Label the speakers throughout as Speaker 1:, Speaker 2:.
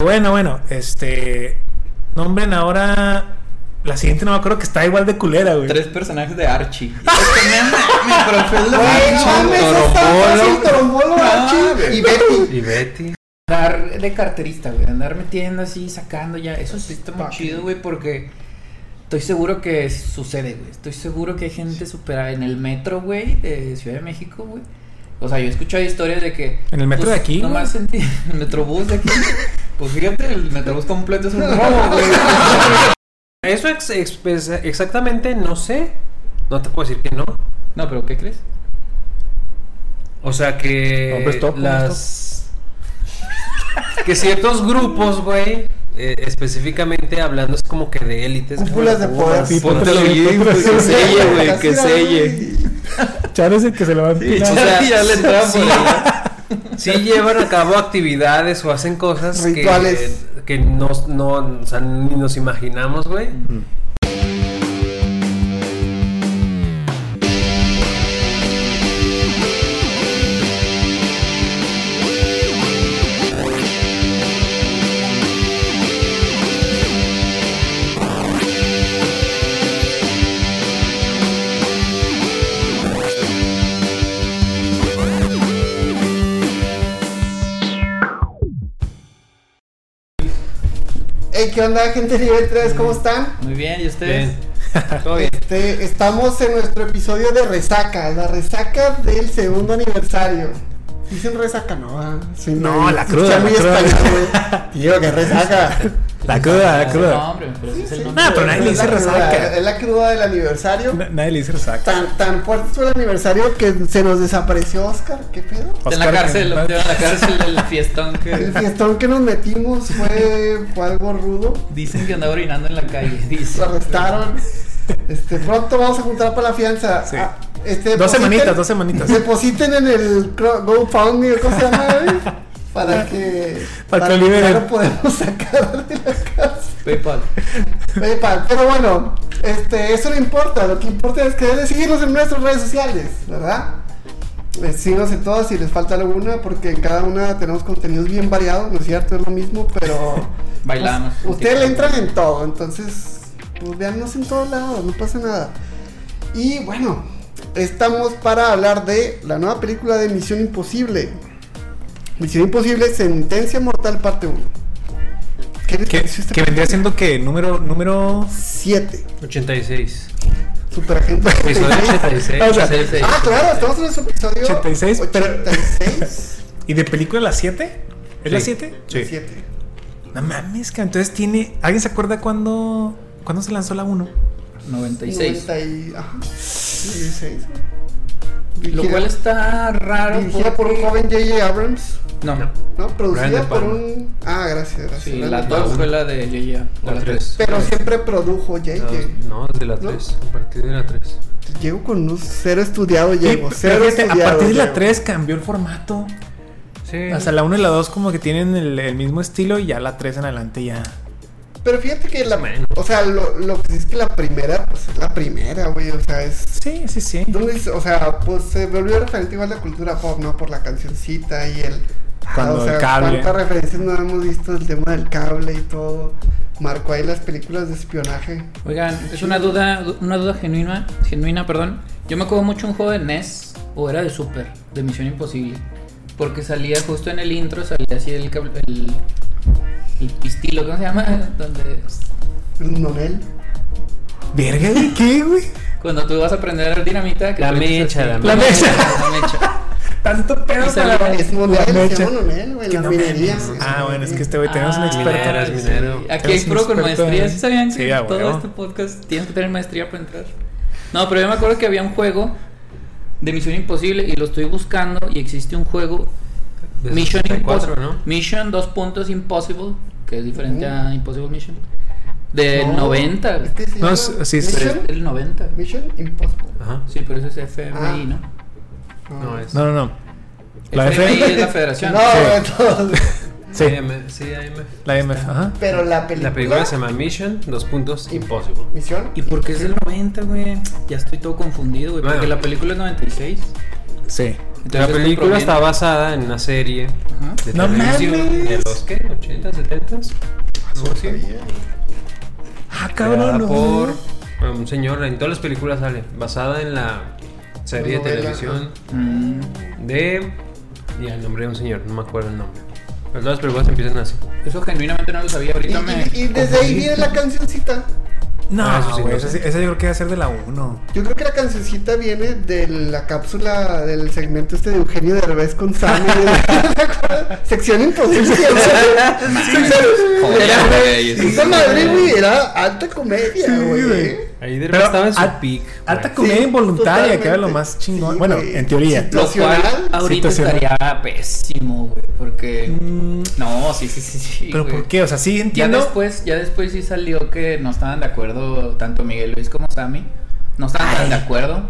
Speaker 1: Bueno, bueno, este. Nombren ahora. La siguiente no me acuerdo que está igual de culera, güey.
Speaker 2: Tres personajes de Archie. Es que me ama- mi profe es lo
Speaker 3: Güey, no
Speaker 2: máximo.
Speaker 3: mames, es tan fácil, Torombolo, Archie ah, y Betty.
Speaker 4: Y Betty.
Speaker 2: Andar de carterista, güey. Andar metiendo así, sacando ya. Eso sí está muy
Speaker 3: Fuck.
Speaker 2: chido, güey, porque estoy seguro que sucede, güey. Estoy seguro que hay gente superada en el metro, güey, de Ciudad de México, güey. O sea, yo he escuchado historias de que.
Speaker 1: En el metro
Speaker 2: pues,
Speaker 1: de aquí,
Speaker 2: Nomás en ti- el metrobús de aquí. Pues fíjate, el metrobús completo es un robo, güey.
Speaker 4: Eso ex- ex- pues, exactamente no sé. No te puedo decir que no.
Speaker 2: No, pero ¿qué crees?
Speaker 4: O sea que
Speaker 1: No, pues, top,
Speaker 4: las que ciertos grupos, güey, eh, específicamente hablando es como que de élites.
Speaker 3: Cúpulas de poder.
Speaker 1: Sí,
Speaker 4: Ponte
Speaker 1: póntelo bien,
Speaker 4: güey,
Speaker 1: póntelo
Speaker 4: que
Speaker 1: bien.
Speaker 4: selle, güey, que
Speaker 3: Casi la
Speaker 4: selle.
Speaker 3: vi.
Speaker 1: Char es el que se le va a
Speaker 4: O
Speaker 1: empinar.
Speaker 4: sea,
Speaker 2: Ya le entramos.
Speaker 4: sí, sí llevan a cabo actividades o hacen cosas que-
Speaker 3: Rituales.
Speaker 4: que, no, no, o sea, ni nos imaginamos, güey.
Speaker 3: Ey, ¿qué onda, gente nivel 3? ¿Cómo están?
Speaker 2: Muy bien, ¿y ustedes?
Speaker 4: Bien.
Speaker 2: Todo bien.
Speaker 3: Este, estamos en nuestro episodio de resaca, la resaca del segundo aniversario. Dicen resaca, no, ah, soy
Speaker 1: No,
Speaker 3: muy-
Speaker 1: la cruda,
Speaker 3: soy
Speaker 1: la
Speaker 3: muy
Speaker 1: cruda.
Speaker 3: español, güey. Tío, que resaca.
Speaker 1: La cruda, la
Speaker 2: Ah, No,
Speaker 1: cruda.
Speaker 2: hombre, pero sí es el
Speaker 3: Sí,
Speaker 2: nombre.
Speaker 1: Ah, pero nadie le
Speaker 3: es
Speaker 1: dice
Speaker 3: la cruda,
Speaker 1: resaca.
Speaker 3: Es la cruda del aniversario.
Speaker 1: Na- Nadie le dice resaca.
Speaker 3: Tan, tan fuerte fue el aniversario que se nos desapareció Oscar, ¿qué pedo?
Speaker 2: Está en la
Speaker 1: Oscar,
Speaker 2: cárcel,
Speaker 1: pues que-
Speaker 2: lo metieron en la cárcel el fiestón
Speaker 3: El
Speaker 2: que.
Speaker 3: fiestón que nos metimos fue, fue algo rudo.
Speaker 2: Dicen que andaba orinando en la calle. Dice.
Speaker 3: Lo arrestaron. Este, pronto vamos a juntar para la fianza.
Speaker 1: Sí.
Speaker 3: Ah, este,
Speaker 1: Dos
Speaker 3: depositen-
Speaker 1: semanitas, dos semanitas.
Speaker 3: Depositen en el cro- GoFundMe, ¿cómo se llama? güey? Para que.
Speaker 1: Para que
Speaker 3: que
Speaker 1: liberen.
Speaker 3: ya lo podemos sacar de la casa.
Speaker 2: PayPal.
Speaker 3: PayPal. Pero bueno, este, eso no importa. Lo que importa es que deben seguirnos en nuestras redes sociales, ¿verdad? Eh, Síganos en todas si les falta alguna, porque en cada una tenemos contenidos bien variados, ¿no es cierto? Es lo mismo, pero.
Speaker 2: Bailamos.
Speaker 3: Pues, Ustedes le entran en todo, entonces, pues véannos en todos lados, no pasa nada. Y bueno, estamos para hablar de la nueva película de Misión Imposible. Misión Imposible, Sentencia Mortal Parte 1. ¿Qué les
Speaker 1: Que,
Speaker 3: pareció este esta
Speaker 1: que vendría siendo que número, número
Speaker 3: 7.
Speaker 4: 86.
Speaker 3: Superagente.
Speaker 4: Episodio 86.
Speaker 1: O sea,
Speaker 4: 86.
Speaker 3: Ah, claro, estamos en el episodio
Speaker 1: 86, pero-
Speaker 3: 86.
Speaker 1: ¿Y de película la 7? ¿Es la
Speaker 4: Sí.
Speaker 1: 7?
Speaker 3: Siete.
Speaker 1: No mames, que entonces tiene. ¿Alguien se acuerda cuándo, cuándo se lanzó la 1?
Speaker 2: 96.
Speaker 3: 90 y- ajá, 96.
Speaker 2: Lo cual está raro.
Speaker 3: Dirigida por un
Speaker 2: porque-
Speaker 3: joven J.J. Abrams.
Speaker 2: No,
Speaker 3: ¿no?
Speaker 4: No. Brian De
Speaker 3: Producida por
Speaker 4: Palma.
Speaker 3: un. Ah, gracias, gracias.
Speaker 2: Sí,
Speaker 3: Brian
Speaker 2: la
Speaker 3: De
Speaker 2: 2
Speaker 3: Palma.
Speaker 2: fue la de Yaya. o
Speaker 4: La
Speaker 2: La
Speaker 4: 3.
Speaker 2: 3.
Speaker 3: Pero siempre produjo
Speaker 4: No,
Speaker 3: JJ.
Speaker 4: no, desde la
Speaker 3: ¿No?
Speaker 4: 3. A partir de la 3.
Speaker 3: Llego con un cero estudiado, llego.
Speaker 1: Sí,
Speaker 3: Cero
Speaker 1: fíjate, a
Speaker 3: estudiado.
Speaker 1: partir de la
Speaker 3: llego.
Speaker 1: 3 cambió el formato.
Speaker 4: Sí.
Speaker 1: O sea, la 1 y la 2 como que tienen el, el mismo estilo y ya la 3 en adelante ya.
Speaker 3: Pero fíjate que la.
Speaker 4: Bueno.
Speaker 3: O sea, lo, lo que sí es que la primera, pues es la primera, güey. O sea, es.
Speaker 1: Sí, sí, sí.
Speaker 3: ¿dónde es? O sea, pues se volvió referente igual a la cultura pop, ¿no? Por la cancioncita y el. ah,
Speaker 1: Cuando
Speaker 3: o sea,
Speaker 1: el cable.
Speaker 3: cuántas referencias no hemos visto del tema del cable y todo. Marcó ahí las películas de espionaje.
Speaker 2: Oigan, es una duda, una duda genuina, genuina, perdón. Yo me acuerdo mucho un juego de NES o era de Super, de Misión Imposible, porque salía justo en el intro, salía así el cable- el, el pistilo, ¿cómo se llama? Donde
Speaker 3: El Nonel.
Speaker 1: Verga, ¿de qué, güey?
Speaker 2: cuando tú vas a prender dinamita, que
Speaker 4: La
Speaker 2: prendes
Speaker 4: mecha,
Speaker 2: así.
Speaker 1: la mecha.
Speaker 2: la mecha.
Speaker 1: Tanto pedo
Speaker 2: Y salió
Speaker 1: para-
Speaker 3: Es Nonel,
Speaker 1: La
Speaker 3: se
Speaker 1: mecha.
Speaker 3: llama Nonel, güey.
Speaker 1: Que
Speaker 3: Las
Speaker 1: no mames.
Speaker 3: minerías.
Speaker 1: Ah, bueno, es que este güey tenemos un
Speaker 2: Ah,
Speaker 1: experto.
Speaker 4: Mineras, minero.
Speaker 2: Aquí hay
Speaker 1: Eres un
Speaker 2: pro con
Speaker 1: experto
Speaker 2: maestría.
Speaker 1: en-
Speaker 2: ¿Sí sabían que
Speaker 1: Sí, a
Speaker 2: todo
Speaker 1: huevo.
Speaker 2: este podcast tienes que tener maestría para entrar? No, pero yo me acuerdo que había un juego de Misión Imposible y lo estoy buscando y existe un juego
Speaker 4: Desde
Speaker 2: Mission
Speaker 4: 64,
Speaker 2: Impossible.
Speaker 4: ¿no?
Speaker 2: Mission 2 puntos Impossible, que es diferente
Speaker 3: Ujú.
Speaker 2: a Impossible Mission. De 90. güey.
Speaker 3: Este se
Speaker 1: No,
Speaker 3: llama
Speaker 1: sí, sí,
Speaker 2: Pero
Speaker 3: Mission,
Speaker 2: es del 90. güey.
Speaker 3: Mission Impossible.
Speaker 4: Ajá.
Speaker 2: Sí, pero eso es
Speaker 3: Ah.
Speaker 2: FMI, ¿no?
Speaker 4: Ah, No, es.
Speaker 1: No, no, no. La
Speaker 2: FMI es la
Speaker 1: F.
Speaker 2: federación.
Speaker 3: No, güey, todos.
Speaker 1: Sí,
Speaker 4: AM, sí, AM.
Speaker 1: la MF, ajá.
Speaker 3: Pero la película.
Speaker 4: La película se llama Mission, dos puntos, Impossible.
Speaker 3: Misión.
Speaker 2: ¿Y por qué es del 90, güey? Ya estoy todo confundido, güey.
Speaker 4: Bueno.
Speaker 2: Porque la película es 96.
Speaker 1: Sí.
Speaker 4: La
Speaker 2: Entonces, esto
Speaker 4: película
Speaker 2: proviene-
Speaker 4: está basada en una serie
Speaker 2: Ajá.
Speaker 4: de
Speaker 1: ¡No
Speaker 4: televisión
Speaker 1: mames!
Speaker 4: de los ¿qué? 80, 70
Speaker 3: No sabía.
Speaker 1: Ah,
Speaker 4: creada
Speaker 1: cabrón. no.
Speaker 4: por bueno, un señor, en todas las películas sale, basada en la serie de
Speaker 3: Novela,
Speaker 4: televisión
Speaker 2: Mm,
Speaker 4: de y el nombre de un señor, no me acuerdo el nombre. Pero todas las películas empiezan así.
Speaker 2: eso genuinamente no lo sabía. Ahorita me.
Speaker 3: Y, y- y desde ahí viene la cancioncita.
Speaker 1: No,
Speaker 4: Ah, eso sí,
Speaker 1: güey,
Speaker 4: no
Speaker 1: esa,
Speaker 4: sé.
Speaker 1: sí- esa yo creo que va a ser de la 1.
Speaker 3: Yo creo que la cancioncita viene de la cápsula del segmento este de Eugenio Derbez con Sammy. ¿Te acuerdas? Sección imposible. Sí, pero-
Speaker 5: Joder,
Speaker 3: era-
Speaker 5: güey, eso
Speaker 3: Esa
Speaker 5: sí.
Speaker 3: madre, güey, era alta comedia,
Speaker 1: Sí,
Speaker 3: güey.
Speaker 1: güey.
Speaker 4: Ahí de
Speaker 1: Pero
Speaker 4: estaba en su
Speaker 1: al-
Speaker 4: pick.
Speaker 1: Alta
Speaker 4: güey.
Speaker 1: comedia
Speaker 3: Sí,
Speaker 1: involuntaria, que era lo
Speaker 3: totalmente.
Speaker 1: más chingón.
Speaker 3: Sí,
Speaker 1: bueno,
Speaker 3: güey.
Speaker 1: en teoría.
Speaker 3: Sí,
Speaker 2: Lo cual
Speaker 3: Situacional.
Speaker 2: ahorita
Speaker 1: Situacional.
Speaker 2: estaría pésimo, güey. Porque.
Speaker 1: Mm,
Speaker 2: No, sí, sí, sí. sí
Speaker 1: Pero
Speaker 2: güey.
Speaker 1: ¿por qué? O sea, sí
Speaker 2: Ya
Speaker 1: entiendo.
Speaker 2: después, ya después sí salió que no estaban de acuerdo tanto Miguel Luis como Sammy. No estaban tan de acuerdo.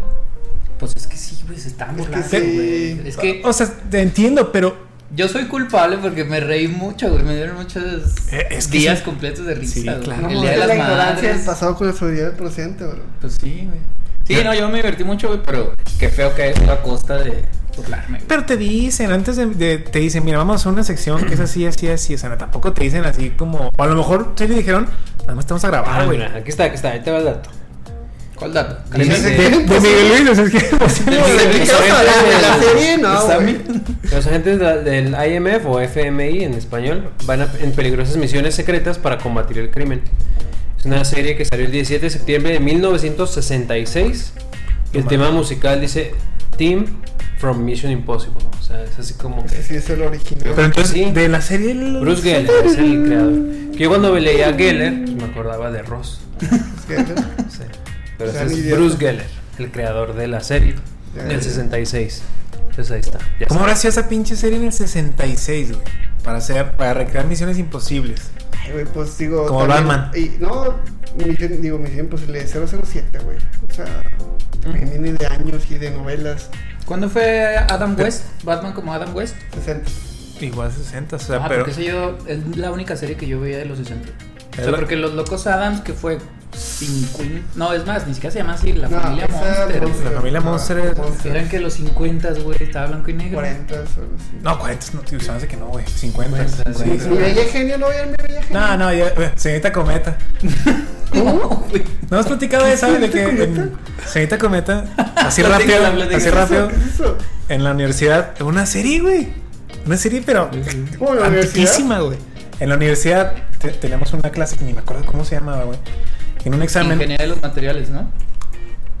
Speaker 2: Pues es que sí, güey, se estaban
Speaker 3: Es que
Speaker 2: burlando,
Speaker 3: sí.
Speaker 2: güey. Es que
Speaker 1: O sea, te entiendo, pero
Speaker 2: yo soy culpable porque me reí mucho, güey. Me dieron muchos
Speaker 1: Eh, es que
Speaker 2: días
Speaker 1: sí.
Speaker 2: completos de risa,
Speaker 1: Sí,
Speaker 2: güey.
Speaker 1: claro.
Speaker 3: No,
Speaker 2: El día de
Speaker 3: la
Speaker 2: las
Speaker 3: ignorancia del
Speaker 2: madres.
Speaker 3: pasado con la seguridad del presente, bro.
Speaker 2: Pues sí, güey. Sí, no, yo me divertí mucho, güey, pero qué feo que es la costa de burlarme, güey.
Speaker 1: Pero te dicen, antes de, de- te dicen, mira, vamos a hacer una sección que es así, así, así. O sea, no, tampoco te dicen así como. O a lo mejor sí le dijeron, nada más estamos a
Speaker 4: Ah,
Speaker 1: grabar, güey.
Speaker 4: mira, aquí está, aquí está, ahí te va el dato.
Speaker 2: ¿Cuál dato?
Speaker 1: De,
Speaker 4: Dice-
Speaker 1: de- de Miguel Luis, o sea, es que pues, sí,
Speaker 3: Pero
Speaker 1: güey.
Speaker 3: ¿de qué vas a hablar? ¿De la serie? No,
Speaker 2: Sammy.
Speaker 3: güey.
Speaker 4: Los agentes de- del IMF o FMI en español van a- en peligrosas misiones secretas para combatir el crimen. Es una serie que salió el 17 de septiembre de 1966. Y el
Speaker 1: No
Speaker 4: tema musical dice Team from Mission Impossible. O sea, es así como que...
Speaker 3: Ese sí es el original.
Speaker 1: Pero entonces,
Speaker 4: Sí.
Speaker 1: de la serie. el-
Speaker 4: Bruce Geller es el creador. Que yo cuando me leía Geller, pues me acordaba de Ross. Sí. Pero
Speaker 3: O sea,
Speaker 4: ese
Speaker 3: ni
Speaker 4: es
Speaker 3: idea.
Speaker 4: Bruce Geller, el creador de la serie.
Speaker 3: Ya.
Speaker 4: Del 66. Entonces ahí está. ya
Speaker 1: ¿Cómo
Speaker 4: está.
Speaker 1: habrá sido esa pinche serie en el 66, güey? Para hacer, para recrear misiones imposibles.
Speaker 3: Ay, güey, pues digo.
Speaker 1: Como
Speaker 3: también-
Speaker 1: Batman.
Speaker 3: Y, no, Misión- digo, Misión Imposible de 007, güey. O sea, también viene de años y de novelas.
Speaker 2: ¿Cuándo fue Adam West? ¿Batman como Adam West?
Speaker 3: 60.
Speaker 1: Igual 60, o sea,
Speaker 2: ah,
Speaker 1: pero.
Speaker 2: porque esa yo es la única serie que yo veía de los 60. O sea,
Speaker 1: Era-
Speaker 2: porque Los Locos Adams, que fue 50. No, es más, ni siquiera se llama así, La
Speaker 3: No,
Speaker 2: Familia
Speaker 3: esa
Speaker 2: Monster. güey.
Speaker 1: La familia
Speaker 3: ah,
Speaker 1: Monster.
Speaker 2: Eran que los 50, güey, estaba blanco y negro.
Speaker 3: 40 o algo así.
Speaker 1: No, 40, no, tío, se me hace que no, güey. 50.
Speaker 2: 50, sí.
Speaker 1: güey.
Speaker 3: Mi bella genio, no vean mi bella genio.
Speaker 1: No, no, ya, güey, señorita Cometa.
Speaker 2: No, güey.
Speaker 1: No has platicado de esa, de que
Speaker 3: ¿Señorita
Speaker 1: en- señorita Cometa, así
Speaker 2: Platícala,
Speaker 1: rápido,
Speaker 2: platícala.
Speaker 1: así rápido,
Speaker 3: ¿Qué es eso?
Speaker 1: en la universidad, una serie, güey. Una serie, pero
Speaker 3: ¿Cómo, en la
Speaker 1: antiquísima, güey. En la universidad te- teníamos una clase que ni me acuerdo cómo se llamaba, güey. En un examen.
Speaker 2: Ingeniería de los materiales, ¿no?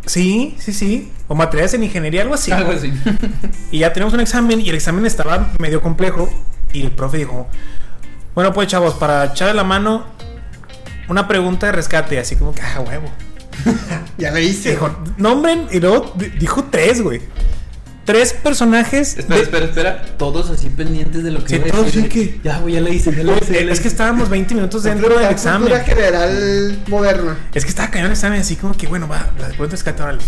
Speaker 1: Sí, sí, sí. O materiales en ingeniería, algo así.
Speaker 2: Algo así.
Speaker 1: Y ya teníamos un examen y el examen estaba medio complejo. Y el profe dijo: Bueno, pues chavos, para echarle la mano, una pregunta de rescate. Así como que, ah, huevo.
Speaker 3: Ya la hice.
Speaker 1: Dijo, nombren, y luego di- dijo tres, güey. Tres personajes.
Speaker 2: espera,
Speaker 1: de-
Speaker 2: espera, espera. Todos así pendientes de lo que
Speaker 1: Sí,
Speaker 2: iba a
Speaker 1: todos
Speaker 2: decir,
Speaker 1: así
Speaker 2: güey.
Speaker 1: que-
Speaker 2: Ya, güey, ya la hice, ya la hice. ya la
Speaker 1: Es que
Speaker 2: hice.
Speaker 1: estábamos 20 minutos dentro del
Speaker 3: La
Speaker 1: examen.
Speaker 3: cultura general moderna.
Speaker 1: Es que estaba cayendo el examen así como que, bueno, va, la de cuento es órale.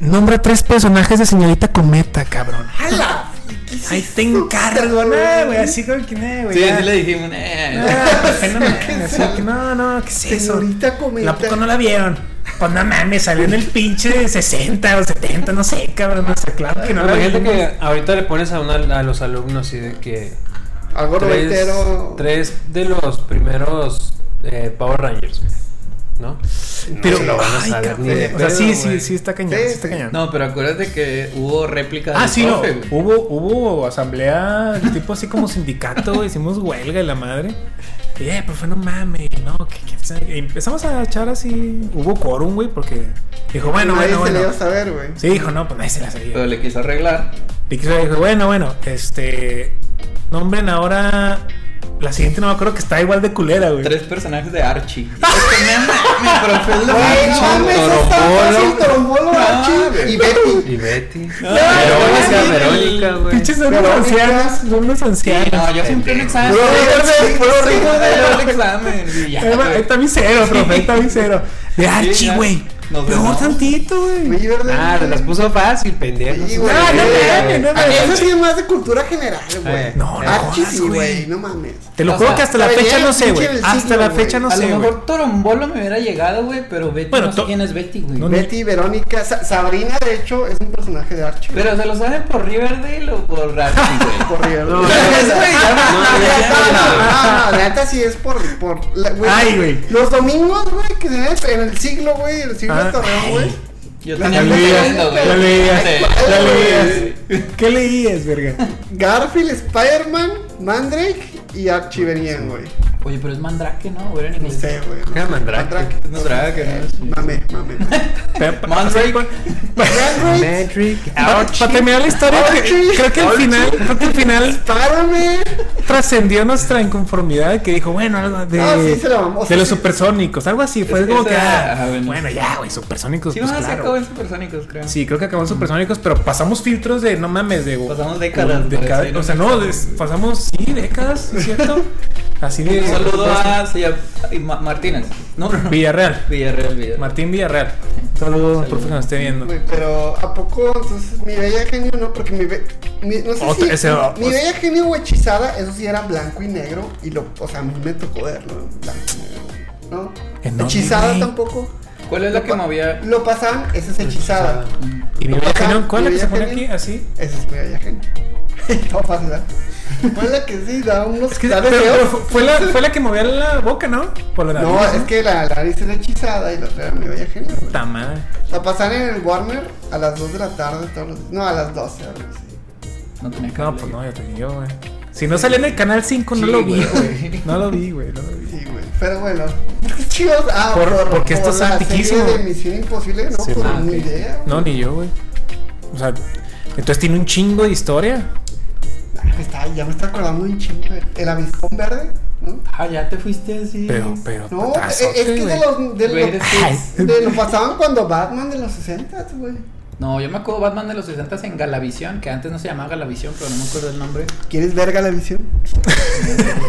Speaker 1: Nombra tres personajes de señorita Cometa, cabrón.
Speaker 3: ¡Hala!
Speaker 1: Ahí te encargo, no, güey, así como que, no, güey.
Speaker 2: Sí,
Speaker 1: ya.
Speaker 2: así le dijimos, eh.
Speaker 1: Ah, pues, no,
Speaker 3: ¿Qué
Speaker 1: mames, así
Speaker 3: es
Speaker 1: que, no, no, ¿qué es
Speaker 3: Pues
Speaker 1: eso?
Speaker 3: Señorita Cometa.
Speaker 1: ¿A poco no la vieron? Pues no mames, salió en el pinche 60 o 70, no sé, cabrón. O sea, claro que no la
Speaker 4: Imagínate
Speaker 1: vimos.
Speaker 4: que ahorita le pones a, una- a los alumnos así de que
Speaker 3: Algo
Speaker 4: tres,
Speaker 3: noventero.
Speaker 4: tres de los primeros eh, Power Rangers, güey, ¿no?
Speaker 1: Pero,
Speaker 4: se lo van a
Speaker 1: ay,
Speaker 4: saber
Speaker 1: cabrón,
Speaker 4: ni de
Speaker 1: o sea,
Speaker 4: pedo,
Speaker 1: sí, sí,
Speaker 4: güey.
Speaker 1: sí, está cañón,
Speaker 3: Sí,
Speaker 1: sí está
Speaker 3: sí.
Speaker 1: cañón.
Speaker 2: No, pero acuérdate que hubo réplica
Speaker 1: Ah,
Speaker 2: del
Speaker 1: sí, no.
Speaker 2: profe, güey.
Speaker 1: Hubo, hubo asamblea, tipo así como sindicato, hicimos huelga y la madre. Y, eh, profe, no mames, no, que, que- y empezamos a echar así. Hubo quórum, güey, porque dijo, bueno,
Speaker 3: Nadie
Speaker 1: bueno,
Speaker 3: se le iba
Speaker 1: bueno.
Speaker 3: a saber, güey.
Speaker 1: Sí, dijo, no, pues nadie se la
Speaker 2: Pero
Speaker 1: sabía.
Speaker 2: le quiso arreglar.
Speaker 1: Y quiso- dijo, bueno, bueno, este. Nombren ahora. La siguiente no me acuerdo que está igual de culera, güey.
Speaker 2: Tres personajes de Archie. Es que me ama, mi profe es lo
Speaker 3: Güey, no
Speaker 2: máximo.
Speaker 3: mames, es tan fácil, Torombolo, Archie ah, y Betty.
Speaker 4: Y Betty.
Speaker 2: Verónica,
Speaker 4: Verónica, Verónica, güey.
Speaker 1: Pinches son unos
Speaker 3: Pero ahorita-
Speaker 1: ancianos, son unos ancianos.
Speaker 2: No, yo siempre en el examen.
Speaker 3: Puro
Speaker 2: güey,
Speaker 3: horrible, puro horrible.
Speaker 2: yo en el examen. y ya,
Speaker 1: Ahí va-
Speaker 2: güey.
Speaker 1: ahí está mi cero, profe, ahí está mi cero. De
Speaker 2: Sí,
Speaker 1: Archie,
Speaker 2: ya.
Speaker 1: güey.
Speaker 6: Nos
Speaker 1: Peor
Speaker 6: vemos.
Speaker 1: tantito, güey.
Speaker 3: Oye, ¿verdad?
Speaker 4: Ah, te las puso fácil, pendejo.
Speaker 3: Sí,
Speaker 4: Sí,
Speaker 3: güey.
Speaker 1: No, no mames, no
Speaker 3: Ah, Eso
Speaker 1: mames.
Speaker 3: sí es más de cultura general, güey.
Speaker 1: No, no
Speaker 3: Ah, sí,
Speaker 1: jodas,
Speaker 3: güey,
Speaker 1: güey.
Speaker 3: no mames.
Speaker 1: Te lo
Speaker 2: O
Speaker 1: juro
Speaker 2: sea,
Speaker 1: que hasta la
Speaker 3: venía
Speaker 1: fecha
Speaker 3: el
Speaker 1: no sé,
Speaker 3: pinche
Speaker 1: güey.
Speaker 3: del
Speaker 1: Hasta
Speaker 3: siglo,
Speaker 1: la
Speaker 3: güey.
Speaker 1: fecha no
Speaker 2: a
Speaker 1: sé,
Speaker 2: lo
Speaker 1: güey.
Speaker 2: mejor Torombolo me hubiera llegado, güey, pero Betty
Speaker 1: Bueno,
Speaker 2: no sé
Speaker 1: to-
Speaker 2: quién es Betty, güey.
Speaker 1: No, no.
Speaker 3: Betty, Verónica, Sa- Sabrina, de hecho, es un personaje de Archie.
Speaker 2: Pero se lo sabe por Riverdale o por Archie, güey.
Speaker 3: Por Riverdale. No,
Speaker 4: No, no,
Speaker 3: no, no, la neta sí es por. por la-
Speaker 1: Ay, güey.
Speaker 3: Los domingos, güey, que se ve en el siglo, güey, el siglo
Speaker 1: Ah,
Speaker 3: de Torreón, güey.
Speaker 2: Yo
Speaker 3: La
Speaker 2: tenía
Speaker 1: Ya
Speaker 2: mi
Speaker 1: leías,
Speaker 2: Nintendo, güey.
Speaker 1: ya leías,
Speaker 2: Sí.
Speaker 1: ya leías. ¿Qué leías, verga?
Speaker 3: Garfield, Spider-Man, Mandrake y Archie venían, güey.
Speaker 2: Oye, pero es Mandrake, ¿no? Güey, en
Speaker 3: No
Speaker 2: inglés.
Speaker 3: sé, güey.
Speaker 4: Era Mandrake.
Speaker 3: No
Speaker 6: Es Mandrake,
Speaker 3: sé,
Speaker 6: ¿no? Sí.
Speaker 3: Mame, mame.
Speaker 6: Mandrake.
Speaker 3: Mandrake,
Speaker 1: Para terminar la historia,
Speaker 3: Ouchie.
Speaker 1: cre- creo que al final, creo que al final
Speaker 3: Spider-Man.
Speaker 1: trascendió nuestra inconformidad que dijo, bueno, algo de,
Speaker 3: Ah, sí, se la mamó,
Speaker 1: de
Speaker 3: sí,
Speaker 1: los
Speaker 3: sí.
Speaker 1: supersónicos, algo así. Fue
Speaker 2: Es que
Speaker 1: como que,
Speaker 2: esa-
Speaker 1: ah,
Speaker 2: ajá, bueno.
Speaker 1: bueno. ya, güey, supersónicos.
Speaker 2: Sí,
Speaker 1: pues,
Speaker 3: ah,
Speaker 2: vamos a
Speaker 1: claro.
Speaker 2: acabó en Supersónicos, creo.
Speaker 1: Sí, creo que acabamos supersónicos, pero pasamos filtros de no mames, de
Speaker 2: Pasamos décadas,
Speaker 1: de
Speaker 2: güey,
Speaker 1: cada-
Speaker 2: sí,
Speaker 1: o sea, no, des- pasamos sí décadas, ¿es ¿cierto? Así de
Speaker 2: Un saludo a se llama- ay, Ma- Martínez. No, no, no.
Speaker 1: Villarreal,
Speaker 2: Villarreal, Villarreal.
Speaker 1: Martín Villarreal. Saludos, profe, que nos esté viendo.
Speaker 3: Güey, pero ¿a poco entonces mi bella genio no? Porque mi, be- mi- no sé
Speaker 1: Otra-
Speaker 3: si-
Speaker 1: ese-
Speaker 3: mi bella genio o hechizada, eso sí era blanco y negro y lo, o sea, a mí me tocó verlo blanco y negro,
Speaker 1: ¿En
Speaker 3: ¿no?
Speaker 1: dónde,
Speaker 3: Hechizada
Speaker 1: güey?
Speaker 3: tampoco.
Speaker 2: ¿Cuál es la
Speaker 3: Lo
Speaker 2: que
Speaker 3: pa-
Speaker 2: movía?
Speaker 3: Lo pasaban, esa es hechizada.
Speaker 1: Y mi
Speaker 3: Lo
Speaker 1: bella
Speaker 3: pasaban,
Speaker 1: genio, ¿cuál
Speaker 3: mi
Speaker 1: es la que
Speaker 3: bella
Speaker 1: se pone aquí?
Speaker 3: genio,
Speaker 1: Así.
Speaker 3: Esa es mi bella genio. Todo fácil, ¿verdad? Fue la que sí, da unos
Speaker 1: Es que,
Speaker 3: da
Speaker 1: pero-
Speaker 3: deseos.
Speaker 1: pero fue, la, fue la que movía la boca, ¿no? Por la
Speaker 3: No,
Speaker 1: nariz,
Speaker 3: es que la, la nariz era hechizada y la otra era mi bella genio. güey.
Speaker 1: Puta madre.
Speaker 3: La pasaban en el Warner a las 2 de la tarde todos los días. No, a las 12, algo así.
Speaker 2: No tenía que
Speaker 1: No, pues no, ya te digo, güey. Si no salía en el canal 5, no
Speaker 2: Sí,
Speaker 1: lo vi,
Speaker 2: güey.
Speaker 1: güey. No lo vi, güey. No lo vi.
Speaker 3: Sí, güey. Pero bueno. Chicos, ah,
Speaker 1: Por- porque esto es
Speaker 3: la serie
Speaker 1: antiquísimo.
Speaker 3: de Misión Imposible, no,
Speaker 1: Sí,
Speaker 3: pues
Speaker 2: ah,
Speaker 3: ni
Speaker 2: ok.
Speaker 3: idea. güey.
Speaker 1: No, ni yo, güey. O sea, entonces tiene un chingo de historia.
Speaker 3: Ah, está- ya me está acordando un chingo. güey. El avispón verde, ¿no?
Speaker 2: Ah, ya te fuiste así.
Speaker 1: Pero, pero,
Speaker 3: No, es,
Speaker 1: patazote,
Speaker 3: es que de
Speaker 1: güey.
Speaker 3: los, de,
Speaker 2: Güey,
Speaker 3: los,
Speaker 2: eres
Speaker 1: tú.
Speaker 3: de lo pasaban cuando Batman de los 60, güey.
Speaker 2: No, yo me acuerdo Batman de los 60 en Galavisión, que antes no se llamaba Galavisión, pero no me acuerdo el nombre.
Speaker 3: ¿Quieres verga la visión?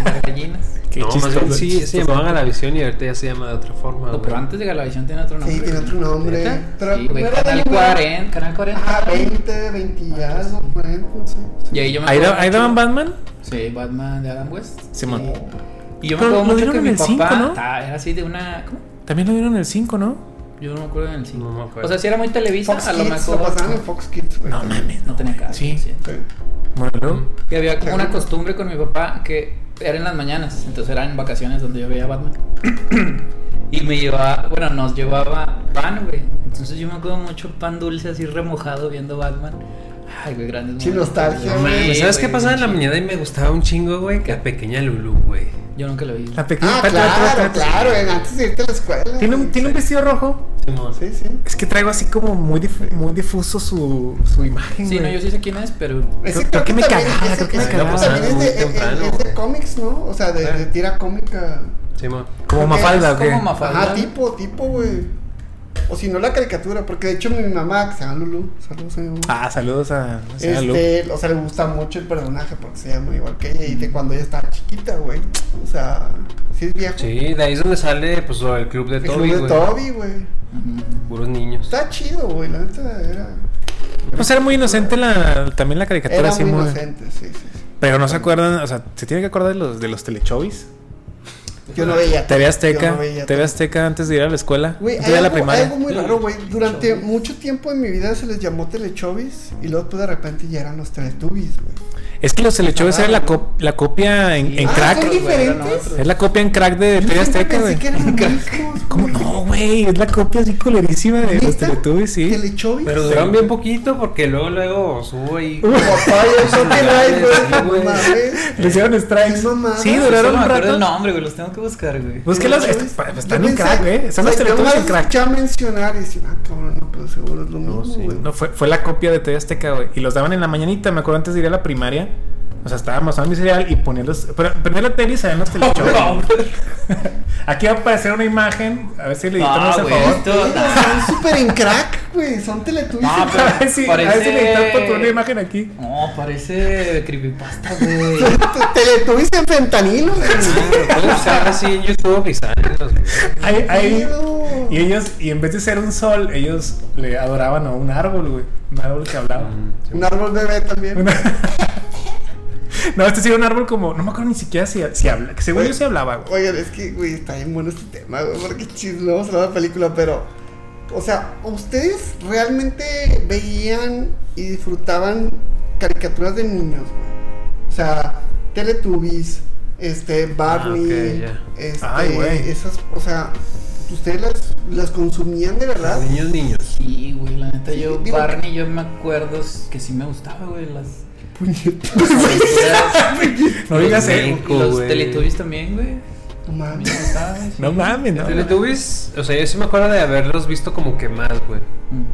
Speaker 2: Las gallinas.
Speaker 1: Qué
Speaker 4: no, más
Speaker 1: chistoso,
Speaker 4: bien sí, se
Speaker 1: chistoso.
Speaker 4: llamaban a la visión y ahorita ya se llama de otra
Speaker 1: Ah,
Speaker 4: forma.
Speaker 2: No,
Speaker 4: güey.
Speaker 2: pero antes de Galavisión tiene otro nombre.
Speaker 3: Sí, tiene otro nombre.
Speaker 2: ¿Neta?
Speaker 3: Pero-
Speaker 2: sí, güey,
Speaker 3: pero
Speaker 2: Canal
Speaker 3: era-
Speaker 2: 40, Canal 40.
Speaker 3: Ah, 20, 20 y algo, 40, no sé.
Speaker 2: Y ahí yo me
Speaker 1: ¿Ahí
Speaker 2: acuerdo
Speaker 1: da- ahí daban Batman?
Speaker 2: Sí, Batman de Adam West.
Speaker 1: Simón.
Speaker 2: Y yo me
Speaker 1: Pero
Speaker 2: acuerdo
Speaker 1: lo
Speaker 2: mucho
Speaker 1: dieron
Speaker 2: que
Speaker 1: en
Speaker 2: mi
Speaker 1: el
Speaker 2: papá
Speaker 1: cinco, ¿no?
Speaker 2: ta- era así de una. ¿Cómo?
Speaker 1: También lo dieron en el 5, ¿no?
Speaker 2: Yo no me acuerdo en el 5.
Speaker 4: No me acuerdo.
Speaker 2: O sea, si era muy Televisa,
Speaker 3: Fox
Speaker 2: a lo
Speaker 3: Kids,
Speaker 2: mejor.
Speaker 3: lo pasaban en Fox Kids, güey.
Speaker 1: No mames. Ah,
Speaker 2: No tenía caso.
Speaker 1: Sí.
Speaker 2: sí.
Speaker 3: Sí.
Speaker 1: Bueno, luego,
Speaker 2: Y había como una costumbre con mi papá que era en las mañanas, entonces eran en vacaciones donde yo veía Batman. y me llevaba, bueno, nos llevaba pan, güey. Entonces yo me acuerdo mucho pan dulce así remojado viendo Batman. Ay, güey, grande.
Speaker 3: Sí, nostalgia, güey.
Speaker 4: Pero ¿Sabes qué pasaba en la mañana y me gustaba un chingo, güey? Que a pequeña Lulu, güey.
Speaker 2: Yo nunca lo vi.
Speaker 1: la pequeña
Speaker 3: Ah,
Speaker 1: Pat- Pat-
Speaker 3: claro,
Speaker 1: Pat-
Speaker 3: claro, güey, antes de irte a la escuela.
Speaker 1: Tiene un,
Speaker 3: güey.
Speaker 1: tiene un vestido rojo.
Speaker 3: Sí, sí.
Speaker 1: Es que traigo así como muy, difu- muy difuso su, su imagen.
Speaker 2: Sí, no,
Speaker 1: güey.
Speaker 2: yo sí sé quién es, pero
Speaker 3: Ese
Speaker 1: Creo- creo que me
Speaker 3: también-
Speaker 1: cagaba,
Speaker 3: ese-
Speaker 1: creo que me
Speaker 3: ese
Speaker 1: cagaba.
Speaker 3: También es de, eh,
Speaker 4: Muy temprano,
Speaker 3: es de
Speaker 4: güey.
Speaker 3: cómics, ¿no? O sea, de, de tira cómica.
Speaker 4: Sí, mo.
Speaker 1: Como
Speaker 3: Creo
Speaker 1: Mafalda,
Speaker 2: es
Speaker 1: ¿o qué?
Speaker 2: como Mafalda.
Speaker 3: Ajá, tipo, tipo, güey. O si no, la caricatura, porque de hecho mi mamá, que se llama Lulu, saludos a mi mamá.
Speaker 1: Ah, saludos a. a señora Lu.
Speaker 3: este, o sea, le gusta mucho el personaje porque se llama igual que ella y de cuando ella estaba chiquita, güey. O sea, sí es viejo.
Speaker 4: Sí, de ahí es donde sale, pues, lo del club de
Speaker 3: El
Speaker 4: Toby,
Speaker 3: club de
Speaker 4: güey.
Speaker 3: Toby, güey.
Speaker 4: Puros niños.
Speaker 3: Está chido, güey, la neta era.
Speaker 1: Pues era muy inocente la, también la caricatura.
Speaker 3: Era
Speaker 1: así
Speaker 3: muy
Speaker 1: muy-
Speaker 3: inocente, sí, sí. sí.
Speaker 1: Pero no se acuerdan, o sea, se tiene que acordar de los, de los telechovis.
Speaker 3: Yo no veía.
Speaker 1: TV
Speaker 3: yo
Speaker 1: Azteca,
Speaker 3: no veía
Speaker 1: TV Azteca antes de ir a la escuela.
Speaker 3: Güey,
Speaker 1: antes
Speaker 3: hay,
Speaker 1: de ir a la
Speaker 3: algo, hay
Speaker 1: primaria.
Speaker 3: algo muy raro, güey. Durante mucho tiempo en mi vida se les llamó Telechovis y luego pues, de repente ya eran los Teletubbies, güey.
Speaker 1: Es que los telechovis
Speaker 3: Ah,
Speaker 1: eran la,
Speaker 3: güey.
Speaker 1: co- la copia en, en
Speaker 3: Ah,
Speaker 1: crack.
Speaker 3: ¿son
Speaker 2: Otros, güey, eran
Speaker 3: diferentes?
Speaker 2: otros.
Speaker 1: Es la copia en crack de
Speaker 3: Yo
Speaker 1: TV
Speaker 3: siempre
Speaker 1: Azteca,
Speaker 3: pensé
Speaker 1: güey.
Speaker 3: que eran mismos,
Speaker 1: ¿Cómo
Speaker 3: güey.
Speaker 1: no, güey? Es la copia así colorísima de los
Speaker 3: ¿Neta?
Speaker 1: Teletubbies, sí.
Speaker 3: Telechovis.
Speaker 4: Pero duraron bien poquito porque luego, luego subo ahí.
Speaker 3: Papá, yo soy que
Speaker 4: Sí,
Speaker 3: no
Speaker 4: güey.
Speaker 3: güey. Mames.
Speaker 1: Le hicieron strikes.
Speaker 3: Sí, mamá.
Speaker 1: Sí,
Speaker 3: Eso
Speaker 1: duraron
Speaker 2: no me
Speaker 1: un
Speaker 2: acuerdo el
Speaker 1: rato. Pues
Speaker 2: nombre, güey, los tengo que buscar, güey.
Speaker 1: Búsquelos.
Speaker 3: Telechovis.
Speaker 1: est- pa-
Speaker 3: Yo
Speaker 1: Están en
Speaker 3: pensé-
Speaker 1: crack, güey. Están los
Speaker 3: o sea, yo
Speaker 1: Teletubbies en
Speaker 3: los
Speaker 1: crack.
Speaker 3: escuché a mencionar y decía, ah, cabrón, no, pero seguro es lo mismo,
Speaker 4: sí.
Speaker 3: güey.
Speaker 1: No, fue, fue la copia de TV Azteca, güey. Y los daban en la mañanita, me acuerdo antes de ir a la primaria. O sea, estaba amasando mi cereal y ponían los. Pero prendía la tele y salían los telechovis. Aquí va a aparecer una imagen. A ver si le editamos
Speaker 2: Ah,
Speaker 1: a
Speaker 2: güey,
Speaker 1: favor.
Speaker 2: esto-
Speaker 3: Son súper en crack, güey. Son Teletubbies.
Speaker 2: Ah,
Speaker 3: en
Speaker 2: pero-
Speaker 3: crack.
Speaker 1: A ver si, a ver si le editamos para poner una imagen aquí.
Speaker 2: No, parece creepypasta, güey.
Speaker 3: Teletubbies en fentanilo, güey.
Speaker 4: Claro, buscar así en YouTube y salen los videos.
Speaker 1: Hay- hay-
Speaker 3: Miedo.
Speaker 1: y ellos, y en vez de ser un sol, ellos le adoraban a un árbol, güey. Un árbol que hablaba.
Speaker 3: Un árbol bebé también.
Speaker 1: Una- no, este sí era un árbol como. No me acuerdo ni siquiera si, si habla. que Según yo sí hablaba, güey.
Speaker 3: Oigan, es que, güey, está bien bueno este tema, güey, porque chis, no vamos a hablar de la película, pero. O sea, ¿ustedes realmente veían y disfrutaban caricaturas de niños, güey? O sea, Teletubbies, este, Barney,
Speaker 4: ok, ya.
Speaker 3: este,
Speaker 1: Ay, güey.
Speaker 3: esas, o sea, ¿ustedes las, las consumían de verdad?
Speaker 4: Niños, niños.
Speaker 7: Sí, güey, la neta,
Speaker 3: Sí,
Speaker 7: yo,
Speaker 3: digo-
Speaker 7: Barney, yo me acuerdo que sí me gustaba, güey, las.
Speaker 3: Puñetas.
Speaker 7: las aventuras.
Speaker 1: No digas
Speaker 4: Los
Speaker 1: eh.
Speaker 4: Nick.
Speaker 7: Y los
Speaker 4: güey.
Speaker 7: Teletubbies también, güey. A
Speaker 3: No
Speaker 7: mí
Speaker 3: mames.
Speaker 7: me gustaba, güey.
Speaker 1: No mames, no.
Speaker 4: Teletubbies, o sea, yo sí me acuerdo de haberlos visto como que más, güey.
Speaker 7: Mm.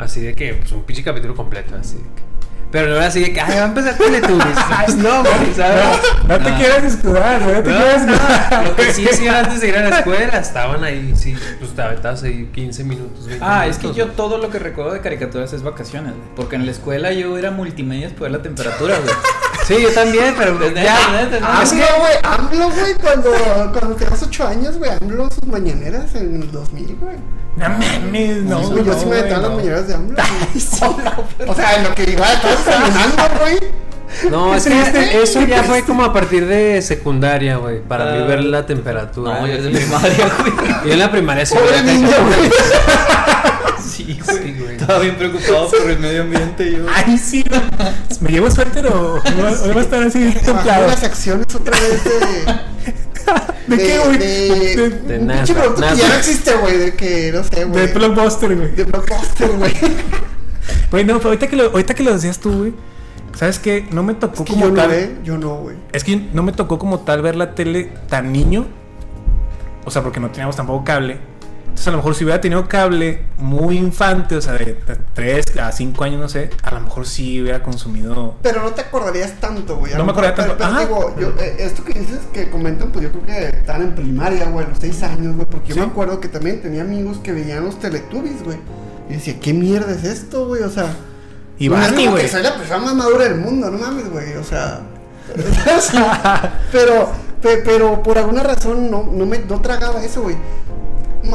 Speaker 4: Así de que, pues un pinche capítulo completo, así de que. Pero no era así de que, ay, va a empezar Teletubbies. Ay, no, güey, ¿sabes?
Speaker 1: No te
Speaker 4: Ah.
Speaker 1: quieras escudar, güey. No te quieras
Speaker 4: No,
Speaker 1: escudar.
Speaker 4: lo que sí hacía antes de ir a la escuela, estaban ahí, sí, pues te aventabas ahí 15 minutos, 20
Speaker 7: Ah, es
Speaker 4: minutos,
Speaker 7: que yo todo lo que recuerdo de caricaturas es vacaciones, güey. Porque en la escuela yo era multimedia por la temperatura, güey.
Speaker 4: Sí, yo también, pero
Speaker 7: Desde-
Speaker 4: ya.
Speaker 7: desde-
Speaker 4: Ah,
Speaker 7: desde-
Speaker 4: es que,
Speaker 3: AMLO, güey, AMLO, güey, cuando, cuando tenías 8 años, güey, AMLO sus mañaneras en el 2000, güey.
Speaker 1: No mames, no,
Speaker 3: Sí,
Speaker 1: güey.
Speaker 3: yo
Speaker 1: no,
Speaker 3: sí me
Speaker 1: güey,
Speaker 3: aventaba las
Speaker 1: no.
Speaker 3: mañaneras de AMLO. güey. O sea, en lo que iba todos caminando, güey.
Speaker 4: No, es que
Speaker 3: Triste.
Speaker 4: eso ya fue como a partir de secundaria, güey, para mí
Speaker 7: Ah.
Speaker 4: ver la temperatura.
Speaker 7: No, yo desde primaria, güey.
Speaker 4: Yo en la primaria sí
Speaker 3: Pobre
Speaker 4: veía
Speaker 3: niño,
Speaker 4: cachorro.
Speaker 3: güey.
Speaker 7: Sí,
Speaker 4: Sí, güey.
Speaker 7: Estaba bien preocupado por el medio ambiente, yo.
Speaker 1: Ay, sí. no. ¿Me llevo suéter o o va o va a estar así
Speaker 3: Bajó
Speaker 1: templado?
Speaker 3: las acciones otra vez de.
Speaker 1: ¿De qué, güey?
Speaker 3: De,
Speaker 1: De,
Speaker 3: de
Speaker 4: de
Speaker 3: un
Speaker 4: nada,
Speaker 3: pinche producto que ya
Speaker 4: nada.
Speaker 3: no existe, güey. De que, no sé,
Speaker 1: de
Speaker 3: güey.
Speaker 1: blockbuster, güey.
Speaker 3: De blockbuster, güey.
Speaker 1: Güey, no, pero ahorita que lo, ahorita que lo decías tú, güey. ¿Sabes qué? No me tocó
Speaker 3: Que
Speaker 1: como
Speaker 3: yo no,
Speaker 1: tal.
Speaker 3: güey. Yo no, güey.
Speaker 1: Es que no me tocó como tal ver la tele tan niño. O sea, porque no teníamos tampoco cable. Entonces, a lo mejor si hubiera tenido cable muy infante, o sea, de 3 a 5 años, no sé, a lo mejor sí hubiera consumido.
Speaker 3: Pero no te acordarías tanto, güey.
Speaker 1: No me acordaría
Speaker 3: Pero-
Speaker 1: tanto. Ah.
Speaker 3: Pero,
Speaker 1: Ajá.
Speaker 3: digo, yo, eh, esto que dices que comentan, pues yo creo que están en primaria, güey, a los seis años, güey. Porque
Speaker 1: Sí.
Speaker 3: yo me acuerdo que también tenía amigos que veían los Teletubbies, güey. Y decía, ¿qué mierda es esto, güey? O sea.
Speaker 1: Y
Speaker 3: Pues no es
Speaker 1: Barney,
Speaker 3: como
Speaker 1: güey.
Speaker 3: que soy la persona más madura del mundo, no mames, güey. O sea. o sea, pero, pe- pero por alguna razón no, no me no tragaba eso, güey.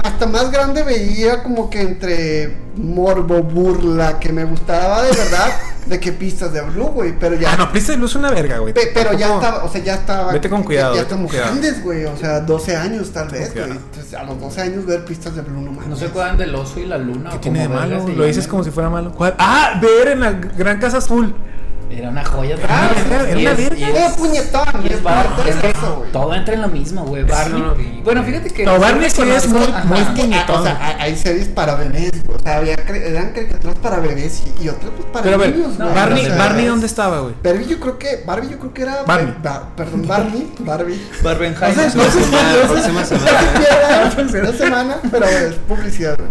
Speaker 3: Hasta más grande veía como que entre morbo, burla, que me gustaba de verdad, de que pistas de blue, güey. Pero ya.
Speaker 1: Ah, no, Prisa de Luz es una verga, güey.
Speaker 3: Pe- pero ya
Speaker 1: Tampoco-
Speaker 3: estaba, o sea, ya estaba.
Speaker 1: Vete con
Speaker 3: ya-
Speaker 1: cuidado,
Speaker 3: Ya,
Speaker 1: vete con
Speaker 3: estamos
Speaker 1: cuidado.
Speaker 3: grandes, güey. O sea, 12 años tal vez,
Speaker 1: cuidado.
Speaker 3: güey. Entonces, a los 12 años ver pistas de blue, no mames.
Speaker 7: No se acuerdan del oso y la luna.
Speaker 1: ¿Qué
Speaker 7: o
Speaker 1: tiene de
Speaker 7: como verga
Speaker 1: malo?
Speaker 7: se
Speaker 1: Lo dices
Speaker 7: llaman?
Speaker 1: como si fuera malo. ¿Cuál? ¡Ah! Ver en la Gran Casa Azul.
Speaker 7: Era una joya
Speaker 1: Ah,
Speaker 7: también.
Speaker 1: era- era
Speaker 7: Y
Speaker 1: una
Speaker 7: es-
Speaker 1: verga.
Speaker 7: y es-
Speaker 3: ¡Eh, puñetón!
Speaker 7: y es Barney,
Speaker 3: ¿Qué
Speaker 7: es
Speaker 3: es
Speaker 7: que
Speaker 3: eso, güey?
Speaker 7: Todo entra en lo mismo, güey. Barney.
Speaker 4: no lo vi.
Speaker 7: bueno, fíjate que.
Speaker 1: No, Barney sí es muy-
Speaker 7: Ajá.
Speaker 1: muy
Speaker 3: Que, ah, o sea, a- hay series para bebés, güey. O sea, había cre- eran caricaturas para bebés y, y otras pues para
Speaker 1: Pero a ver,
Speaker 3: niños, güey.
Speaker 1: Barney,
Speaker 3: O sea,
Speaker 1: Barney,
Speaker 3: es-
Speaker 1: ¿dónde estaba, güey?
Speaker 3: Barbie yo creo que Barbie yo creo que era
Speaker 1: Barbie.
Speaker 3: Ba- perdón, Barney, Barbie.
Speaker 7: Barbenheimer.
Speaker 3: No sé, no sé,
Speaker 4: próxima-
Speaker 3: no sé-
Speaker 4: próxima
Speaker 3: no
Speaker 4: semana.
Speaker 3: sé qué era, próxima semana, pero es publicidad, güey.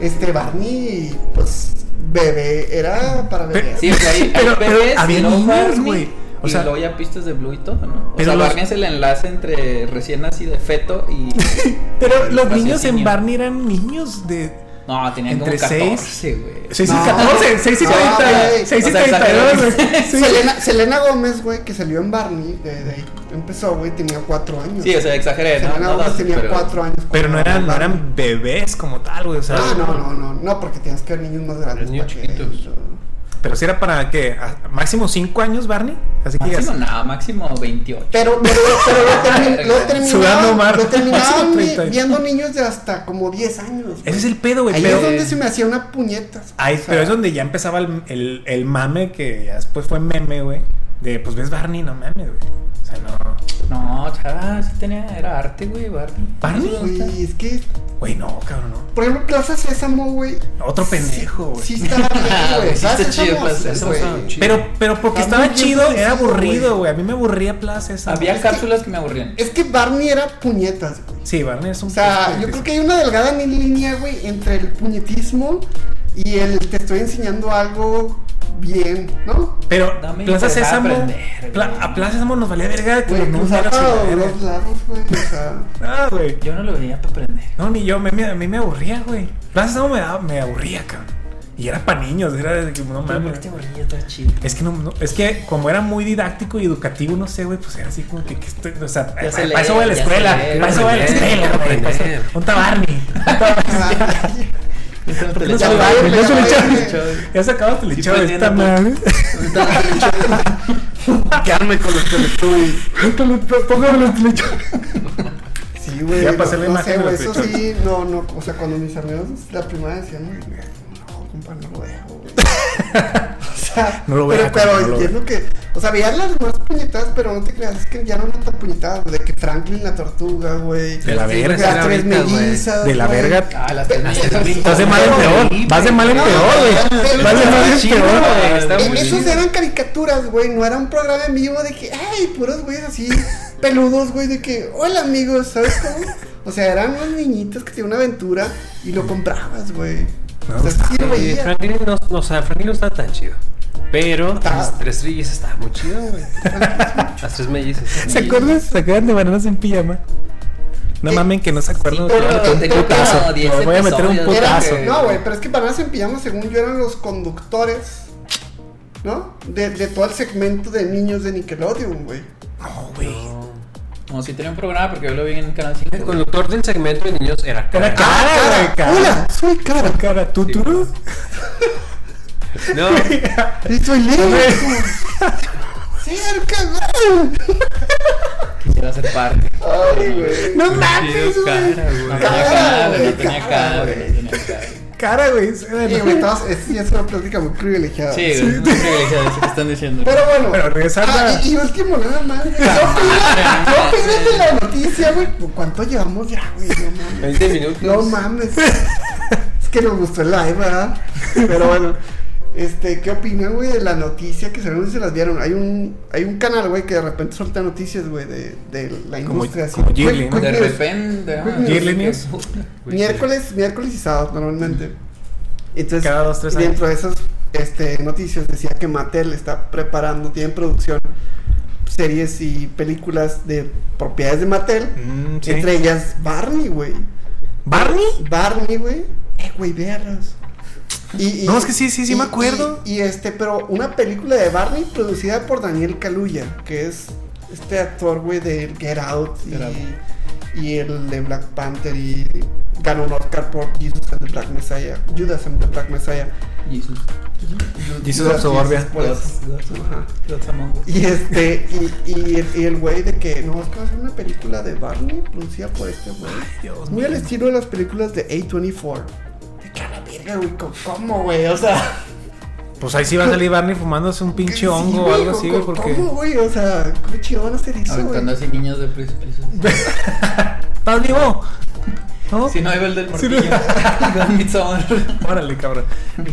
Speaker 3: Este Barney pues bebé era para bebés.
Speaker 7: Sí, o sea, hay, hay
Speaker 1: Pero- pero
Speaker 7: bebés,
Speaker 1: había
Speaker 7: y luego
Speaker 1: niños,
Speaker 7: Barney,
Speaker 1: güey. O
Speaker 7: y
Speaker 1: sea-
Speaker 7: luego ya pistas de Blue y todo, ¿no? O
Speaker 1: Pero
Speaker 7: sea,
Speaker 1: los-
Speaker 7: Barney es el enlace entre recién nacido de feto y.
Speaker 1: Pero los niños en
Speaker 7: raciocinio.
Speaker 1: Barney eran niños de.
Speaker 7: No, tenían como
Speaker 1: Entre
Speaker 7: 14, güey.
Speaker 1: 6 y
Speaker 3: No.
Speaker 1: 14, 6 y
Speaker 3: No,
Speaker 1: 30,
Speaker 3: güey.
Speaker 1: 6 y
Speaker 7: O sea,
Speaker 1: 32, güey.
Speaker 7: exagerado.
Speaker 1: Sí.
Speaker 3: Selena, Selena Gómez, güey, que salió en Barney, de, de ahí empezó, güey, tenía cuatro años.
Speaker 7: Sí, o sea, exageré, ¿no?
Speaker 3: Selena
Speaker 7: No,
Speaker 3: Gómez
Speaker 7: no,
Speaker 3: tenía
Speaker 7: pero-
Speaker 3: cuatro años.
Speaker 1: Pero no
Speaker 3: cuando
Speaker 1: eran, no
Speaker 3: Barney.
Speaker 1: eran bebés como tal, güey. O sea,
Speaker 3: Ah, no, no, no, no, porque tienes que ver niños más grandes.
Speaker 4: Los niños
Speaker 3: para que-
Speaker 4: chiquitos.
Speaker 1: Pero si era para que a- máximo 5 años, Barney. Así que ya.
Speaker 7: Máximo nada, máximo 28.
Speaker 3: Pero, pero, pero lo, termi- lo terminaban-
Speaker 1: Sudando mar.
Speaker 3: lo terminaban vi-
Speaker 1: 30.
Speaker 3: viendo niños de hasta como 10 años. güey.
Speaker 1: Ese es el pedo, güey.
Speaker 3: Ahí
Speaker 1: Pero,
Speaker 3: es donde se me hacía una puñeta.
Speaker 1: Ay,
Speaker 3: o sea,
Speaker 1: pero es donde ya empezaba el, el, el mame que ya después fue meme, güey. De pues ves Barney, no mames, güey. O sea, no.
Speaker 7: No, chava, sí tenía. Era arte, güey, Barney.
Speaker 1: ¿Barney?
Speaker 7: ¿No te gusta?
Speaker 3: Güey, es que,
Speaker 1: Güey, no, cabrón, no.
Speaker 3: por ejemplo, Plaza Sésamo, güey.
Speaker 1: Otro pendejo, güey.
Speaker 3: Sí, estaba bien, güey.
Speaker 7: Sí
Speaker 3: Plaza
Speaker 7: está chido,
Speaker 3: Sésamo,
Speaker 7: Plaza Sésamo
Speaker 3: güey.
Speaker 7: estaba chido.
Speaker 1: Pero, pero porque
Speaker 3: Está muy
Speaker 1: estaba
Speaker 3: bien
Speaker 1: chido, era
Speaker 3: producido,
Speaker 1: aburrido,
Speaker 3: güey.
Speaker 1: güey. A mí me aburría Plaza esa.
Speaker 7: Había
Speaker 1: güey.
Speaker 7: cápsulas que me aburrían.
Speaker 3: Es que Barney era puñetas, güey.
Speaker 1: Sí, Barney es un.
Speaker 3: O sea, yo creo que hay una delgada ni- línea, güey, entre el puñetismo y el te estoy enseñando algo bien, ¿no?
Speaker 1: Pero
Speaker 7: Dame
Speaker 1: Plaza
Speaker 7: libertad de
Speaker 1: Sésamo.
Speaker 7: aprender,
Speaker 1: Pla-
Speaker 7: güey.
Speaker 1: a Plaza Sésamo nos valía verga que
Speaker 3: Güey,
Speaker 1: no
Speaker 3: cruzaba
Speaker 1: hubiera
Speaker 3: a
Speaker 1: sido verga.
Speaker 3: los lados, güey. O sea,
Speaker 1: Ah, güey.
Speaker 7: Yo no lo veía para aprender.
Speaker 1: No, ni yo, me- me- a mí me aburría, güey. Plaza Sésamo me, daba- me aburría, cabrón. Y era para niños, era de que no
Speaker 7: Pero
Speaker 1: mames.
Speaker 7: este morrillo está chido.
Speaker 1: Es que, no, no- es que como era muy didáctico y educativo, no sé, güey, pues era así como que, que estoy, o sea, para
Speaker 7: se
Speaker 1: eso voy a la
Speaker 7: lee, ya
Speaker 1: escuela,
Speaker 7: se lee.
Speaker 1: para eso voy a la
Speaker 4: Quiero
Speaker 1: escuela, güey.
Speaker 4: aprender,
Speaker 1: pa' eso-
Speaker 4: quiero aprender.
Speaker 1: ¿Dónde está Barney?
Speaker 7: Ahorita no te le
Speaker 1: Ya
Speaker 7: echaba,
Speaker 1: vaya,
Speaker 7: güey.
Speaker 1: ya se le echaba.
Speaker 7: le echaba.
Speaker 1: Ya se acaba tu lechado de
Speaker 7: prendiendo,
Speaker 1: esta madre.
Speaker 7: Ahorita no te le echaba.
Speaker 3: Quedarme con los Teletubbies.
Speaker 1: Póngame los lechados.
Speaker 3: Sí, güey.
Speaker 1: Ya
Speaker 3: no-
Speaker 1: pasé la
Speaker 3: no,
Speaker 1: imagen
Speaker 3: sé,
Speaker 1: de
Speaker 3: güey,
Speaker 1: los
Speaker 3: Eso
Speaker 1: pechos.
Speaker 3: sí, no, no. O sea, cuando mis amigos de la primaria decían, "Uy, güey, no, compa, no lo dejo, güey. O sea,
Speaker 1: No lo
Speaker 3: pero,
Speaker 1: vea,
Speaker 3: pero
Speaker 1: compa, no lo
Speaker 3: entiendo que. O sea, veían las demás puñetadas, pero no te creas, es que ya no eran tan puñetadas. De que Franklin la tortuga, güey.
Speaker 1: De la
Speaker 3: Las
Speaker 1: verga,
Speaker 3: Las tres
Speaker 4: ahorita, güey.
Speaker 3: mellizas.
Speaker 1: De la
Speaker 3: güey.
Speaker 1: verga.
Speaker 7: Ah, las tenías.
Speaker 1: Vas de mal en peor, vas de mal en peor, güey. Vas de mal en peor.
Speaker 4: Está
Speaker 3: Eh,
Speaker 4: muy
Speaker 3: Esos
Speaker 4: chido.
Speaker 3: eran caricaturas, güey, no era un programa en vivo de que, ay, puros güeyes así, peludos, güey, de que, hola amigos, ¿sabes cómo? O sea, eran unos niñitos que tenían una aventura y lo comprabas, güey.
Speaker 1: No,
Speaker 3: o sea, sí lo
Speaker 4: Y
Speaker 3: veías.
Speaker 4: Franklin no, no, o sea, Franklin no está tan chido. Pero
Speaker 3: Está-
Speaker 4: las tres trillizas estaba muy chido, güey. Las tres mellizas.
Speaker 1: ¿Se acuerdan? ¿Se acuerdan de bananas en pijama? No
Speaker 3: Sí.
Speaker 1: mamen que no se acuerdan.
Speaker 3: Sí,
Speaker 1: te voy a
Speaker 3: pero-
Speaker 1: meter un putazo. Te voy a meter un
Speaker 7: Era-
Speaker 1: putazo.
Speaker 3: Eran- no, güey, pero es que para nada en pijama, según yo, eran los conductores, ¿no? De, de todo el segmento de niños de Nickelodeon, güey.
Speaker 1: No, güey.
Speaker 7: Como si tenía un programa porque yo lo vi en Canal 5.
Speaker 4: El conductor del segmento de niños era
Speaker 1: Era
Speaker 4: Cara.
Speaker 1: cara, güey, cara.
Speaker 3: Ah, Hola, soy Cara.
Speaker 1: Cara, tú, tú. tú.
Speaker 4: No,
Speaker 3: Y soy Leo. Cerca, güey.
Speaker 7: Quisiera ser parte.
Speaker 3: Ay, güey.
Speaker 1: No
Speaker 4: qué
Speaker 1: mames,
Speaker 4: chido,
Speaker 1: güey.
Speaker 4: cara,
Speaker 7: Tenía cara,
Speaker 4: güey.
Speaker 7: güey, tenía
Speaker 3: cara,
Speaker 7: cara, güey,
Speaker 3: güey.
Speaker 7: tenía cara.
Speaker 1: Cara, güey.
Speaker 3: Sí, güey, estabas- es, sí, es una plática muy privilegiada.
Speaker 7: Sí, güey, muy privilegiado eso que están diciendo.
Speaker 3: Pero bueno.
Speaker 1: Bueno, regresando
Speaker 3: Ah,
Speaker 1: a-
Speaker 3: y, y último, nada más. güey. No apenas de la noticia, güey. Pues, ¿Cuánto llevamos ya, güey? No mames.
Speaker 4: 20 minutos.
Speaker 3: No mames. Es que nos gustó el live, ¿verdad? Pero bueno. Este, ¿qué opinan, güey, de la noticia que según se las vieron? Hay un, hay un canal, güey, que de repente suelta noticias, güey, de, de la
Speaker 1: Como-
Speaker 3: industria. así.
Speaker 1: como Ghibli,
Speaker 3: Quick-
Speaker 1: ¿no?
Speaker 3: Quick
Speaker 7: de
Speaker 3: News.
Speaker 7: repente.
Speaker 3: Quick
Speaker 7: ah,
Speaker 1: Yearly
Speaker 7: que-
Speaker 1: News. Pues,
Speaker 3: Miércoles, miércoles y sábados normalmente. Entonces,
Speaker 1: Mm. Cada dos, tres
Speaker 3: y
Speaker 1: años.
Speaker 3: dentro de esas este, noticias decía que Mattel está preparando, tiene en producción series y películas de propiedades de Mattel.
Speaker 1: Mm, sí.
Speaker 3: Entre ellas Barney, güey.
Speaker 1: ¿Barney?
Speaker 3: Barney, güey. Eh, güey, véanlas. Y, y-
Speaker 1: No, es que sí, sí, sí me acuerdo.
Speaker 3: Y, y este, pero una película de Barney producida por Daniel Kaluuya, que es este actor, güey, de Get Out y,
Speaker 7: Get Out.
Speaker 3: y el de Black Panther y ganó un Oscar por Jesus and the Black Messiah, Judas and the Black Messiah.
Speaker 7: Jesus.
Speaker 1: Jesus of Suburbia.
Speaker 3: pues,
Speaker 7: That's-
Speaker 3: ajá.
Speaker 7: that's among us.
Speaker 3: Y este, y, y el- y el güey de que no, es que va a ser una película de Barney producida por este güey.
Speaker 1: Dios
Speaker 3: Muy
Speaker 1: mío.
Speaker 3: al estilo de las películas de A24. De que a la verga, güey, co- ¿cómo, güey? O sea,
Speaker 1: Pues ahí sí va a salir Barney fumándose un
Speaker 3: sí,
Speaker 1: pinche hongo o
Speaker 3: güey,
Speaker 1: algo así,
Speaker 3: co-
Speaker 1: güey,
Speaker 3: co-
Speaker 1: porque.
Speaker 3: ¿Cómo, güey? O sea, qué chido van a hacer eso, güey.
Speaker 7: Aventando así niños de precipicio.
Speaker 1: ¿Estás vivo? ¿No?
Speaker 7: Si no iba el del
Speaker 1: Si no-
Speaker 7: mortillo. Don Midsommar.
Speaker 1: Órale, cabrón.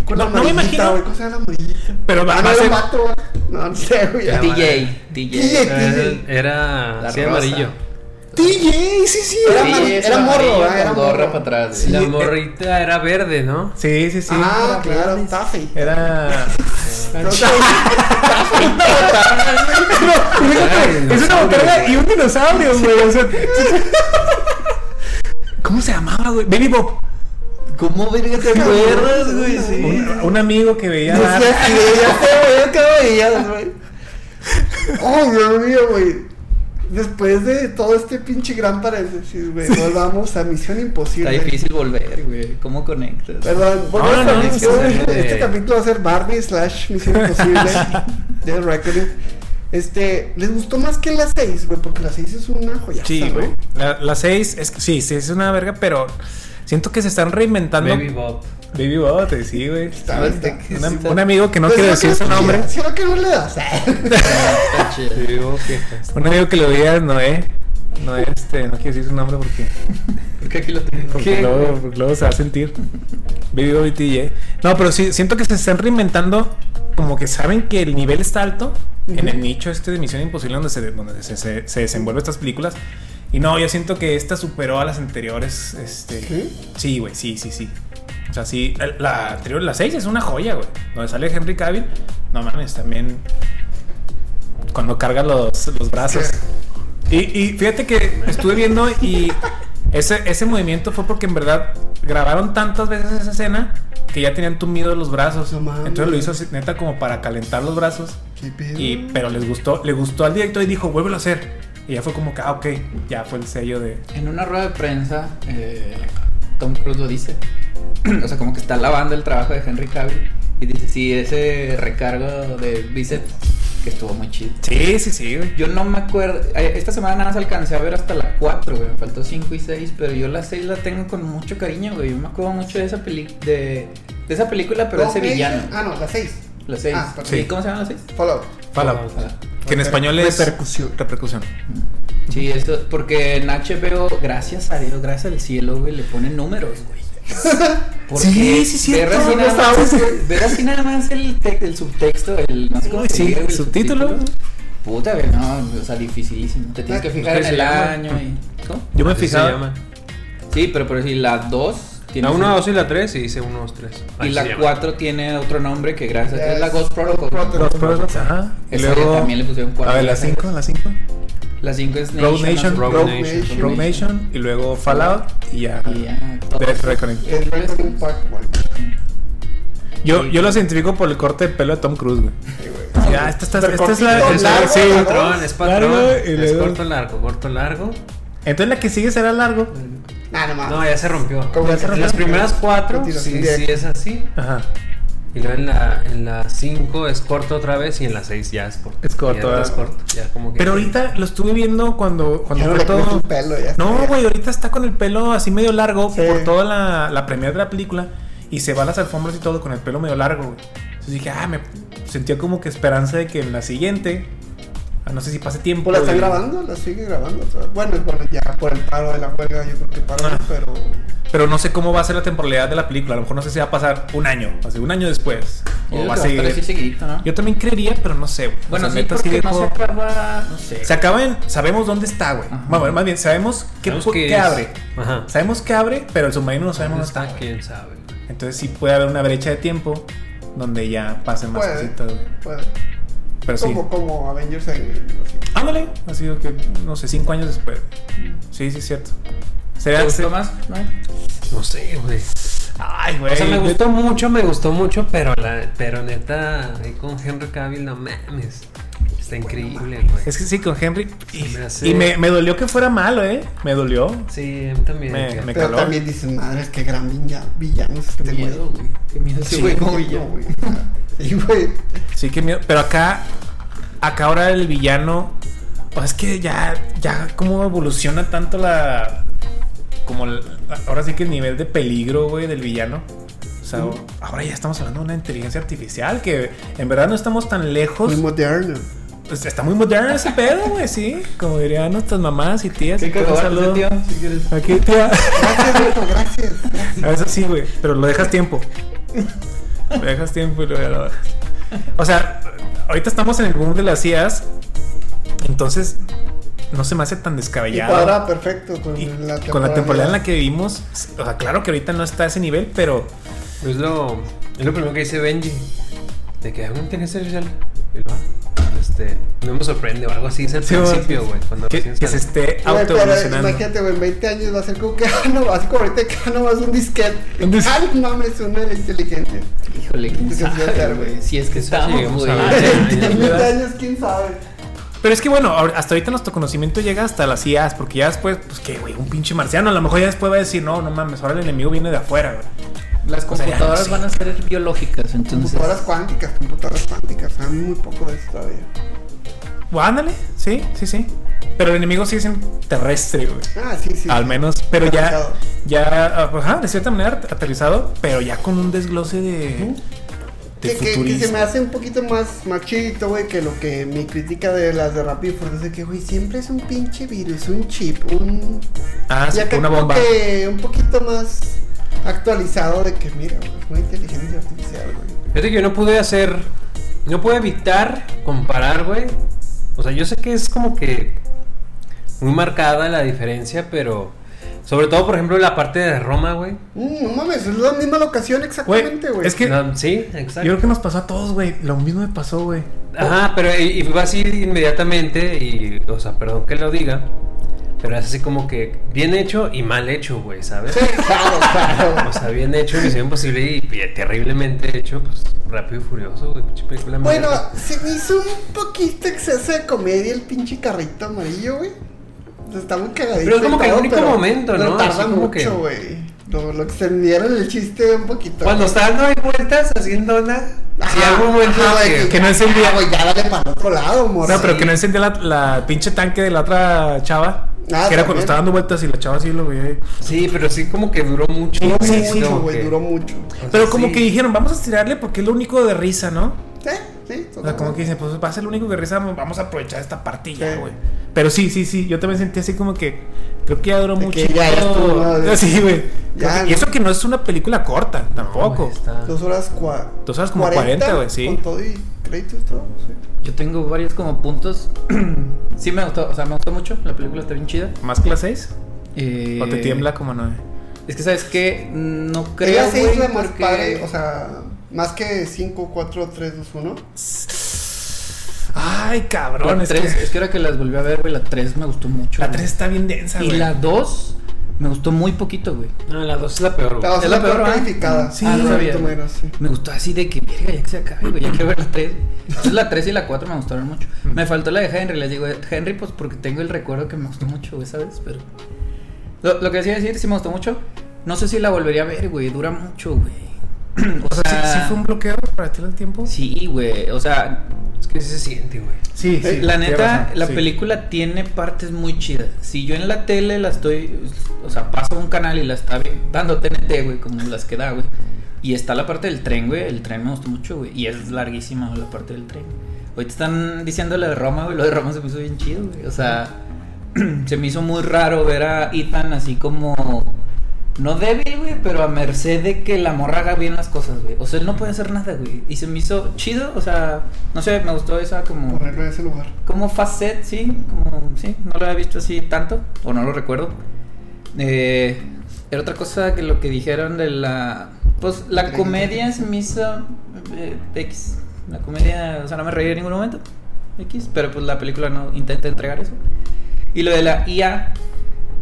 Speaker 3: Con
Speaker 1: No,
Speaker 3: la
Speaker 1: no me
Speaker 3: amarillita,
Speaker 1: imagino.
Speaker 3: güey, cosa de la amarillita.
Speaker 1: Pero va
Speaker 3: Ah,
Speaker 1: va
Speaker 3: no,
Speaker 1: a
Speaker 3: era
Speaker 1: ser.
Speaker 3: un vato, güey. No, no sé, güey.
Speaker 4: Ya,
Speaker 7: DJ. DJ.
Speaker 4: Era- Era
Speaker 7: La
Speaker 4: así
Speaker 7: rosa.
Speaker 4: amarillo.
Speaker 1: DJ, sí, sí.
Speaker 3: Era
Speaker 7: Sí,
Speaker 3: amar-
Speaker 7: es
Speaker 3: era morro,
Speaker 7: amarillo
Speaker 3: ah, era
Speaker 7: con gorra
Speaker 3: morro.
Speaker 7: para atrás.
Speaker 1: Sí.
Speaker 4: La
Speaker 3: eh.
Speaker 4: morrita era verde, ¿no?
Speaker 1: Sí, sí, sí.
Speaker 3: ah, claro, está fake.
Speaker 1: Era.
Speaker 4: Ay,
Speaker 1: Es una
Speaker 4: dinosaurio,
Speaker 1: botarga
Speaker 4: güey.
Speaker 1: y un dinosaurio, güey. O sea. ¿Cómo se llamaba, güey? Baby Bob.
Speaker 7: ¿Cómo verga te acuerdas, güey? Sí.
Speaker 1: Un, un amigo que veía.
Speaker 3: No sé,
Speaker 1: Barney.
Speaker 3: sí, ya sé, güey, yo acabo de ellas, güey. Oh, Dios mío, güey. Después de todo este pinche gran paréntesis, güey, volvamos a Misión
Speaker 7: Está
Speaker 3: Imposible.
Speaker 7: difícil volver, güey. ¿Cómo conectas?
Speaker 3: Perdón, volvemos
Speaker 1: no,
Speaker 3: a
Speaker 1: no,
Speaker 3: Misión.
Speaker 4: no, no, no.
Speaker 3: este capítulo va a ser Barbie slash Misión Imposible de Reckoning. Este, ¿les gustó más que la 6, güey? Porque la 6 es una joyaza,
Speaker 1: Sí, güey.
Speaker 3: ¿no?
Speaker 1: La, la 6, es, que- sí, sí, es una verga, pero siento que se están reinventando.
Speaker 4: Baby Bob.
Speaker 1: Baby Bob, te- sí, güey.
Speaker 3: Está, está.
Speaker 7: Está-
Speaker 1: Una- un amigo Pues que no quiere decir su nombre.
Speaker 3: Si no Pues que no le das.
Speaker 7: Está chido.
Speaker 4: Baby Bob, que-
Speaker 1: Un amigo que lo veía Noé. Noé, este, no quiero decir su nombre porque,
Speaker 7: Porque aquí lo tengo.
Speaker 1: porque luego, porque luego se va a sentir. Baby Bob y TJ. No, pero sí, siento que se están reinventando. Como que saben que el nivel está alto en el nicho este de Misión Imposible, donde se, donde se, se, se desenvuelven estas películas. Y no, yo siento que esta superó a las anteriores. Este,
Speaker 3: ¿Sí?
Speaker 1: Sí, güey, sí, sí, sí. O sea, sí, el- la anterior, la 6 es una joya, güey. Donde sale Henry Cavill, no mames, también. Cuando carga los, los brazos. Y, y fíjate que estuve viendo y ese, ese movimiento fue porque en verdad grabaron tantas veces esa escena que ya tenían tumidos los brazos.
Speaker 3: No mames.
Speaker 1: Entonces lo hizo así, neta como para calentar los brazos.
Speaker 3: ¿Qué pedo?
Speaker 1: Y, pero les gustó, le gustó al director y dijo, vuélvelo a hacer. Y ya fue como que, ah, ok, ya fue el sello de...
Speaker 2: En una rueda de prensa, eh, Tom Cruise lo dice. o sea, como que está alabando el trabajo de Henry Cavill. Y dice, sí, ese recargo de bíceps que estuvo muy chido.
Speaker 1: Sí, sí, sí, güey.
Speaker 2: Yo no me acuerdo. eh, Esta semana nada más alcancé a ver hasta la 4, güey. Me faltó 5 y 6, pero yo la 6 la tengo con mucho cariño, güey. Yo me acuerdo mucho de esa peli de, de esa película, pero de
Speaker 3: No,
Speaker 2: ese
Speaker 3: seis.
Speaker 2: villano.
Speaker 3: Ah, no, la 6.
Speaker 2: La 6.
Speaker 3: ah,
Speaker 1: sí.
Speaker 2: ¿Cómo se llama la 6?
Speaker 3: Fallout.
Speaker 1: Fallout. Que en español es...
Speaker 3: Repercusión.
Speaker 1: Repercusión.
Speaker 2: Sí, eso, porque en HBO, gracias a Dios, gracias al cielo, güey, le ponen números, güey. Porque
Speaker 1: Sí, sí,
Speaker 2: ver
Speaker 1: cierto,
Speaker 2: así
Speaker 1: no
Speaker 2: nada más-
Speaker 3: sabes.
Speaker 2: Ver así nada más el, te- el subtexto, el, no sé cómo se
Speaker 1: Sí,
Speaker 2: diga, güey, el
Speaker 1: subtítulo.
Speaker 2: Puta, güey, no, o sea, dificilísimo. Te tienes que fijar en
Speaker 4: se
Speaker 2: el
Speaker 4: llama?
Speaker 2: año y... ¿Cómo?
Speaker 1: Yo me he
Speaker 4: Así se
Speaker 1: fijado...
Speaker 4: llama.
Speaker 2: Sí, pero por decir, la 2 tiene...
Speaker 4: La 1,
Speaker 2: un-
Speaker 4: 2 Ah, y la 3 y dice 1, 2, 3.
Speaker 2: Y la 4 tiene otro nombre que gracias a Dios es la
Speaker 3: Es
Speaker 2: Ghost Protocol.
Speaker 3: Protocol.
Speaker 1: Los Protocols, ajá. Y
Speaker 2: Esa
Speaker 1: luego...
Speaker 2: también le pusieron cuatro.
Speaker 1: A ver, la 5, la 5.
Speaker 2: La 5 es
Speaker 1: Rogue
Speaker 2: no sé
Speaker 1: Nation.
Speaker 2: cómo.
Speaker 4: Rogue
Speaker 3: Rogue
Speaker 4: Nation.
Speaker 3: Nation.
Speaker 1: Rogue Nation y luego Fallout y ya.
Speaker 2: Y ya, todo.
Speaker 1: Death Reckoning.
Speaker 3: El Resident Park One.
Speaker 1: Yo, yo los identifico por el corte de pelo de Tom Cruise, güey.
Speaker 3: Sí, güey.
Speaker 1: Ya, esta, está-
Speaker 3: Pero
Speaker 1: esta es la.
Speaker 3: cortito,
Speaker 1: esta-
Speaker 3: largo,
Speaker 1: sí.
Speaker 4: Es
Speaker 3: largo.
Speaker 4: patrón, es patrón.
Speaker 1: Largo y
Speaker 4: es
Speaker 1: luego-
Speaker 4: corto, largo, corto, largo.
Speaker 1: Entonces la que sigue será largo.
Speaker 3: Ah, no
Speaker 4: No,
Speaker 3: mames.
Speaker 4: ya se rompió.
Speaker 3: ¿Cómo
Speaker 1: ya se rompió?
Speaker 4: Las primeras 4, sí,
Speaker 3: Continuación
Speaker 4: sí
Speaker 3: directa.
Speaker 4: es así.
Speaker 1: Ajá.
Speaker 4: Y luego en la 5 es corto otra vez y en la 6 ya es corto.
Speaker 1: Es corto,
Speaker 4: Ya no
Speaker 1: ¿verdad?
Speaker 4: es corto. Ya como que
Speaker 1: Pero ahorita lo estuve viendo cuando, cuando
Speaker 3: Ya no
Speaker 1: fue
Speaker 3: le crece
Speaker 1: todo.
Speaker 3: el pelo, ya
Speaker 1: No,
Speaker 3: está.
Speaker 1: güey, ahorita está con el pelo así medio largo
Speaker 3: Sí.
Speaker 1: por toda la, la premier de la película. Y se va a las alfombras y todo con el pelo medio largo, güey. Entonces dije, ah, me sentía como que esperanza de que en la siguiente. ah, No sé si pase tiempo.
Speaker 3: Pues la están
Speaker 1: güey.
Speaker 3: grabando, la siguen grabando. o sea, Bueno, bueno, ya por el paro de la huelga, yo creo que paró,
Speaker 1: Ah.
Speaker 3: pero.
Speaker 1: Pero no sé cómo va a ser la temporalidad de la película. A lo mejor no sé si va a pasar un año, así un año después.
Speaker 2: Yo
Speaker 1: O
Speaker 2: digo
Speaker 1: va a
Speaker 2: que va a estar así
Speaker 1: seguir.
Speaker 2: seguidito, ¿no?
Speaker 1: Yo también creería, pero no sé. güey. O
Speaker 2: Bueno,
Speaker 1: sea,
Speaker 2: sí,
Speaker 1: neta,
Speaker 2: porque
Speaker 1: sí
Speaker 2: no se
Speaker 1: dejo-
Speaker 2: acaba, no sé.
Speaker 1: Se acaba en- Sabemos dónde está, güey.
Speaker 2: Ajá.
Speaker 1: Bueno, más bien, sabemos qué,
Speaker 4: Sabemos
Speaker 1: pu-
Speaker 4: que
Speaker 1: qué
Speaker 4: es-
Speaker 1: abre.
Speaker 4: Ajá.
Speaker 1: Sabemos qué abre, pero el submarino no sabemos dónde está.
Speaker 4: está? ¿Quién sabe?
Speaker 1: Entonces sí puede haber una brecha de tiempo donde ya pasen más
Speaker 3: Puede.
Speaker 1: cositas, güey.
Speaker 3: Bueno,
Speaker 1: Pero sí.
Speaker 3: como, como Avengers Endgame. así.
Speaker 1: Ándale. Ha sido que, no sé, cinco años después. Sí, sí, es cierto.
Speaker 2: ¿Te
Speaker 1: Sería...
Speaker 2: gustó más? ¿No?
Speaker 4: No sé, güey.
Speaker 1: Ay, güey.
Speaker 4: O sea, me gustó mucho, me gustó mucho, pero la, pero neta, ahí con Henry Cavill, no mames. Está increíble, güey.
Speaker 1: Es que sí, con Henry. Y,
Speaker 4: Se me hace-
Speaker 1: y me, me dolió que fuera malo, ¿eh? Me dolió.
Speaker 4: Sí, a mí también.
Speaker 1: Me-
Speaker 4: que-
Speaker 1: me-
Speaker 3: Pero
Speaker 1: caló.
Speaker 3: también dicen, madre, qué gran villa- villano es este
Speaker 2: Qué
Speaker 3: güey.
Speaker 2: miedo, güey. Qué miedo ese
Speaker 3: Sí,
Speaker 2: güey como
Speaker 3: güey,
Speaker 2: villano.
Speaker 3: güey. Sí, güey.
Speaker 1: Sí, que miedo. Pero acá, acá ahora el villano. Pues es que ya, ya como evoluciona tanto la. Como el- ahora sí que el nivel de peligro, güey, del villano. O sea, ahora ya estamos hablando de una inteligencia artificial que en verdad no estamos tan lejos.
Speaker 3: Muy moderno.
Speaker 1: Pues está muy moderno ese pedo, güey, sí. Como dirían nuestras mamás y tías.
Speaker 2: Qué
Speaker 1: Un
Speaker 2: cagado,
Speaker 1: saludo.
Speaker 2: tío. Si quieres.
Speaker 1: Aquí, tía.
Speaker 3: Gracias, hijo, gracias.
Speaker 1: A veces sí, güey, pero lo dejas tiempo. Lo dejas tiempo y luego ya lo bajas. O sea, ahorita estamos en el boom de las IAs, entonces no se me hace tan
Speaker 3: Y
Speaker 1: descabellado.
Speaker 3: cuadra perfecto con
Speaker 1: Y
Speaker 3: la temporada.
Speaker 1: con la temporada en la que vivimos, o sea, claro que ahorita no está a ese nivel, pero
Speaker 4: Es lo, es lo primero que dice Benji. De que "Ah, hay una inteligencia artificial. Y lo, ah, Este, no me sorprende o algo así. Es el
Speaker 1: Sí,
Speaker 4: principio,
Speaker 1: sí,
Speaker 4: güey. Cuando
Speaker 1: que,
Speaker 4: recién
Speaker 1: que se
Speaker 4: sale.
Speaker 1: esté
Speaker 3: Güey, pero
Speaker 1: autoevolucionando.
Speaker 3: Imagínate, güey, en 20 años va a ser como que, ah, no, así como ahorita que ah, no vas un disquete.
Speaker 1: Un dis-
Speaker 3: Ah, no mames, una inteligente.
Speaker 2: Híjole, quién
Speaker 3: Eso sí va a
Speaker 2: sabe,
Speaker 3: estar,
Speaker 2: güey.
Speaker 3: güey.
Speaker 2: Si es que
Speaker 4: Eso sí
Speaker 2: estamos,
Speaker 4: llegamos
Speaker 2: güey.
Speaker 4: a ver.
Speaker 2: Ay,
Speaker 3: En
Speaker 4: ya,
Speaker 3: 20
Speaker 1: ¿verdad?
Speaker 3: años, quién sabe.
Speaker 1: Pero es que bueno, ahor- hasta ahorita nuestro conocimiento llega hasta las IAs, porque ya después, pues que, güey, un pinche marciano, a lo mejor ya después va a decir, no, no mames, ahora el enemigo viene de afuera, güey.
Speaker 2: Las
Speaker 1: O sea,
Speaker 2: computadoras
Speaker 1: sí.
Speaker 2: van a ser biológicas, entonces.
Speaker 3: Computadoras cuánticas, computadoras cuánticas. Hay muy poco de eso todavía.
Speaker 1: Bueno, Ándale, sí, sí, sí. Pero el enemigo sigue siendo terrestre, güey.
Speaker 3: Ah, sí, sí.
Speaker 1: Al
Speaker 3: sí.
Speaker 1: menos, pero ya,
Speaker 3: Aterrizado.
Speaker 1: ya, ajá, de cierta manera at- aterrizado, pero ya con un desglose de, de
Speaker 3: Que, que- que se
Speaker 1: futurismo.
Speaker 3: me hace un poquito más, más chidito, güey, que lo que mi crítica de las de Rapid Force es de que, güey, siempre es un pinche virus, un chip, un.
Speaker 1: Ah, sí,
Speaker 3: y acá
Speaker 1: una
Speaker 3: como
Speaker 1: bomba.
Speaker 3: que un poquito más actualizado de que, mira, güey, es muy inteligencia artificial, güey.
Speaker 4: Fíjate que yo no pude hacer. No pude evitar comparar, güey. O sea, yo sé que es como que. Muy marcada la diferencia, pero. Sobre todo, por ejemplo, la parte de Roma, güey.
Speaker 3: Mm, no mames, es la misma locación exactamente,
Speaker 1: Güey,
Speaker 3: güey.
Speaker 1: es que- ¿Qué?
Speaker 4: No, sí,
Speaker 1: Yo
Speaker 4: exacto.
Speaker 1: creo que nos pasó a todos, güey. Lo mismo me pasó, güey.
Speaker 4: Ajá, pero y, y fue así inmediatamente y, o sea, perdón que lo diga, Pero es así como que bien hecho y mal hecho, güey, ¿sabes?
Speaker 3: Claro, claro.
Speaker 4: O sea, bien hecho, Misión Imposible y pi- terriblemente hecho, pues rápido y furioso, güey. pinche película
Speaker 3: Bueno,
Speaker 4: mierda.
Speaker 3: se me hizo un poquito exceso de comedia el pinche carrito amarillo, güey. Está muy cagadito.
Speaker 4: Pero es como
Speaker 3: y
Speaker 4: que el
Speaker 3: todo,
Speaker 4: único
Speaker 3: pero
Speaker 4: momento, ¿no? Así
Speaker 3: tarda
Speaker 4: como que-
Speaker 3: mucho, güey. Lo, lo extendieron el chiste un poquito.
Speaker 4: Cuando está dando ahí vueltas haciendo nada, si algún momento
Speaker 3: ajá,
Speaker 4: que-
Speaker 3: güey,
Speaker 1: que no es el día.
Speaker 3: güey, ya dale para otro lado,
Speaker 1: No,
Speaker 3: morro.
Speaker 1: pero que no encendía la, la pinche tanque de la otra chava. que
Speaker 3: Ah,
Speaker 1: era cuando
Speaker 3: también.
Speaker 1: estaba dando vueltas y la chava así lo veía. ahí.
Speaker 4: Sí, pero sí como que duró mucho.
Speaker 3: Duró
Speaker 4: güey, así
Speaker 3: mucho,
Speaker 4: como
Speaker 3: güey,
Speaker 4: que-
Speaker 3: duró mucho.
Speaker 4: o sea,
Speaker 1: Pero como
Speaker 4: sí.
Speaker 1: que dijeron, vamos a estirarle porque es lo único de risa, ¿no?
Speaker 3: Sí, sí.
Speaker 1: O sea, como que
Speaker 3: totalmente.
Speaker 1: dicen, pues va a ser lo único que risa, vamos a aprovechar esta partilla,
Speaker 3: Sí.
Speaker 1: güey. Pero sí, sí, sí, yo también sentí así como que creo que ya duró
Speaker 3: De
Speaker 1: mucho.
Speaker 3: que ya estuvo, ¿no?
Speaker 1: Sí, güey.
Speaker 3: Ya,
Speaker 1: Creo que-
Speaker 3: ¿no?
Speaker 1: Y eso que no es una película corta, tampoco.
Speaker 4: güey, está-
Speaker 3: Dos horas cua...
Speaker 1: Dos horas como 40, güey, sí.
Speaker 3: Con todo y créditos y todo, sí.
Speaker 2: Yo tengo varios como puntos. sí me gustó, o sea, me gustó mucho. La película está bien chida.
Speaker 1: ¿Más que las 6?
Speaker 2: Eh,
Speaker 1: ¿O te tiembla como 9?
Speaker 2: Es que sabes que no creo
Speaker 3: Ella se
Speaker 2: güey,
Speaker 3: hizo la más
Speaker 2: porque-
Speaker 3: padre, o sea, más que 5, 4, 3, 2, 1.
Speaker 1: Ay, cabrón.
Speaker 2: la
Speaker 1: Es
Speaker 2: tres,
Speaker 1: que
Speaker 2: es que ahora que las volví a ver, güey, la 3 me gustó mucho.
Speaker 1: la
Speaker 2: güey.
Speaker 1: 3 está bien densa,
Speaker 2: y
Speaker 1: güey.
Speaker 2: la 2 me gustó muy poquito, güey.
Speaker 4: No, la 2 es la peor, güey.
Speaker 3: La
Speaker 2: Es
Speaker 3: es
Speaker 2: la
Speaker 3: la peor
Speaker 2: peor, ¿eh?
Speaker 3: calificada.
Speaker 2: Sí, Ah, no sabía.
Speaker 3: Rotten Tomatoes, sí.
Speaker 2: Me gustó así de que, verga, ya que se acabe, güey, ya quiero ver la 3. Entonces la 3 y la 4 me gustaron mucho. Me faltó la de Henry, les digo, Henry, pues porque tengo el recuerdo que me gustó mucho, güey, ¿sabes? Pero. Lo, lo que decía decir, sí me gustó mucho. No sé si la volvería a ver, güey, dura mucho, güey.
Speaker 1: O sea, ¿sí, sí fue un bloqueo para ti el tiempo?
Speaker 2: ah, Sí, güey, o sea,
Speaker 4: Es que sí se siente, güey.
Speaker 1: sí. sí,
Speaker 2: la
Speaker 1: tienes
Speaker 2: neta,
Speaker 1: razón,
Speaker 2: la
Speaker 1: sí.
Speaker 2: película tiene partes muy chidas. Si yo en la tele la estoy, o sea, paso un canal y la está vi- dando TNT, güey, como las que da, güey. Y está la parte del tren, güey. El tren me gustó mucho, güey. Y es larguísima la parte del tren. Hoy te están diciendo la de Roma, güey. Lo de Roma se me hizo bien chido, güey. O sea, se me hizo muy raro ver a Ethan así como. No débil, güey, pero a merced de que la morra haga bien las cosas, güey. O sea, él no puede hacer nada, güey. Y se me hizo chido, o sea, no sé, me gustó esa como
Speaker 3: Ponerlo en ese lugar.
Speaker 2: como facet, sí, como sí, no lo había visto así tanto, o no lo recuerdo. Eh, era otra cosa que lo que dijeron de la. Pues la comedia se me hizo eh, X. La comedia, o sea, no me reí en ningún momento. X, pero pues la película no intenta entregar eso. Y lo de la IA,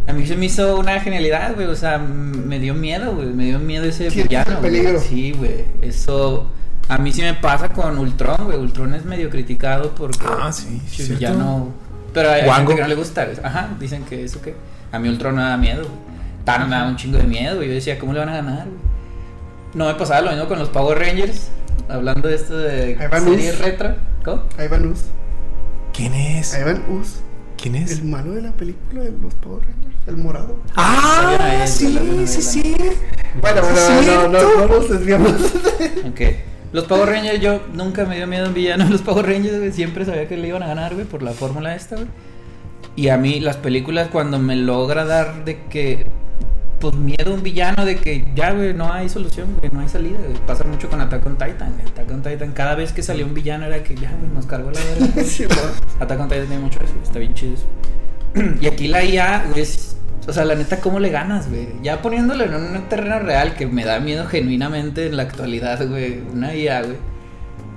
Speaker 2: a mí se me hizo una genialidad, güey. O sea, m- me dio miedo, güey. Me dio miedo ese
Speaker 3: Sí,
Speaker 2: villano.
Speaker 3: el
Speaker 2: güey.
Speaker 3: peligro.
Speaker 2: Sí, güey. Eso. A mí sí me pasa con Ultron, güey. Ultron es medio criticado porque.
Speaker 1: Ah, sí,
Speaker 2: pinche
Speaker 1: cierto.
Speaker 2: villano. Pero hay, hay
Speaker 1: Wango.
Speaker 2: gente que no le gusta, güey. Ajá, dicen que eso que. A mí Ultron me da miedo, güey. Thanos me da un chingo de miedo, güey. Yo decía, ¿cómo le van a ganar, güey? No me pasaba lo mismo con los Power Rangers. Hablando de esto de
Speaker 3: Ahí van
Speaker 2: serie
Speaker 3: los-
Speaker 2: retro. ¿Cómo?
Speaker 3: Ahí van Us.
Speaker 1: ¿Quién es?
Speaker 3: Ahí van Us.
Speaker 1: ¿Quién es?
Speaker 3: Eh, El malo de la película de los Power Rangers. El morado.
Speaker 2: Salieron
Speaker 1: Ah,
Speaker 2: ahí, salieron
Speaker 1: sí,
Speaker 2: ahí,
Speaker 1: sí, sí.
Speaker 3: Bueno,
Speaker 1: bueno, no, no,
Speaker 3: nos desviamos.
Speaker 2: Ok. Los Power Rangers, yo nunca me dio miedo en villano. Los Power Rangers, güey, siempre sabía que le iban a ganar, güey, por la fórmula esta, güey. Y a mí, las películas, cuando me logra dar de que. Pues miedo a un villano de que ya, güey, no hay solución, güey, no hay salida. güey. Pasa mucho con Attack on Titan, güey. Attack on Titan, cada vez que salía un villano era que ya, güey, nos cargó la verga. güey.
Speaker 3: Sí, ¿no?
Speaker 2: Attack on Titan tiene mucho eso, está bien chido eso. Y aquí la IA, güey, es- o sea, la neta, ¿cómo le ganas, güey? Ya poniéndolo en un terreno real que me da miedo genuinamente en la actualidad, güey, una IA, güey.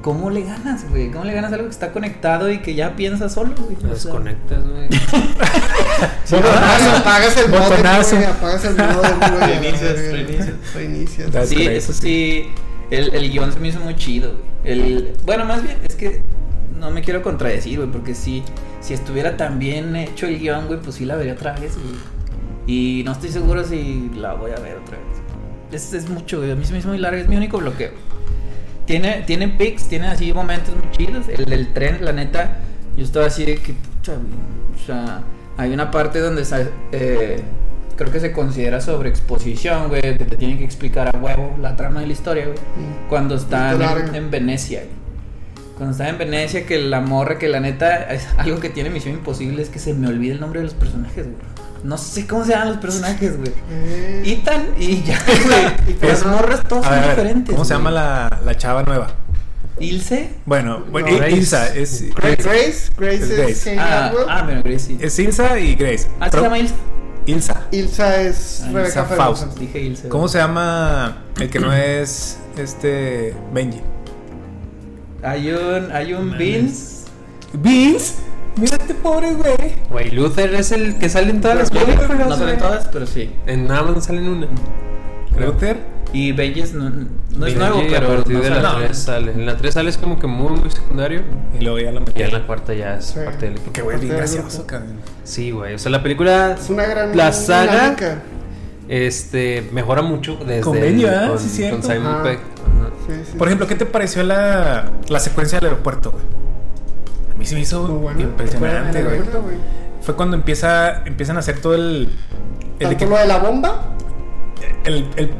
Speaker 2: ¿Cómo le ganas, güey? ¿Cómo le ganas a algo que está conectado y que ya piensa solo, güey?
Speaker 4: Lo
Speaker 2: O sea,
Speaker 4: desconectas, güey.
Speaker 3: Apagas- Apagas el modem,
Speaker 1: Botonazo.
Speaker 3: güey, Apagas el modem, güey.
Speaker 4: Reinicias, reinicias.
Speaker 3: Reinicias.
Speaker 1: Das-
Speaker 2: Sí,
Speaker 1: Correcto,
Speaker 2: eso sí. El, el guión se me hizo muy chido, güey. El, bueno, más bien, es que no me quiero contradecir, güey, porque si, si estuviera tan bien hecho el guión, güey, pues sí la vería otra vez, güey. Y no estoy seguro si la voy a ver otra vez. Es, es mucho, güey. A mí se me hizo muy larga, es mi único bloqueo. Tiene, tiene pics, tiene así momentos muy chidos. El del tren, la neta, yo estaba así de que, pucha, güey, o sea, hay una parte donde sa- eh, creo que se considera sobreexposición, güey, que te tienen que explicar a huevo la trama de la historia, güey.
Speaker 3: Mm.
Speaker 2: Cuando están
Speaker 3: Está
Speaker 2: en,
Speaker 3: larga.
Speaker 2: en Venecia, güey. Cuando estaba en Venecia, que la morra, que la neta, es algo que tiene Misión Imposible es que se me olvida el nombre de los personajes, güey. No sé cómo se llaman los personajes, güey.
Speaker 3: Eh,
Speaker 2: Ethan y ya, güey. Y las
Speaker 1: Es-
Speaker 2: morras todas
Speaker 1: A
Speaker 2: son
Speaker 1: ver, a ver,
Speaker 2: diferentes.
Speaker 1: ¿Cómo se
Speaker 2: güey.
Speaker 1: llama la, la chava nueva?
Speaker 2: Ilse?
Speaker 1: Bueno, bueno,
Speaker 3: No,
Speaker 1: I-
Speaker 4: Grace.
Speaker 1: Ilsa es,
Speaker 3: Grace,
Speaker 1: Grace.
Speaker 3: Grace,
Speaker 1: Es
Speaker 3: Grace es
Speaker 1: Grace.
Speaker 3: Kate
Speaker 2: Ah,
Speaker 3: Atwood.
Speaker 2: ah, bueno, Grace sí.
Speaker 1: es Ilsa y Grace.
Speaker 2: Ah, ¿se
Speaker 1: Pero-
Speaker 2: llama Ilse?
Speaker 1: Ilsa.
Speaker 3: Ilsa es
Speaker 2: Ah,
Speaker 3: Rebecca
Speaker 1: Ilsa
Speaker 3: Ferguson.
Speaker 1: Faust.
Speaker 2: Dije eh. Ilse.
Speaker 1: ¿Cómo
Speaker 2: güey.
Speaker 1: se llama el que no es este Benji?
Speaker 2: Hay un, hay un
Speaker 4: Mames.
Speaker 2: Vince.
Speaker 1: Vince. Mira este pobre güey.
Speaker 4: Güey, Luther es el que sale en todas las películas.
Speaker 2: No salen
Speaker 4: güey.
Speaker 2: todas, pero sí.
Speaker 4: En nada más sale en una.
Speaker 1: Luther.
Speaker 2: Y Vengeance no, no es
Speaker 4: Bien,
Speaker 2: nuevo,
Speaker 4: y a
Speaker 2: pero
Speaker 4: partir
Speaker 2: no
Speaker 4: de
Speaker 2: sale.
Speaker 4: la 3 sale. En la 3 sale es como que muy, muy secundario.
Speaker 1: Y luego ya la
Speaker 4: Y ya en
Speaker 1: metí.
Speaker 4: la cuarta ya es
Speaker 3: Sí.
Speaker 4: parte del equipo.
Speaker 1: Porque güey, bien
Speaker 3: Parte del
Speaker 1: gracioso,
Speaker 3: grupo.
Speaker 1: cabrón.
Speaker 4: Sí, güey. O sea, la película
Speaker 3: Es una gran.
Speaker 4: La saga-
Speaker 3: dinámica.
Speaker 4: este, mejora mucho desde
Speaker 1: Con Benio, ¿eh?
Speaker 4: con,
Speaker 1: Sí, cierto.
Speaker 4: con Simon
Speaker 3: Ajá.
Speaker 4: Peck. Ajá.
Speaker 3: Sí, sí,
Speaker 1: Por
Speaker 3: sí.
Speaker 1: ejemplo, ¿qué te pareció la, la secuencia del aeropuerto, güey? A mí se me hizo
Speaker 3: Muy buena.
Speaker 1: impresionante,
Speaker 3: Buena,
Speaker 1: güey.
Speaker 3: buena, güey.
Speaker 1: Fue cuando empieza, empiezan a hacer todo el. El,
Speaker 3: Tanto
Speaker 1: equi-
Speaker 3: lo de la bomba.
Speaker 1: el- el-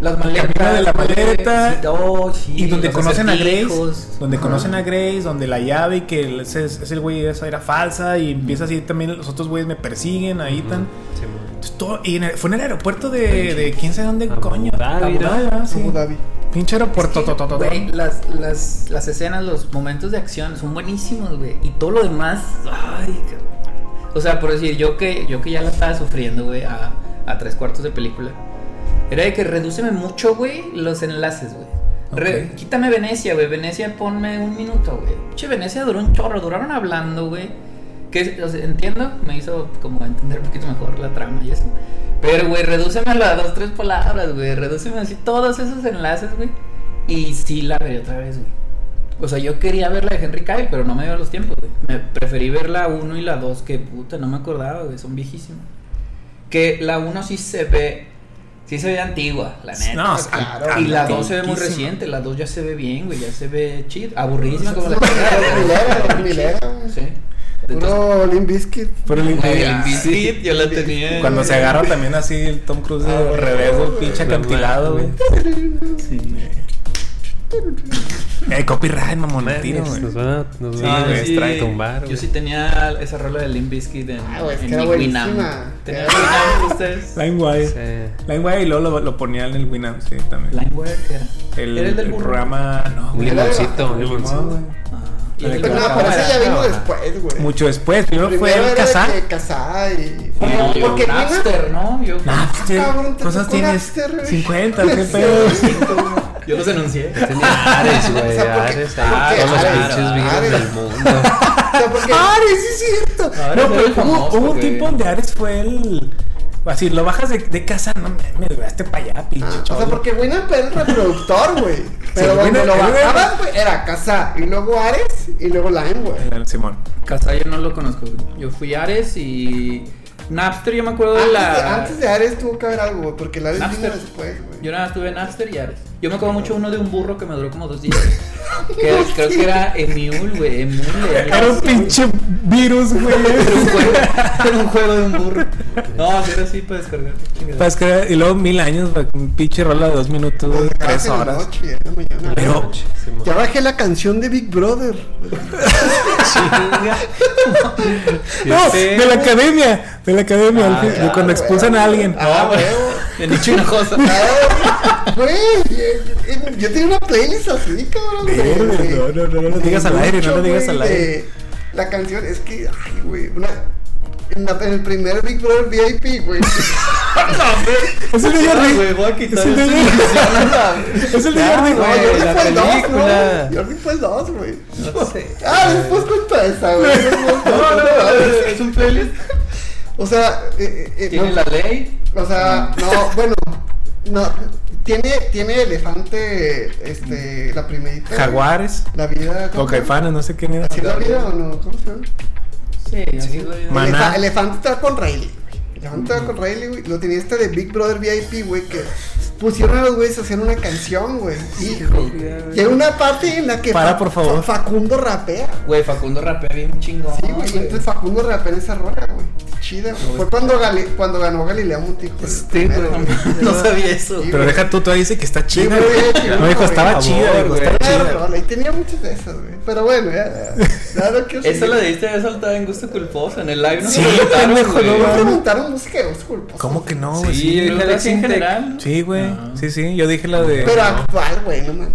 Speaker 2: Las
Speaker 1: Camino
Speaker 2: maletas.
Speaker 1: de la maleta.
Speaker 2: sí, oh, sí,
Speaker 1: y donde
Speaker 2: los
Speaker 1: conocen a Grace.
Speaker 2: acertijos.
Speaker 1: Donde
Speaker 3: Ajá.
Speaker 1: conocen a Grace, donde la llave y que ese, ese güey esa era falsa. Y empieza así también. Los otros güeyes me persiguen, ahí tan.
Speaker 4: Sí, güey.
Speaker 1: Entonces, todo- y en el- fue en el aeropuerto de, de quién sabe dónde,
Speaker 4: Abu
Speaker 1: coño.
Speaker 4: Dhabi,
Speaker 1: Abu
Speaker 4: ¿no?
Speaker 1: Dhabi, ¿verdad? Ah, Sí.
Speaker 3: Abu Dhabi.
Speaker 1: Pinche aeropuerto.
Speaker 2: Es que,
Speaker 1: totototón.
Speaker 2: güey, las, las, las escenas, los momentos de acción son buenísimos, güey. Y todo lo demás, ay, ca- O sea, por decir, yo que, yo que ya la estaba sufriendo, güey, a, a tres cuartos de película. Era de que redúceme mucho, güey, los enlaces, güey. Re-
Speaker 1: Ok.
Speaker 2: Quítame Venecia, güey. Venecia, ponme un minuto, güey. Che, Venecia duró un chorro, duraron hablando, güey. Que o sea, entiendo, me hizo como entender un poquito mejor la trama y eso. Pero, güey, redúceme a las dos, tres palabras, güey. Redúceme así todos esos enlaces, güey. Y sí la veré otra vez, güey. O sea, yo quería ver la de Henry Cavill, pero no me dio los tiempos, güey. Me preferí ver la 1 y la 2, que puta, no me acordaba, güey. Son viejísimas. Que la 1 sí se ve. Sí se ve antigua, la neta.
Speaker 1: No,
Speaker 3: claro.
Speaker 2: Y la 2 se ve muy
Speaker 1: antiquísima.
Speaker 2: reciente, la 2 ya se ve bien, güey, ya se ve chido, aburridísima como la chingada, güey.
Speaker 3: Milera, milera. güey.
Speaker 2: Sí. Entonces,
Speaker 3: Puro Limp Bizkit.
Speaker 1: Pero el-
Speaker 2: güey,
Speaker 1: el-
Speaker 2: el Beat Beat, yo la tenía.
Speaker 1: Cuando se agarra también así el Tom Cruise de
Speaker 3: Ah,
Speaker 1: revés del pinche
Speaker 4: güey.
Speaker 1: acantilado, güey. Eh, copyright, mamón, al tiro, güey.
Speaker 4: Nos van a, nos
Speaker 1: Sí,
Speaker 4: van a
Speaker 1: güey,
Speaker 2: sí,
Speaker 4: extraer, tumbar.
Speaker 2: Yo
Speaker 4: güey.
Speaker 2: sí tenía esa rola de Limp Bizkit en,
Speaker 3: Ah, güey, es
Speaker 2: en
Speaker 3: que era
Speaker 2: mi
Speaker 3: buenísima.
Speaker 2: Winamp. ¿Tenían
Speaker 3: Era-
Speaker 2: Winamp ustedes?
Speaker 1: LimeWire.
Speaker 4: Sí.
Speaker 1: LimeWire y luego lo, lo ponía en el Winamp, sí, también.
Speaker 2: Limeware ¿qué era.
Speaker 1: El,
Speaker 2: era el del
Speaker 1: el
Speaker 2: burro.
Speaker 1: programa, no,
Speaker 4: Un
Speaker 1: güey.
Speaker 4: limoncito, un
Speaker 1: No,
Speaker 4: limoncito.
Speaker 1: güey.
Speaker 2: Ah, y
Speaker 1: Pero
Speaker 2: el
Speaker 3: Pero
Speaker 2: de
Speaker 3: no,
Speaker 2: la
Speaker 3: pero ese
Speaker 2: cámara.
Speaker 3: ya vino
Speaker 4: no.
Speaker 3: después, güey.
Speaker 1: Mucho después, primero,
Speaker 3: Primero
Speaker 1: fue el
Speaker 3: era de
Speaker 1: Kazá.
Speaker 3: que Kazá y.
Speaker 2: Y
Speaker 3: Porque- Porque
Speaker 2: Napster, ¿no? Yo,
Speaker 1: Napster,
Speaker 3: Ah, cabrón, te
Speaker 1: pues, cosas
Speaker 3: tocó
Speaker 1: tienes
Speaker 3: Napster, güey.
Speaker 1: 50, qué pedo.
Speaker 2: yo los denuncié.
Speaker 1: Este
Speaker 4: Tenía Ares, güey.
Speaker 3: sea, porque-
Speaker 4: Ares,
Speaker 3: porque
Speaker 4: ahí, todos los
Speaker 2: Ares,
Speaker 4: pinches
Speaker 3: Ares.
Speaker 4: virus del mundo.
Speaker 3: O sea, porque.
Speaker 1: Ares, Ah, sí es cierto.
Speaker 2: Ares
Speaker 1: no,
Speaker 2: era
Speaker 1: pero
Speaker 2: el famoso,
Speaker 1: hubo, hubo un
Speaker 2: güey.
Speaker 1: tiempo donde Ares fue el. Así, lo bajas de, de casa, no me llevaste para allá, pinche
Speaker 3: Ah, o
Speaker 1: cholo.
Speaker 3: sea, porque Winamp era el reproductor, güey. Pero
Speaker 1: Sí,
Speaker 3: donde
Speaker 1: Winamp-
Speaker 3: lo
Speaker 1: Winamp-
Speaker 3: bajabas, güey, era Kazá. Y luego Ares y luego Lime, güey.
Speaker 1: Eh, Simón.
Speaker 2: Casa yo no lo conozco, güey. Yo fui a Ares y. Napster, yo me acuerdo de
Speaker 3: Antes, de,
Speaker 2: la.
Speaker 3: antes de Ares tuvo que haber algo, güey, porque el Ares vino
Speaker 2: Napster.
Speaker 3: después, güey.
Speaker 2: Yo nada más tuve Napster y Ares. Yo me acuerdo mucho uno de un burro que me duró como dos días. que creo que era Emule, güey. Emule.
Speaker 1: Era un pinche virus, güey.
Speaker 2: Era un juego. Era un juego de un burro. No, sí era así para descargar.
Speaker 1: Para descargar- Pues, y luego mil años, güey, un pinche rola de dos minutos, güey, tres
Speaker 3: Gracias,
Speaker 1: horas.
Speaker 3: noche, era mañana.
Speaker 1: Pero-
Speaker 4: Simón.
Speaker 3: Ya bajé la canción de Big Brother.
Speaker 4: Chinga.
Speaker 1: No,
Speaker 4: Este-
Speaker 1: de la academia, de la academia, al fin, de
Speaker 3: ya,
Speaker 1: cuando
Speaker 3: güey.
Speaker 1: expulsan a alguien.
Speaker 3: Ah, güey.
Speaker 2: En Hinojosa.
Speaker 3: Ah, Güey, eh, eh, yo tenía una playlist así, cabrón. güey.
Speaker 1: Verga, no, no, no, no lo digas al aire, no lo
Speaker 3: Mucho,
Speaker 1: digas al
Speaker 3: güey,
Speaker 1: aire.
Speaker 3: de- La canción es que, ay, güey, una. En, la- en el primer Big Brother VIP, güey.
Speaker 1: Es el de Jordi.
Speaker 2: Güey, voy a quitar
Speaker 1: Es el de
Speaker 2: esa
Speaker 1: Jordi.
Speaker 2: edición a la-
Speaker 1: Es el de
Speaker 4: Ya,
Speaker 1: Jordi.
Speaker 3: No,
Speaker 4: güey,
Speaker 3: Jordi
Speaker 4: la
Speaker 3: fue el 2,
Speaker 4: película.
Speaker 3: ¿no? Jordi fue el 2, güey.
Speaker 2: No sé.
Speaker 3: Ah, después cuenta esa, güey. Después
Speaker 2: No,
Speaker 3: cuento
Speaker 2: no,
Speaker 3: esa.
Speaker 2: no, es un playlist.
Speaker 3: O sea, eh, eh, eh,
Speaker 2: Tiene
Speaker 3: no,
Speaker 2: la ley.
Speaker 3: o sea, no, bueno, no, tiene, tiene elefante, este, la primerita. güey.
Speaker 1: Jaguares,
Speaker 3: La vida. ¿cómo
Speaker 1: o
Speaker 3: se llama?
Speaker 1: caifanes, no sé quién era.
Speaker 3: ¿Así es la vida o no? ¿Cómo se llama?
Speaker 2: Sí, así güey.
Speaker 1: Man. Maná.
Speaker 3: Elefa- elefante estaba con Riley. güey. Elefante estaba con Riley, güey. Lo tenía este de Big Brother VIP, güey, que pusieron a los güeyes a hacer una canción, güey. Y, y hay una parte en la que.
Speaker 1: Para,
Speaker 3: Fa-
Speaker 1: por favor.
Speaker 3: Fa- Facundo rapea.
Speaker 2: Güey, Facundo rapea bien chingón.
Speaker 3: Sí, güey. y Entonces Facundo rapea en esa rola, güey. Chida, güey. Fue cuando, Gali- cuando ganó Galilea Montijo. el
Speaker 2: Este,
Speaker 3: primero,
Speaker 2: güey,
Speaker 3: güey.
Speaker 2: No sabía eso.
Speaker 3: Sí,
Speaker 1: Pero deja tú, todavía dice que está chida.
Speaker 3: güey,
Speaker 1: güey.
Speaker 3: sí,
Speaker 1: No dijo,
Speaker 3: güey.
Speaker 1: estaba
Speaker 4: Por
Speaker 1: chida,
Speaker 4: favor,
Speaker 1: dijo, está
Speaker 4: güey.
Speaker 3: Era
Speaker 1: chida.
Speaker 3: rola, Y tenía muchas de esas, güey. Pero bueno, ya. ya no quiero
Speaker 2: Esa
Speaker 3: seguir.
Speaker 2: la diste haber saltado en gusto culposo en el live. No
Speaker 1: Sí,
Speaker 2: me preguntaron,
Speaker 1: pendejo,
Speaker 2: güey.
Speaker 1: no,
Speaker 3: Me
Speaker 1: güey.
Speaker 3: preguntaron música de pues. los culposos.
Speaker 1: ¿Cómo que no, güey?
Speaker 4: Sí,
Speaker 1: Sí,
Speaker 4: yo dije
Speaker 2: Preguntaste en
Speaker 4: Alexis Tec.
Speaker 2: general.
Speaker 1: Sí, güey.
Speaker 2: No.
Speaker 1: Sí, sí. Yo dije la de.
Speaker 3: Pero actual, güey, no mames.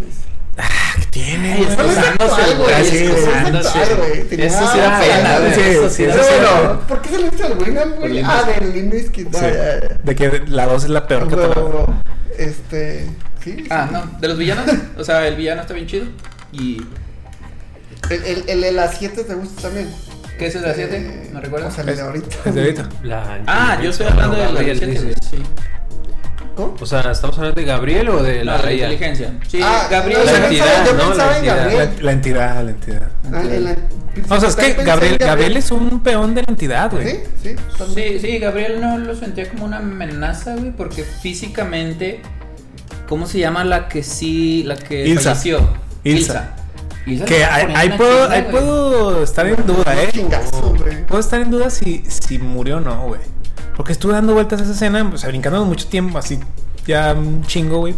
Speaker 1: ¿Qué tiene,
Speaker 2: Ay,
Speaker 1: güey?
Speaker 2: está
Speaker 3: No es actual, güey.
Speaker 1: güey, sí,
Speaker 3: Eso es
Speaker 2: usándose.
Speaker 3: actual, güey. Tenía-
Speaker 2: Eso sí
Speaker 3: Ah,
Speaker 2: da pena,
Speaker 3: ya,
Speaker 2: güey.
Speaker 1: sí,
Speaker 2: Eso sí
Speaker 1: sí,
Speaker 2: da
Speaker 1: sí,
Speaker 2: pena.
Speaker 1: sí.
Speaker 3: Pero, ¿por qué se le hizo al Winamp, güey? Ah, del Limp Bizkit.
Speaker 1: Sí,
Speaker 3: ya, ya, ya.
Speaker 1: De que la dos es la peor que te
Speaker 3: Pero, Este. Sí.
Speaker 2: Ah, no. De los villanos. O sea, el villano está bien chido. Y.
Speaker 3: El, el, el de las 7 te gusta también.
Speaker 7: ¿Qué es el de la 7?
Speaker 3: Eh,
Speaker 7: ¿No recuerdas?
Speaker 3: O sea, el de ahorita.
Speaker 1: Desde ahorita.
Speaker 4: La-
Speaker 7: ah, yo estoy hablando de la
Speaker 4: Gabriel,
Speaker 7: inteligencia.
Speaker 4: dices.
Speaker 7: Sí.
Speaker 3: ¿Cómo?
Speaker 4: O sea, ¿estamos hablando de Gabriel o de
Speaker 2: Ah,
Speaker 4: la
Speaker 7: No, de la
Speaker 4: IA?
Speaker 7: inteligencia. Sí,
Speaker 3: Ah,
Speaker 7: Gabriel.
Speaker 3: no,
Speaker 4: La
Speaker 3: yo pensaba-
Speaker 4: entidad,
Speaker 3: yo
Speaker 4: ¿no? La
Speaker 3: pensaba en
Speaker 4: entidad.
Speaker 1: La,
Speaker 3: Gabriel.
Speaker 1: la entidad, la entidad.
Speaker 3: Ah, en la-
Speaker 1: O sea, es que
Speaker 3: Pensé en
Speaker 1: Gabriel, Gabriel es un peón de la entidad, güey.
Speaker 3: Sí, sí. también.
Speaker 7: Sí, sí, Gabriel no lo sentía como una amenaza, güey, porque físicamente, ¿cómo se llama la que sí, la que
Speaker 1: Ilsa.
Speaker 7: falleció?
Speaker 1: Ilsa.
Speaker 7: Ilsa
Speaker 1: Que
Speaker 7: le
Speaker 1: ahí,
Speaker 7: ponía
Speaker 1: ahí
Speaker 7: una
Speaker 1: puedo,
Speaker 7: chinga,
Speaker 1: ahí
Speaker 7: güey.
Speaker 1: puedo estar en duda, ¿eh?
Speaker 3: Chingazo, güey.
Speaker 1: Puedo estar en duda si, si murió o no, güey. Porque estuve dando vueltas a esa escena, o sea, brincando mucho tiempo, así, ya un chingo, güey.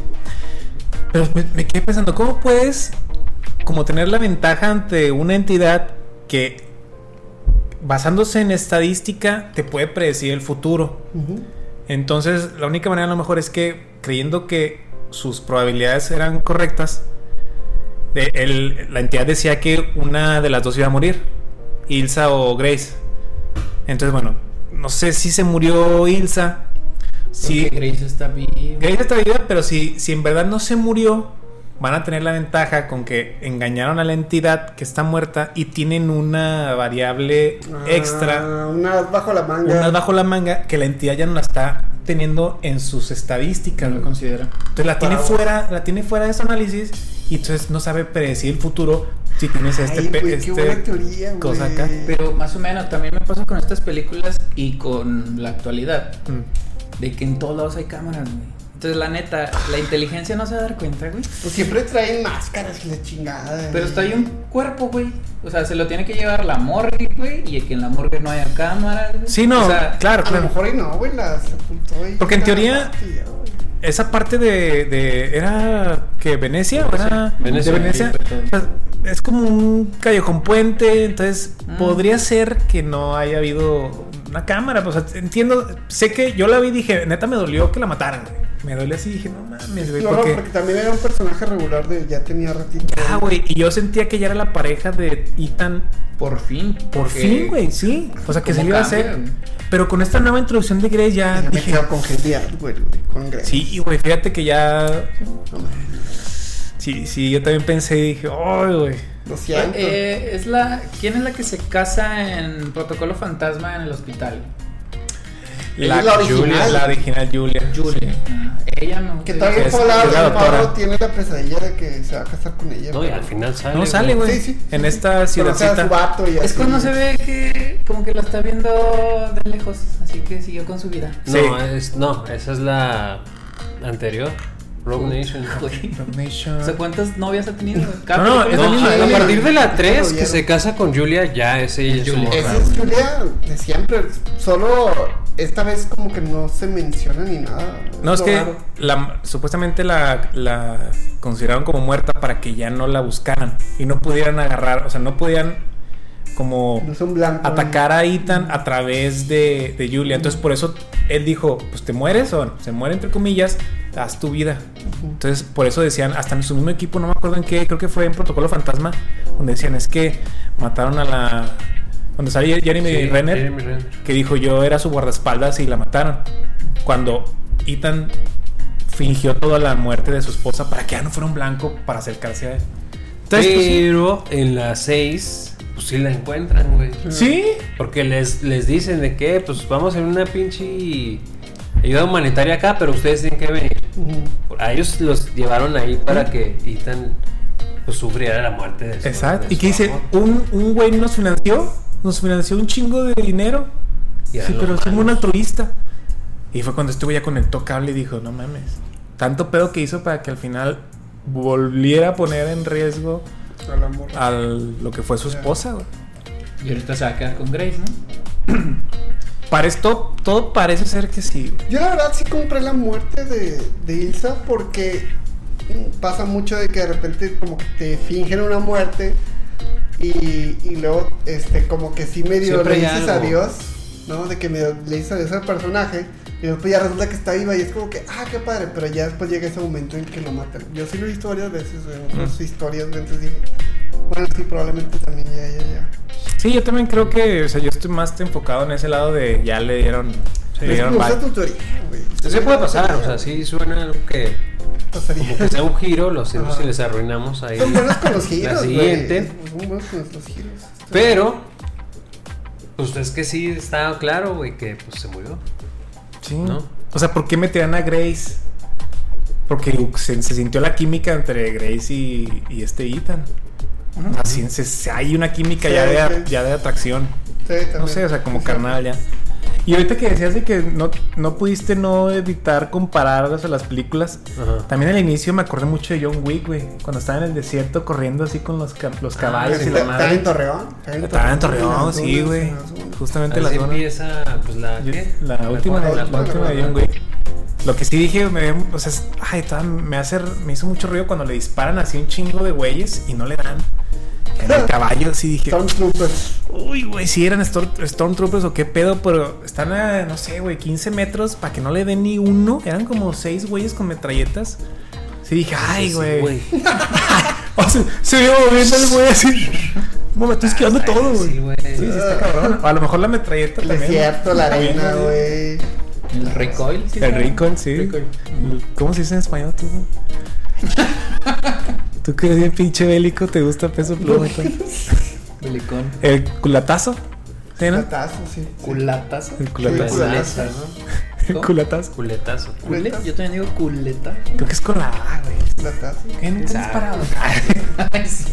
Speaker 1: Pero me, me quedé pensando, ¿cómo puedes como tener la ventaja ante una entidad que, basándose en estadística, te puede predecir el futuro?
Speaker 3: Ujú.
Speaker 1: Entonces, la única manera a lo mejor es que creyendo que sus probabilidades eran correctas, de- el- la entidad decía que una de las dos iba a morir, Ilsa o Grace. Entonces, bueno, no sé si se murió Ilsa, si
Speaker 7: Porque Grace está viva.
Speaker 1: Grace está viva, pero si, si en verdad no se murió, van a tener la ventaja con que engañaron a la entidad que está muerta y tienen una variable extra
Speaker 3: Ah, una bajo la manga.
Speaker 1: unas bajo la manga que la entidad ya no la está teniendo en sus estadísticas.
Speaker 3: Mm,
Speaker 7: No lo
Speaker 1: güey.
Speaker 7: considera.
Speaker 1: Entonces la tiene
Speaker 3: Para-
Speaker 1: fuera, la tiene fuera de su análisis y entonces no sabe predecir el futuro si tienes este,
Speaker 3: Ay,
Speaker 1: pe-
Speaker 3: güey,
Speaker 1: este-
Speaker 3: qué buena teoría, güey.
Speaker 1: cosa acá.
Speaker 7: Pero más o menos, también me pasa con estas películas y con la actualidad,
Speaker 1: Mm.
Speaker 7: de que en todos lados hay cámaras, güey. Entonces, la neta, la inteligencia no se va a dar cuenta, güey.
Speaker 3: Pues siempre traen máscaras y la chingada.
Speaker 7: Pero
Speaker 3: güey.
Speaker 7: está ahí un cuerpo, güey. O sea, se lo tiene que llevar la morgue, güey. Y que en la morgue no haya cámaras, güey.
Speaker 1: Sí, no,
Speaker 7: O sea,
Speaker 1: claro,
Speaker 3: A lo
Speaker 1: claro.
Speaker 3: mejor y no, güey, las apuntó y-
Speaker 1: Porque en teoría-
Speaker 3: Sí, güey.
Speaker 1: Esa parte de, de- era que Venecia, ¿O era
Speaker 4: Venecia.
Speaker 1: de Venecia.
Speaker 7: Sí,
Speaker 1: O sea, es como un callejón puente, entonces
Speaker 7: Mm.
Speaker 1: podría ser que no haya habido una cámara. pues, O sea, entiendo, sé que yo la vi y dije, neta me dolió que la mataran, güey. Me dolió así, dije, no mames, güey,
Speaker 3: No, no,
Speaker 1: porque-
Speaker 3: porque... también era un personaje regular de ya tenía ratito.
Speaker 1: Ah, güey, y yo sentía que ya era la pareja de Ethan
Speaker 7: Por fin.
Speaker 1: por
Speaker 7: porque-
Speaker 1: fin, güey, sí. O sea, que se
Speaker 7: ¿Cómo
Speaker 1: le iba a
Speaker 7: cambia,
Speaker 1: hacer.
Speaker 7: güey?
Speaker 1: Pero con esta nueva introducción de Grey ya
Speaker 3: Ya me
Speaker 1: dije...
Speaker 3: quedo con genial, güey, con Greg.
Speaker 1: Sí, y, güey, fíjate que ya...
Speaker 3: No mames,
Speaker 1: Sí, sí, yo también pensé y dije, ay, güey.
Speaker 3: Lo siento.
Speaker 7: Eh, es la, ¿Quién es la que se casa en Protocolo Fantasma en el hospital?
Speaker 3: es la original.
Speaker 1: Julia, la original Julia.
Speaker 7: Julia. Ah, ella no.
Speaker 3: que
Speaker 7: sé.
Speaker 3: tal vez
Speaker 1: es- es la
Speaker 3: Paula
Speaker 1: doctora.
Speaker 3: Pablo tiene la pesadilla de que se va a casar con ella.
Speaker 4: No, y
Speaker 3: pero-
Speaker 4: al final sale.
Speaker 1: No sale, güey.
Speaker 3: Sí, sí, sí,
Speaker 1: en
Speaker 3: sí.
Speaker 1: esta
Speaker 3: Pero, o sea, su
Speaker 1: ciudadcita.
Speaker 3: vato y
Speaker 7: Es
Speaker 3: así.
Speaker 7: cuando se ve que como que lo está viendo de lejos, así que siguió con su vida.
Speaker 1: Sí.
Speaker 4: No, es, no, esa es la anterior. Rogue Nation.
Speaker 7: Güey.
Speaker 1: Nation.
Speaker 7: O sea, ¿cuántas novias ha tenido?
Speaker 1: No, no, es
Speaker 4: No,
Speaker 1: la
Speaker 4: a-
Speaker 1: misma.
Speaker 4: a, partir de la 3 que
Speaker 3: vieron.
Speaker 4: se casa con Julia, ya es ella.
Speaker 7: Es
Speaker 4: su
Speaker 7: Julia.
Speaker 4: morra.
Speaker 3: Esa es Julia de siempre. Solo esta vez como que no se menciona ni nada.
Speaker 1: No, es
Speaker 3: lo
Speaker 1: que
Speaker 3: raro.
Speaker 1: la- supuestamente la, la consideraron como muerta para que ya no la buscaran y no pudieran agarrar, o sea, no podían como
Speaker 3: No es un blanco.
Speaker 1: atacar a Ethan a través de, de Julia. Entonces, por eso él dijo: Pues te mueres o se muere, entre comillas, haz tu vida.
Speaker 3: Ujú.
Speaker 1: Entonces, por eso decían, hasta en su mismo equipo, no me acuerdo en qué, creo que fue en Protocolo Fantasma, donde decían: Es que mataron a la. Donde salía Jeremy
Speaker 4: Sí,
Speaker 1: Renner
Speaker 4: Jeremy Renner.
Speaker 1: que dijo yo era su guardaespaldas y la mataron. Cuando Ethan fingió toda la muerte de su esposa para que ya no fuera un blanco para acercarse a él. Entonces, pues, sí.
Speaker 4: Pero en la 6, pues sí la encuentran, güey.
Speaker 1: sí.
Speaker 4: Porque les, les dicen de que, pues vamos a hacer una pinche ayuda humanitaria acá, pero ustedes tienen que venir.
Speaker 3: Ujú.
Speaker 4: A ellos los llevaron ahí para que Ethan pues, sufriera la muerte de su
Speaker 1: Exacto.
Speaker 4: de
Speaker 1: Y
Speaker 4: su
Speaker 1: que dice,
Speaker 4: amor.
Speaker 1: un, un güey nos financió, nos financió un chingo de dinero. Sí,
Speaker 4: Y eran los
Speaker 1: pero es como un
Speaker 4: malos.
Speaker 1: altruista. Y fue cuando estuvo ya conectó cable y dijo, no mames. Tanto pedo que hizo para que al final volviera a poner en riesgo
Speaker 3: Al amor.
Speaker 1: a lo que fue su esposa, güey.
Speaker 7: Y ahorita se va a quedar con Grace, ¿no?
Speaker 1: Parece, todo, todo parece ser que sí. güey.
Speaker 3: Yo la verdad sí compré la muerte de, de Ilsa porque mm, pasa mucho de que de repente como que te fingen una muerte y, y luego este como que sí medio
Speaker 4: Siempre
Speaker 3: le
Speaker 4: hay
Speaker 3: dices
Speaker 4: algo.
Speaker 3: adiós, ¿no? De que medio le dices adiós al personaje y después ya resulta que está viva y es como que, ah, qué padre, pero ya después llega ese momento en que lo matan. Yo sí lo he visto varias veces, en otras historias, entonces dije, bueno, sí, probablemente también ya, ya, ya.
Speaker 1: Sí, yo también creo que, o sea, yo estoy más enfocado en ese lado de ya le dieron, le
Speaker 3: Pero es que
Speaker 1: dieron
Speaker 3: me gusta
Speaker 1: bye.
Speaker 3: tu teoría, güey.
Speaker 4: Sí puede pasar, o sea, sí suena algo que
Speaker 3: Pasaría.
Speaker 4: como que sea un giro, lo hacemos
Speaker 3: Ajá.
Speaker 4: y les arruinamos ahí.
Speaker 3: Son buenos con los giros.
Speaker 4: La siguiente.
Speaker 3: güey. Son buenos con los giros.
Speaker 4: Pero Pues es que sí está claro, güey, que pues se murió.
Speaker 1: Sí.
Speaker 4: ¿No?
Speaker 1: O sea, ¿por qué meterán a Grace? Porque se, se sintió la química entre Grace y, y este Ethan. Así, se- se- hay una química
Speaker 3: Sí,
Speaker 1: ya, de,
Speaker 3: sí.
Speaker 1: ya de atracción.
Speaker 3: Sí, también.
Speaker 1: No sé, o sea, como
Speaker 3: Sí,
Speaker 1: carnal ya. Y ahorita que decías de que no, no pudiste no evitar compararlas a las películas,
Speaker 4: Ajá.
Speaker 1: también al inicio me acordé mucho de John Wick, güey. Cuando estaba en el desierto corriendo así con los, ca- los caballos
Speaker 4: sí,
Speaker 1: y
Speaker 3: Está-
Speaker 1: la
Speaker 4: madre.
Speaker 3: está en Torreón.
Speaker 1: Estaba en Torreón,
Speaker 3: Ah, las dunas,
Speaker 1: sí,
Speaker 3: en
Speaker 1: güey.
Speaker 3: las dunas.
Speaker 1: Justamente la
Speaker 4: Así
Speaker 1: zona.
Speaker 4: empieza, pues la.
Speaker 1: Yo-
Speaker 4: ¿qué?
Speaker 1: La, última,
Speaker 4: cuarta,
Speaker 1: la,
Speaker 3: la
Speaker 1: última de
Speaker 3: cuarta.
Speaker 1: John Wick. Lo que sí dije, me, o sea, es- ay, estaba- me, hace, me hizo mucho ruido cuando le disparan así un chingo de güeyes y no le dan. En el caballo, sí dije,
Speaker 3: Stormtroopers.
Speaker 1: uy, güey, si eran Stor- Stormtroopers o qué pedo, pero están a, no sé, güey, 15 metros para que no le den ni uno. Eran como seis güeyes con metralletas. Sí dije, ay,
Speaker 4: Sí,
Speaker 1: güey. O sea, se vio moviendo el güey así. Bueno, me estoy esquivando todo, güey.
Speaker 4: Sí, güey.
Speaker 1: Sí, sí, está cabrón. A lo mejor la metralleta
Speaker 3: El
Speaker 1: también.
Speaker 3: desierto, la arena,
Speaker 1: También,
Speaker 3: güey.
Speaker 2: El recoil. ¿sí
Speaker 1: El
Speaker 2: saben?
Speaker 1: Rincon, sí.
Speaker 2: Recoil.
Speaker 1: ¿Cómo se dice en español tú? güey? tú que eres bien pinche bélico, te gusta peso pluma. y todo.
Speaker 2: Belicón.
Speaker 1: El culatazo. ¿Sí, no?
Speaker 3: Platazo, sí. sí.
Speaker 2: Culatazo.
Speaker 1: El culatazo.
Speaker 3: Sí,
Speaker 2: Culeta,
Speaker 3: culatazo.
Speaker 2: ¿no?
Speaker 1: El
Speaker 2: ¿Cómo?
Speaker 1: culatazo.
Speaker 4: Culetazo.
Speaker 2: Cule- Yo también digo culeta.
Speaker 1: Creo que es con la A, güey.
Speaker 3: Platazo.
Speaker 1: ¿Qué? ¿Nunca
Speaker 2: Sabe.
Speaker 1: has parado?
Speaker 2: Ay, sí.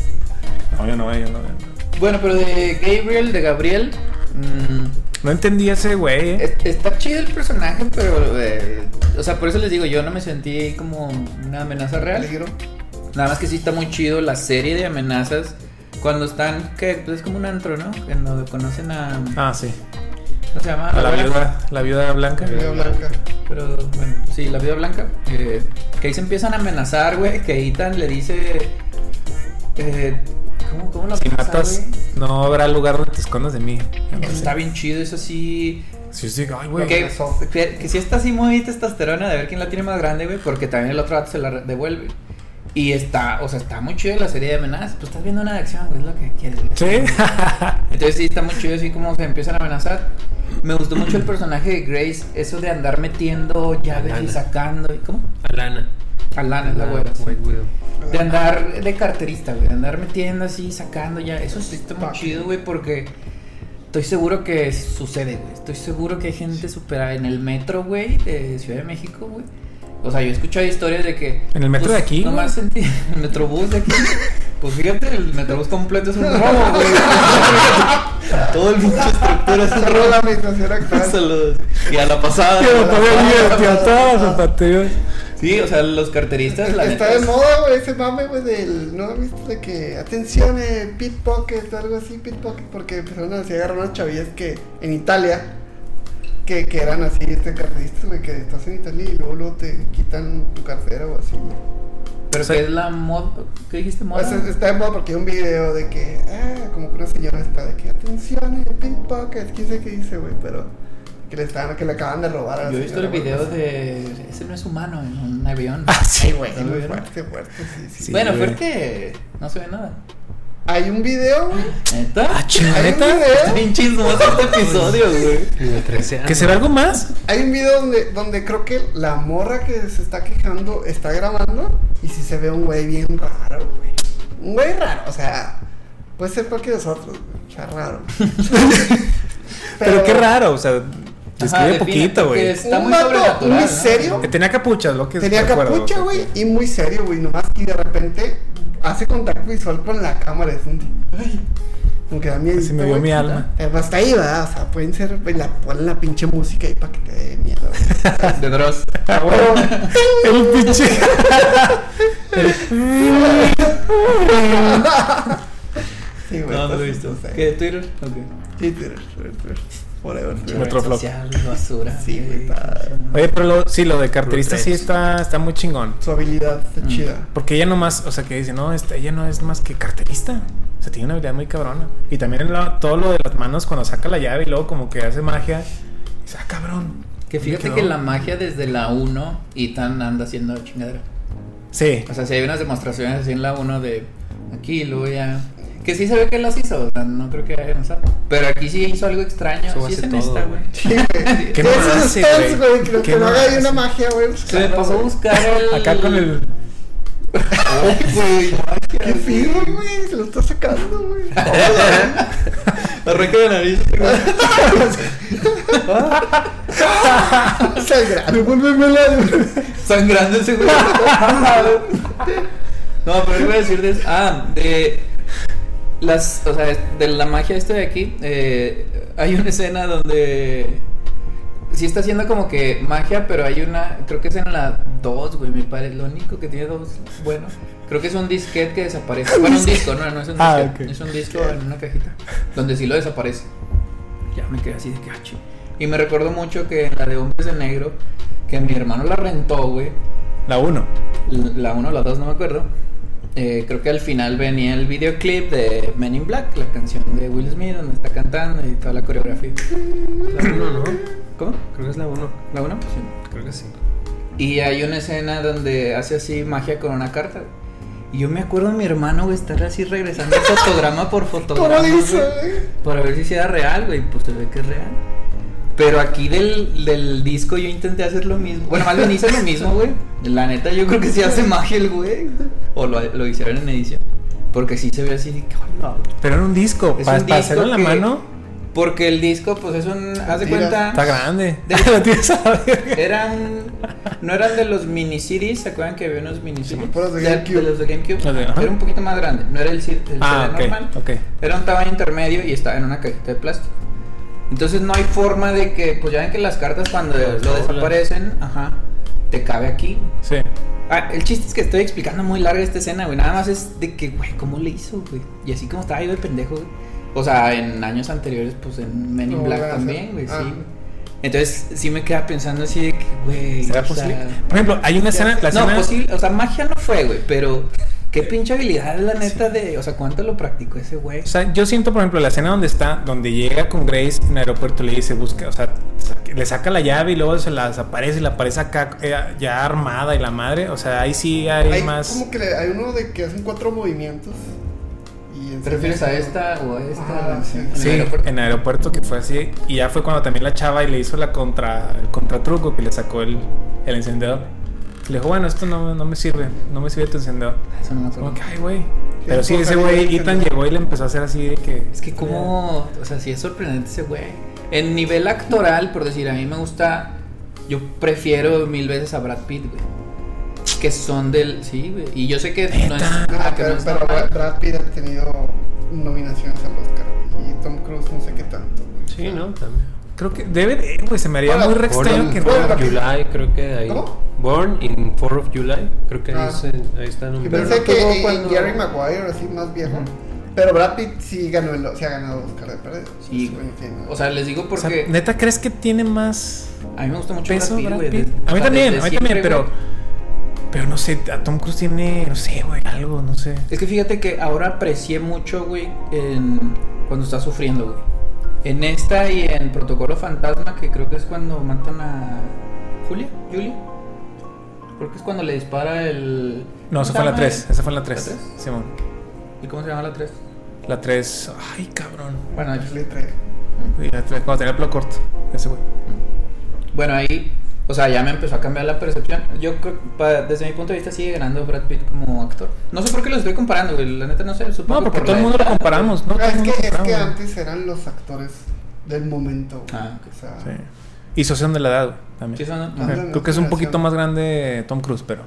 Speaker 1: No, yo no, yo no. yo no.
Speaker 2: Bueno, pero de Gabriel, de Gabriel. mm,
Speaker 1: No entendí ese güey, ¿eh?
Speaker 2: es- está chido el personaje, pero. eh, o sea, por eso les digo, yo no me sentí como una amenaza real.
Speaker 3: Peligro.
Speaker 2: Nada más que sí está muy chido la serie de amenazas. Cuando están, que pues es como un antro, ¿no? Cuando conocen a.
Speaker 1: Ah, sí.
Speaker 2: ¿Cómo se llama?
Speaker 1: A la viuda, la viuda blanca.
Speaker 3: Vida blanca.
Speaker 2: Pero bueno, sí, la vida blanca. eh, que ahí se empiezan a amenazar, güey. Que Ethan le dice. Eh, ¿Cómo, cómo la
Speaker 1: Si
Speaker 2: amenaza,
Speaker 1: matas,
Speaker 2: güey?
Speaker 1: no habrá lugar donde te escondas de mí.
Speaker 2: Está bien chido, eso sí.
Speaker 1: Sí, sí, ay,
Speaker 2: Que,
Speaker 1: güey.
Speaker 3: Ok. amenazó.
Speaker 2: que, que sí está así muy testosterona de ver quién la tiene más grande, güey. Porque también el otro vato se la re- devuelve. Y está, o sea, está muy chido la serie de amenazas. Pues estás viendo una de acción, güey, es lo que quieres. güey.
Speaker 1: Sí.
Speaker 2: Entonces sí, está muy chido así como se empiezan a amenazar. Me gustó mucho el personaje de Grace, eso de andar metiendo llaves y
Speaker 4: Lana.
Speaker 2: sacando. ¿y ¿Cómo?
Speaker 4: Alana.
Speaker 2: A Lana, Ah, la abuela. sí.
Speaker 4: White Widow.
Speaker 2: De andar de carterista, güey. De andar metiendo así, sacando ya. Eso sí está muy chido, güey, porque estoy seguro que sucede, güey. Estoy seguro que hay gente supera en el metro, güey, de Ciudad de México, güey. O sea, yo he escuchado historias de que.
Speaker 1: ¿En el metro de
Speaker 2: pues,
Speaker 1: aquí, güey?
Speaker 2: Nomás sentí. El metrobús de aquí. Pues fíjate, el metrobús completo es un robo, güey. Todo el pinche estructura es un
Speaker 3: Cerró
Speaker 2: robo.
Speaker 3: la administración actual.
Speaker 2: Saludos. Y a la pasada.
Speaker 1: Tío, lo podía ver, tío, todas las zapatillas.
Speaker 2: Sí, o sea, los carteristas, la
Speaker 3: Está
Speaker 2: neta,
Speaker 3: de
Speaker 2: es-
Speaker 3: moda, güey, ese mame, güey, del. ¿No lo viste? De que. Atención, eh, pickpocket o algo así, pickpocket, porque empezaron a así a agarrar unas chavillas que. En Italia. Que, que eran así, este carteristas, güey, que estás en Italia y luego, luego te quitan tu cartera o así, güey.
Speaker 2: Pero
Speaker 1: O sea,
Speaker 2: que es la moda. ¿Qué dijiste, moda?
Speaker 3: O sea, está de moda porque hay un video de que, ah, como que una señora está de que, atención, eh, pickpocket, quién sabe qué dice, güey, pero que le estaban, que le acaban de robar a la
Speaker 2: Yo he visto el
Speaker 3: señora,
Speaker 2: video
Speaker 3: güey.
Speaker 2: de. Ese no es humano en un avión.
Speaker 1: Ah, sí, güey.
Speaker 3: Sí, güey, fuerte, fuerte, sí, sí.
Speaker 1: Sí,
Speaker 2: bueno,
Speaker 1: güey.
Speaker 2: fuerte. No se ve nada.
Speaker 3: Hay un video, güey,
Speaker 2: ¿Neta?
Speaker 1: Ah,
Speaker 3: hay un
Speaker 1: ¿Neta?
Speaker 2: Está
Speaker 3: video,
Speaker 2: bien chismoso este episodio, güey.
Speaker 4: Ni de 13 años.
Speaker 1: ¿Que será algo más?
Speaker 3: hay un video donde, donde creo que la morra que se está quejando está grabando y si se ve un güey bien raro, güey. Un güey raro, o sea, puede ser cualquier de nosotros, güey, o sea, raro.
Speaker 1: Pero qué raro, o sea, describe
Speaker 2: define,
Speaker 1: poquito,
Speaker 2: porque
Speaker 1: güey.
Speaker 2: es- Está
Speaker 3: un
Speaker 2: muy
Speaker 3: vato
Speaker 2: sobrenatural,
Speaker 3: muy
Speaker 2: ¿no?
Speaker 3: serio.
Speaker 1: Que Tenía capuchas, lo que
Speaker 3: Tenía
Speaker 1: recuerdo.
Speaker 3: capucha, güey, y muy serio, güey, nomás. Y de repente hace contacto visual con la cámara. Es un tipo, ay, como que da miedo.
Speaker 1: Así me vio mi alma.
Speaker 3: hasta ahí, va, o sea, pueden ser, güey, la, ponen la pinche música ahí para que te dé miedo. güey.
Speaker 2: De Dross.
Speaker 3: Pero,
Speaker 1: El pinche.
Speaker 3: sí, güey.
Speaker 2: No, no lo he
Speaker 3: entonces,
Speaker 2: visto.
Speaker 3: no sé.
Speaker 2: ¿Qué? ¿Twitter? Ok.
Speaker 3: Sí, Twitter, Twitter, Twitter. Forever, Twitter.
Speaker 1: Metro
Speaker 2: Red
Speaker 1: Flop.
Speaker 2: social, basura.
Speaker 3: Sí, güey, está-
Speaker 1: Oye, pero lo- sí, lo de carterista sí está, está muy chingón.
Speaker 3: Su habilidad está
Speaker 2: Mm.
Speaker 3: chida.
Speaker 1: Porque ella nomás, o sea, que dice, no, esta- ella no es más que carterista. O sea, tiene una habilidad muy cabrona. Y también lo- todo lo de las manos cuando saca la llave y luego como que hace magia. Dice, ah, cabrón.
Speaker 2: Que fíjate
Speaker 1: Me
Speaker 2: que
Speaker 1: quedó.
Speaker 2: la magia desde la 1 Ethan anda haciendo chingadera.
Speaker 1: Sí.
Speaker 2: O sea, si hay unas demostraciones así en la 1 de aquí, luego ya. Que sí se ve que las hizo, o sea, no creo que hayan usado. Pero aquí sí hizo algo extraño.
Speaker 4: Eso
Speaker 2: Sí es
Speaker 4: hace
Speaker 2: en
Speaker 4: todo,
Speaker 2: esta, güey.
Speaker 4: güey.
Speaker 3: Sí, güey.
Speaker 1: ¿Qué
Speaker 3: De
Speaker 1: más
Speaker 3: esos
Speaker 1: hace,
Speaker 3: stunts,
Speaker 1: güey?
Speaker 3: güey, que lo
Speaker 1: ¿Qué
Speaker 3: que no haga
Speaker 1: más
Speaker 3: ahí una
Speaker 1: hace?
Speaker 3: magia, güey.
Speaker 1: pues,
Speaker 2: Se me pasó a buscar el...
Speaker 1: Acá con el.
Speaker 3: Ay, güey. Qué fino, güey. Se lo está sacando, güey.
Speaker 2: Arranca la nariz.
Speaker 3: Sangrando.
Speaker 2: Sangrando ese güey. No, pero iba a decir de Ah, de. Las. O sea, de la magia esta de aquí. eh, hay una escena donde. Sí está haciendo como que magia, pero hay una. Creo que es en la 2, güey. Me parece. Lo único que tiene dos. Bueno. Creo que es un disquete que desaparece. Bueno, un disco, no, no es un disquete.
Speaker 1: Ah, ok.
Speaker 2: Es un disco en una cajita. Donde sí lo desaparece. Ya me quedé así de cacho. Y me recordó mucho que en la de Hombres de Negro. Que mi hermano la rentó, güey.
Speaker 1: La 1.
Speaker 2: La 1 o la 2, no me acuerdo. Eh, creo que al final venía el videoclip de Men in Black, la canción de Will Smith, donde está cantando y toda la coreografía.
Speaker 4: La 1, ¿no?
Speaker 2: ¿Cómo?
Speaker 4: Creo que es la 1.
Speaker 2: ¿La 1?
Speaker 4: Creo que sí.
Speaker 2: Y hay una escena donde hace así magia con una carta. Y yo me acuerdo a mi hermano, güey, estar así regresando fotograma por fotograma.
Speaker 3: ¿Cómo le hizo,
Speaker 2: güey,
Speaker 3: güey?
Speaker 2: Para ver si sí era real, güey. Pues se ve que es real. Pero aquí del, del disco yo intenté hacer lo mismo. Bueno, más bien hice lo mismo, güey. La neta, yo creo que sí hace magia el güey. O lo, lo hicieron en edición. Porque sí se ve así de que, "Hola".
Speaker 1: Pero era un disco.
Speaker 2: Es
Speaker 1: Para,
Speaker 2: un
Speaker 1: para
Speaker 2: disco
Speaker 1: hacerlo en la
Speaker 2: que-
Speaker 1: mano,
Speaker 2: Porque el disco, pues es un. Haz de
Speaker 3: Tira.
Speaker 2: cuenta.
Speaker 1: está grande.
Speaker 2: De-
Speaker 1: Lo tienes a la verga.
Speaker 2: Eran. No eran de los miniseries, ¿se acuerdan que había unos miniseries?
Speaker 3: fueron de
Speaker 2: Ya,
Speaker 3: GameCube.
Speaker 2: los de GameCube.
Speaker 1: Los Ah, de- ajá.
Speaker 2: Era un poquito más grande, no era el, cir- el
Speaker 1: Ah,
Speaker 2: CD normal.
Speaker 1: ok. ok.
Speaker 2: Era un tamaño intermedio y estaba en una cajita de plástico. Entonces no hay forma de que, pues ya ven que las cartas cuando
Speaker 4: Las
Speaker 2: lo
Speaker 4: doblas.
Speaker 2: desaparecen, ajá, te cabe aquí.
Speaker 1: Sí.
Speaker 2: Ah, el chiste es que estoy explicando muy larga esta escena, güey. Nada más es de que, güey, ¿cómo le hizo, güey? Y así como estaba yo de pendejo, güey. O sea, en años anteriores, pues en Men in
Speaker 3: No,
Speaker 2: Black
Speaker 3: gracias.
Speaker 2: también, güey,
Speaker 3: Ah.
Speaker 2: sí. Entonces sí me queda pensando así de que, güey.
Speaker 1: ¿Será
Speaker 2: o sea,
Speaker 1: posible? Por ejemplo, hay una escena. La
Speaker 2: no,
Speaker 1: escena-
Speaker 2: pues posible. O sea, magia no fue, güey, pero. Qué pinche habilidad, la neta, de. O sea, ¿cuánto lo practicó ese güey?
Speaker 1: O sea, yo siento, por ejemplo, la escena donde está, donde llega con Grace en el aeropuerto, le dice, busca, o sea, sa- le saca la llave y luego se la desaparece y la aparece acá eh, ya armada y la madre. O sea, ahí sí hay,
Speaker 3: Hay
Speaker 1: más.
Speaker 3: como que le- hay uno de que hacen cuatro movimientos. Y en-
Speaker 2: ¿Te refieres a esta o a esta?
Speaker 3: Ah, sí.
Speaker 2: En el
Speaker 1: Sí,
Speaker 2: aeropuerto.
Speaker 1: en el aeropuerto que fue así. Y ya fue cuando también la chava y le hizo la contra, el contratruco que le sacó el, el encendedor. Le dijo, bueno, esto no, no me sirve, no me sirve tu encendedor.
Speaker 2: Eso no me
Speaker 1: Como
Speaker 2: acuerdo.
Speaker 1: que, ay, güey. Pero sí, ese
Speaker 3: poca
Speaker 1: güey,
Speaker 3: vida
Speaker 1: Ethan
Speaker 3: tenía.
Speaker 1: llegó y le empezó a hacer así de que.
Speaker 2: Es que como, o sea, sí es sorprendente ese güey. En nivel actoral, por decir, a mí me gusta, yo prefiero mil veces a Brad Pitt, güey. Que son del, sí, güey. Y yo sé que no es,
Speaker 1: Neta.
Speaker 3: Ah,
Speaker 2: ah, que no
Speaker 3: pero,
Speaker 2: es
Speaker 3: pero
Speaker 2: normal.
Speaker 3: Brad Pitt ha tenido nominaciones al Oscar. Y Tom Cruise no sé qué tanto. güey.
Speaker 4: Sí, ¿no? También.
Speaker 1: Creo que debe de, güey, se me haría
Speaker 3: Hola,
Speaker 1: muy re extraño
Speaker 4: Born
Speaker 1: que
Speaker 4: in
Speaker 1: no.
Speaker 3: hola.
Speaker 4: Fourth of July, creo que ahí.
Speaker 3: ¿Cómo?
Speaker 4: Born in 4 of July, creo que ahí,
Speaker 3: Ah.
Speaker 4: se- ahí está
Speaker 3: Yo
Speaker 4: nombrado.
Speaker 3: pensé
Speaker 2: no
Speaker 3: que
Speaker 2: tuvo
Speaker 3: eh,
Speaker 2: cuando-
Speaker 3: Jerry Maguire, así más viejo. Pero Brad Pitt sí ganó el, sí ha ganado el Oscar de perder.
Speaker 2: Sí, güey. O sea, les digo
Speaker 1: O sea,
Speaker 2: porque
Speaker 1: neta, ¿crees que tiene más
Speaker 2: a mí me gusta mucho
Speaker 1: peso Brad
Speaker 2: güey,
Speaker 1: Pitt? A
Speaker 2: desde- o
Speaker 1: mí
Speaker 2: sea,
Speaker 1: también,
Speaker 2: desde
Speaker 1: a mí también,
Speaker 2: siempre,
Speaker 1: pero.
Speaker 2: güey.
Speaker 1: Pero no sé, a Tom Cruise tiene, no sé, güey, algo, no sé.
Speaker 2: Es que fíjate que ahora aprecié mucho, güey, en- cuando está sufriendo, güey. En esta y en Protocolo Fantasma, que creo que es cuando matan a Julia, Julia. Creo que es cuando le dispara el...
Speaker 1: No,
Speaker 2: ¿cómo
Speaker 1: esa
Speaker 2: se
Speaker 1: fue la
Speaker 2: llama?
Speaker 1: 3, esa fue la
Speaker 2: ¿La
Speaker 1: 3.
Speaker 2: tres?
Speaker 1: Simón.
Speaker 2: ¿Y cómo se llama la 3?
Speaker 1: La 3, ay, cabrón.
Speaker 2: Bueno,
Speaker 3: Las
Speaker 2: ahí-
Speaker 3: letras.
Speaker 1: Y la 3, cuando tenía el pelo corto, ese güey.
Speaker 2: bueno, ahí, o sea, ya me empezó a cambiar la percepción. Yo creo, pa- desde mi punto de vista, sigue ganando Brad Pitt como actor. No sé por qué lo estoy comparando, güey. La neta no sé. supongo
Speaker 1: No, porque
Speaker 2: por
Speaker 1: todo
Speaker 2: la
Speaker 1: el mundo lo
Speaker 2: edad,
Speaker 1: comparamos, ¿no? Todo
Speaker 3: Ah,
Speaker 1: el
Speaker 3: es
Speaker 1: mundo
Speaker 3: que,
Speaker 1: lo
Speaker 3: es que
Speaker 1: comparamos.
Speaker 3: antes eran los actores del momento. güey.
Speaker 2: Ah, ok.
Speaker 3: O sea,
Speaker 1: Sí. Y son de la edad, güey,
Speaker 2: güey.
Speaker 1: también.
Speaker 2: Sí, son-
Speaker 1: Ajá,
Speaker 3: Ándale,
Speaker 1: Creo que es un
Speaker 3: generación.
Speaker 1: poquito más grande Tom Cruise, pero.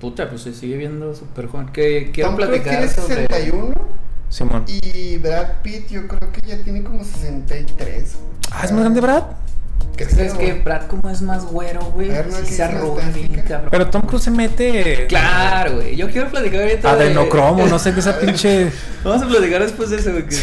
Speaker 2: Puta, pues se sigue viendo súper joven. Que quiero
Speaker 3: Tom Cruise
Speaker 2: platicar
Speaker 3: tiene
Speaker 2: sobre...
Speaker 3: 61
Speaker 1: Simón.
Speaker 3: y Brad Pitt yo creo que ya tiene como 63.
Speaker 1: Ah, es más grande Brad.
Speaker 3: ¿Qué
Speaker 2: Es que Brad como es más güero, güey,
Speaker 3: A ver, no
Speaker 2: sí
Speaker 3: hay que
Speaker 2: se
Speaker 3: decir
Speaker 2: arruga
Speaker 3: nostálgica.
Speaker 2: bien, cabrón.
Speaker 1: Pero Tom Cruise se mete.
Speaker 2: Claro, güey. Yo quiero platicar ahorita
Speaker 1: Adenocromo, no sé qué esa pinche.
Speaker 2: Vamos a platicar después de eso, güey, que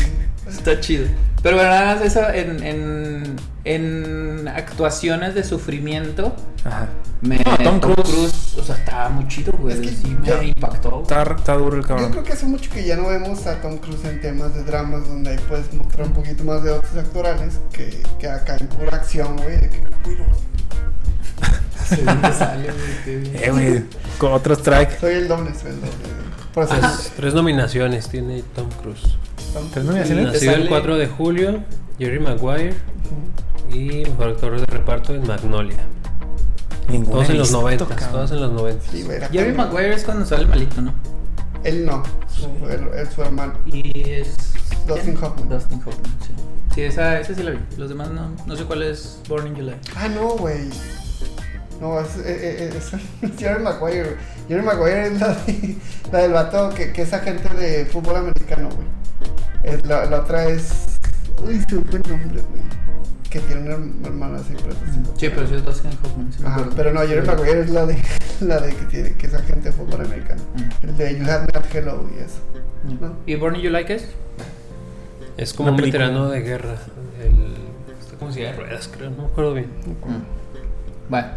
Speaker 2: está chido. Pero bueno, nada más eso en, en, en actuaciones de sufrimiento.
Speaker 1: Ajá.
Speaker 2: Me,
Speaker 1: No, Tom Cruise.
Speaker 2: o sea, estaba muy chido, güey.
Speaker 3: Es que
Speaker 2: sí, me
Speaker 3: ya-
Speaker 2: impactó.
Speaker 1: Está, está duro el
Speaker 3: Yo creo
Speaker 1: cabrón.
Speaker 3: que hace mucho que ya no vemos a Tom Cruise en temas de dramas donde ahí puedes mostrar un poquito más de dotes actorales que, que acá en pura acción, güey. de que, uy, no,
Speaker 2: Se ve que sale, güey, qué bien.
Speaker 1: Eh, güey. Con otro strike.
Speaker 3: soy el doble, soy el doble. güey. Por eso es
Speaker 4: Tres nominaciones tiene Tom Cruise.
Speaker 3: Tom Cruise.
Speaker 1: Tres ¿eh? nominaciones.
Speaker 4: Nacido el
Speaker 2: sale-
Speaker 4: 4 de julio, Jerry Maguire y mejor actor de reparto en Magnolia.
Speaker 1: Ninguno.
Speaker 4: Todos en los 90,
Speaker 1: cabrón.
Speaker 4: todos en los 90.
Speaker 3: Sí, güey, era
Speaker 2: Jerry
Speaker 3: como-
Speaker 2: Maguire es cuando sale el malito, ¿no?
Speaker 3: er, Él no, su, el- el- su hermano.
Speaker 2: Y es
Speaker 3: Dustin Hoffman.
Speaker 2: Dustin Hoffman, sí. Sí, esa, esa sí la vi. Los demás no. No sé cuál es Born in July.
Speaker 3: Ah, no, güey. No, es, eh, eh, es Jerry Maguire. güey. Jerry Maguire es la, de- la del vato que, que es agente de fútbol americano, güey. Es la, la otra es. Uy, se me fue el nombre, güey. Que tiene una her- hermana así, pero así.
Speaker 2: Mm, Sí, pero sí es Dustin Hoffman, sí me
Speaker 3: Ajá,
Speaker 2: acuerdo.
Speaker 3: pero no, Jerry Maguire es la de, la de que, tiene, que es agente de fútbol americano.
Speaker 2: Mm.
Speaker 3: El de You Have Not Hello y eso. ¿no?
Speaker 2: ¿Y Born in July qué es?
Speaker 4: Es como
Speaker 1: Una
Speaker 4: un
Speaker 1: película.
Speaker 4: veterano de guerra. El... está ¿Cómo se llama? Ruedas, creo. No me acuerdo bien.
Speaker 2: Mm. Bueno.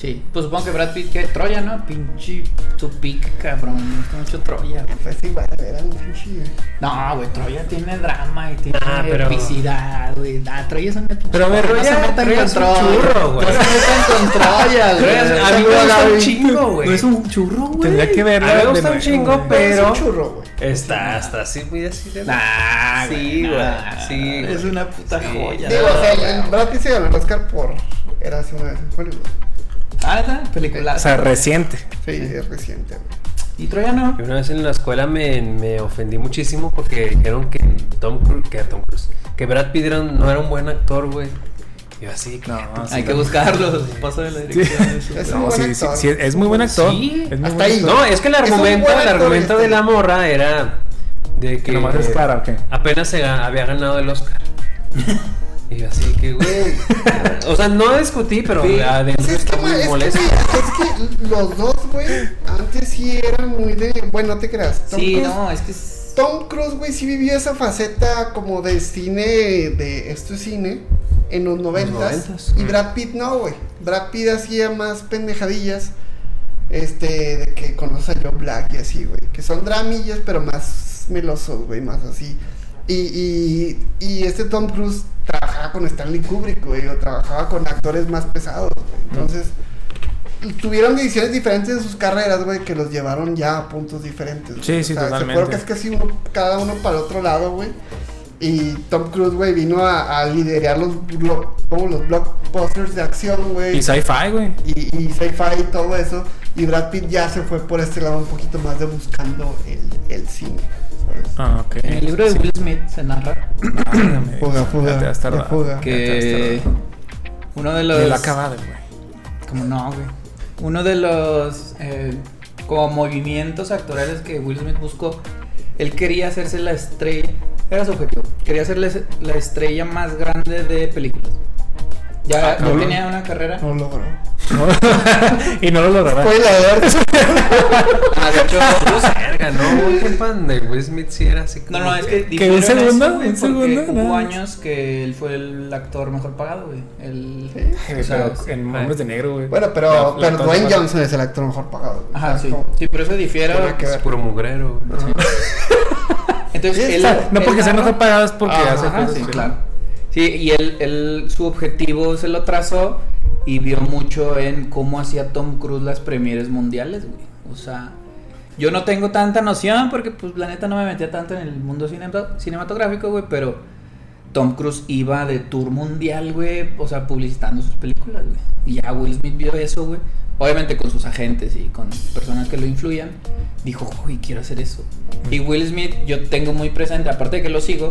Speaker 2: Sí, pues supongo que Brad Pitt, que Troya, ¿no? Pinche tu pick, cabrón. Me gusta mucho Troya. güey.
Speaker 3: Pues sí, güey, era un pinche.
Speaker 2: No, güey, Troya tiene drama y tiene
Speaker 4: Ah, pero-
Speaker 2: epicidad, güey. Ah, Troya es una pinche.
Speaker 4: Pero a ver,
Speaker 2: no se
Speaker 4: Troya-
Speaker 2: metan
Speaker 4: Troya
Speaker 2: con
Speaker 4: es un
Speaker 2: Troya.
Speaker 4: churro, güey.
Speaker 2: No se metan con Troya, güey.
Speaker 4: Troya es- a mí me
Speaker 2: Troya
Speaker 4: gusta
Speaker 2: es
Speaker 4: un
Speaker 2: un
Speaker 4: chingo,
Speaker 2: chingo,
Speaker 4: güey.
Speaker 2: güey.
Speaker 1: No es un churro, güey.
Speaker 4: Tendría que verla
Speaker 1: A mí me
Speaker 4: de
Speaker 1: gusta un
Speaker 4: nuevo,
Speaker 1: chingo,
Speaker 4: güey.
Speaker 1: pero.
Speaker 3: Es un churro, güey.
Speaker 4: Está, está así, muy así de.
Speaker 2: Nah,
Speaker 4: Sí,
Speaker 2: güey,
Speaker 4: güey,
Speaker 2: nah.
Speaker 4: sí,
Speaker 2: Es
Speaker 4: güey.
Speaker 2: una puta
Speaker 4: Sí.
Speaker 2: joya.
Speaker 3: Digo, o sea, el Brad Pitt se ganó el Oscar por. Era hace una vez en Hollywood.
Speaker 2: Ah, está, película.
Speaker 1: O sea, reciente.
Speaker 3: Sí, es reciente, güey.
Speaker 2: y Troya no.
Speaker 4: Y una vez en la escuela me, me ofendí muchísimo porque dijeron que Tom Cruise, que Tom Cruise, que Brad Pitt era un- no era un buen actor, güey. Y Yo así, que-
Speaker 1: No,
Speaker 2: Hay que buscarlo. Pásame la dirección.
Speaker 3: Es un
Speaker 1: No,
Speaker 3: buen
Speaker 1: sí, sí,
Speaker 3: actor.
Speaker 1: sí, es muy buen actor.
Speaker 2: Sí,
Speaker 1: es muy
Speaker 3: hasta
Speaker 1: buen
Speaker 3: ahí.
Speaker 1: actor.
Speaker 4: No, es que el
Speaker 3: Es un
Speaker 4: argumento,
Speaker 3: buen
Speaker 4: el
Speaker 3: actor
Speaker 4: argumento
Speaker 3: este.
Speaker 4: de la morra era de que,
Speaker 1: Que nomás es cara, ¿o qué?
Speaker 4: apenas se ga- había ganado el Oscar. y yo así que, güey. o sea, no discutí, pero
Speaker 2: Sí.
Speaker 4: adentro
Speaker 3: Sí, es que,
Speaker 4: está
Speaker 3: güey,
Speaker 4: muy
Speaker 3: es que,
Speaker 4: molesto.
Speaker 3: güey, es que los dos, güey, antes sí eran muy de. Bueno, no te creas. Tom
Speaker 2: Sí,
Speaker 3: Cruise-
Speaker 2: no, es que es.
Speaker 3: Tom Cruise, güey, sí vivió esa faceta como de cine, de esto es cine, en los noventas.
Speaker 4: noventas.
Speaker 3: Y Brad Pitt no, güey. Brad Pitt hacía más pendejadillas, este, de que conoce a Joe Black y así, güey. Que son dramillas, pero más melosos, güey, más así. Y, y, y este Tom Cruise trabajaba con Stanley Kubrick, güey, o trabajaba con actores más pesados, güey. Entonces, tuvieron decisiones diferentes en sus carreras, güey, que los llevaron ya a puntos diferentes. güey.
Speaker 1: Sí, sí,
Speaker 3: Se
Speaker 1: totalmente.
Speaker 3: fueron casi, casi uno, cada uno para el otro lado, güey. Y Tom Cruise, güey, vino a, a liderar los, blo- como los blockbusters de acción, güey.
Speaker 1: Y sci-fi, güey.
Speaker 3: Y, y sci-fi y todo eso. Y Brad Pitt ya se fue por este lado un poquito más de buscando el, el cine. ¿sabes?
Speaker 1: Ah, ok.
Speaker 2: En el libro de Will Smith se narra
Speaker 1: Válgame,
Speaker 3: Fuga,
Speaker 1: ya
Speaker 3: fuga,
Speaker 1: te has tardado.
Speaker 3: ya fuga.
Speaker 2: que uno de los.
Speaker 1: Me la acabada, güey.
Speaker 2: Como no, güey. Uno de los eh, como movimientos actorales que Will Smith buscó, él quería hacerse la estrella, era su objetivo, quería hacerse la estrella más grande de películas. Ya, ya
Speaker 1: cabrón.
Speaker 2: tenía una carrera.
Speaker 3: No logró.
Speaker 1: y no lo logrará.
Speaker 3: Fue la
Speaker 2: Ah, de hecho,
Speaker 4: Puro cerca, ¿no? Güey, qué pan de Will Smith sí era así como
Speaker 2: no, no, es que
Speaker 1: ¿Que un
Speaker 2: dijeron
Speaker 1: segundo?
Speaker 2: eso, güey,
Speaker 1: ¿Un segundo?
Speaker 2: porque Hubo
Speaker 1: Nada más.
Speaker 2: años que él fue el actor mejor pagado, güey. El,
Speaker 1: Pero
Speaker 2: o sea,
Speaker 1: en Hombres de Negro, güey.
Speaker 3: Bueno,
Speaker 1: La-
Speaker 3: pero,
Speaker 1: la
Speaker 3: pero
Speaker 1: tos-
Speaker 3: Dwayne Johnson es el actor mejor pagado. güey.
Speaker 2: Ajá,
Speaker 3: O sea,
Speaker 2: sí.
Speaker 3: como-
Speaker 2: Sí, pero eso difiere.
Speaker 3: Nada que
Speaker 4: Es
Speaker 3: ver.
Speaker 4: puro mugrero, güey.
Speaker 2: Entonces,
Speaker 3: Sí,
Speaker 2: él-
Speaker 3: o sea,
Speaker 1: no
Speaker 2: él
Speaker 1: porque sean
Speaker 2: narra-
Speaker 1: no pagadas, porque
Speaker 2: Ajá,
Speaker 1: hace cosas
Speaker 2: sí,
Speaker 1: que-
Speaker 2: claro. Sí, y él, él, su objetivo se lo trazó y vio mucho en cómo hacía Tom Cruise las premieres mundiales, güey. O sea, yo no tengo tanta noción porque, pues, la neta no me metía tanto en el mundo cinema- cinematográfico, güey, pero Tom Cruise iba de tour mundial, güey, o sea, publicitando sus películas, güey. Y ya Will Smith vio eso, güey. Obviamente con sus agentes y con personas que lo influyan. Dijo, uy, quiero hacer eso. Y Will Smith, yo tengo muy presente, aparte de que lo sigo,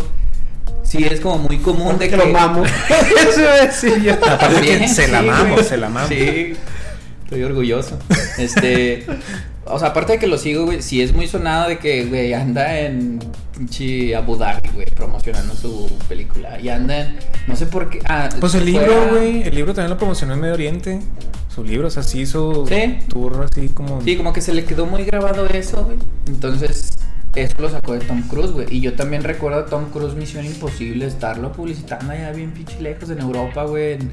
Speaker 2: sí es como muy común de
Speaker 3: que
Speaker 2: que...
Speaker 3: lo mamo.
Speaker 4: Eso iba a decir yo.
Speaker 1: Aparte que
Speaker 2: También,
Speaker 1: se la
Speaker 2: sí,
Speaker 1: mamo,
Speaker 2: güey.
Speaker 1: se la mamo.
Speaker 2: Sí, estoy orgulloso. Este, o sea, aparte de que lo sigo, güey, sí es muy sonado de que, güey, anda en pinche Abu Dhabi, güey, promocionando su película. Y anda en, no sé por qué. Ah,
Speaker 1: Pues el
Speaker 2: fue
Speaker 1: libro,
Speaker 2: a-
Speaker 1: güey. El libro también lo promocionó en Medio Oriente. Su libro, o sea, sí hizo
Speaker 2: Sí.
Speaker 1: tour así como.
Speaker 2: Sí, como que se le quedó muy grabado eso, güey. Entonces, eso lo sacó de Tom Cruise, güey. Y yo también recuerdo a Tom Cruise Misión Imposible estarlo publicitando allá bien pinche lejos en Europa, güey. En,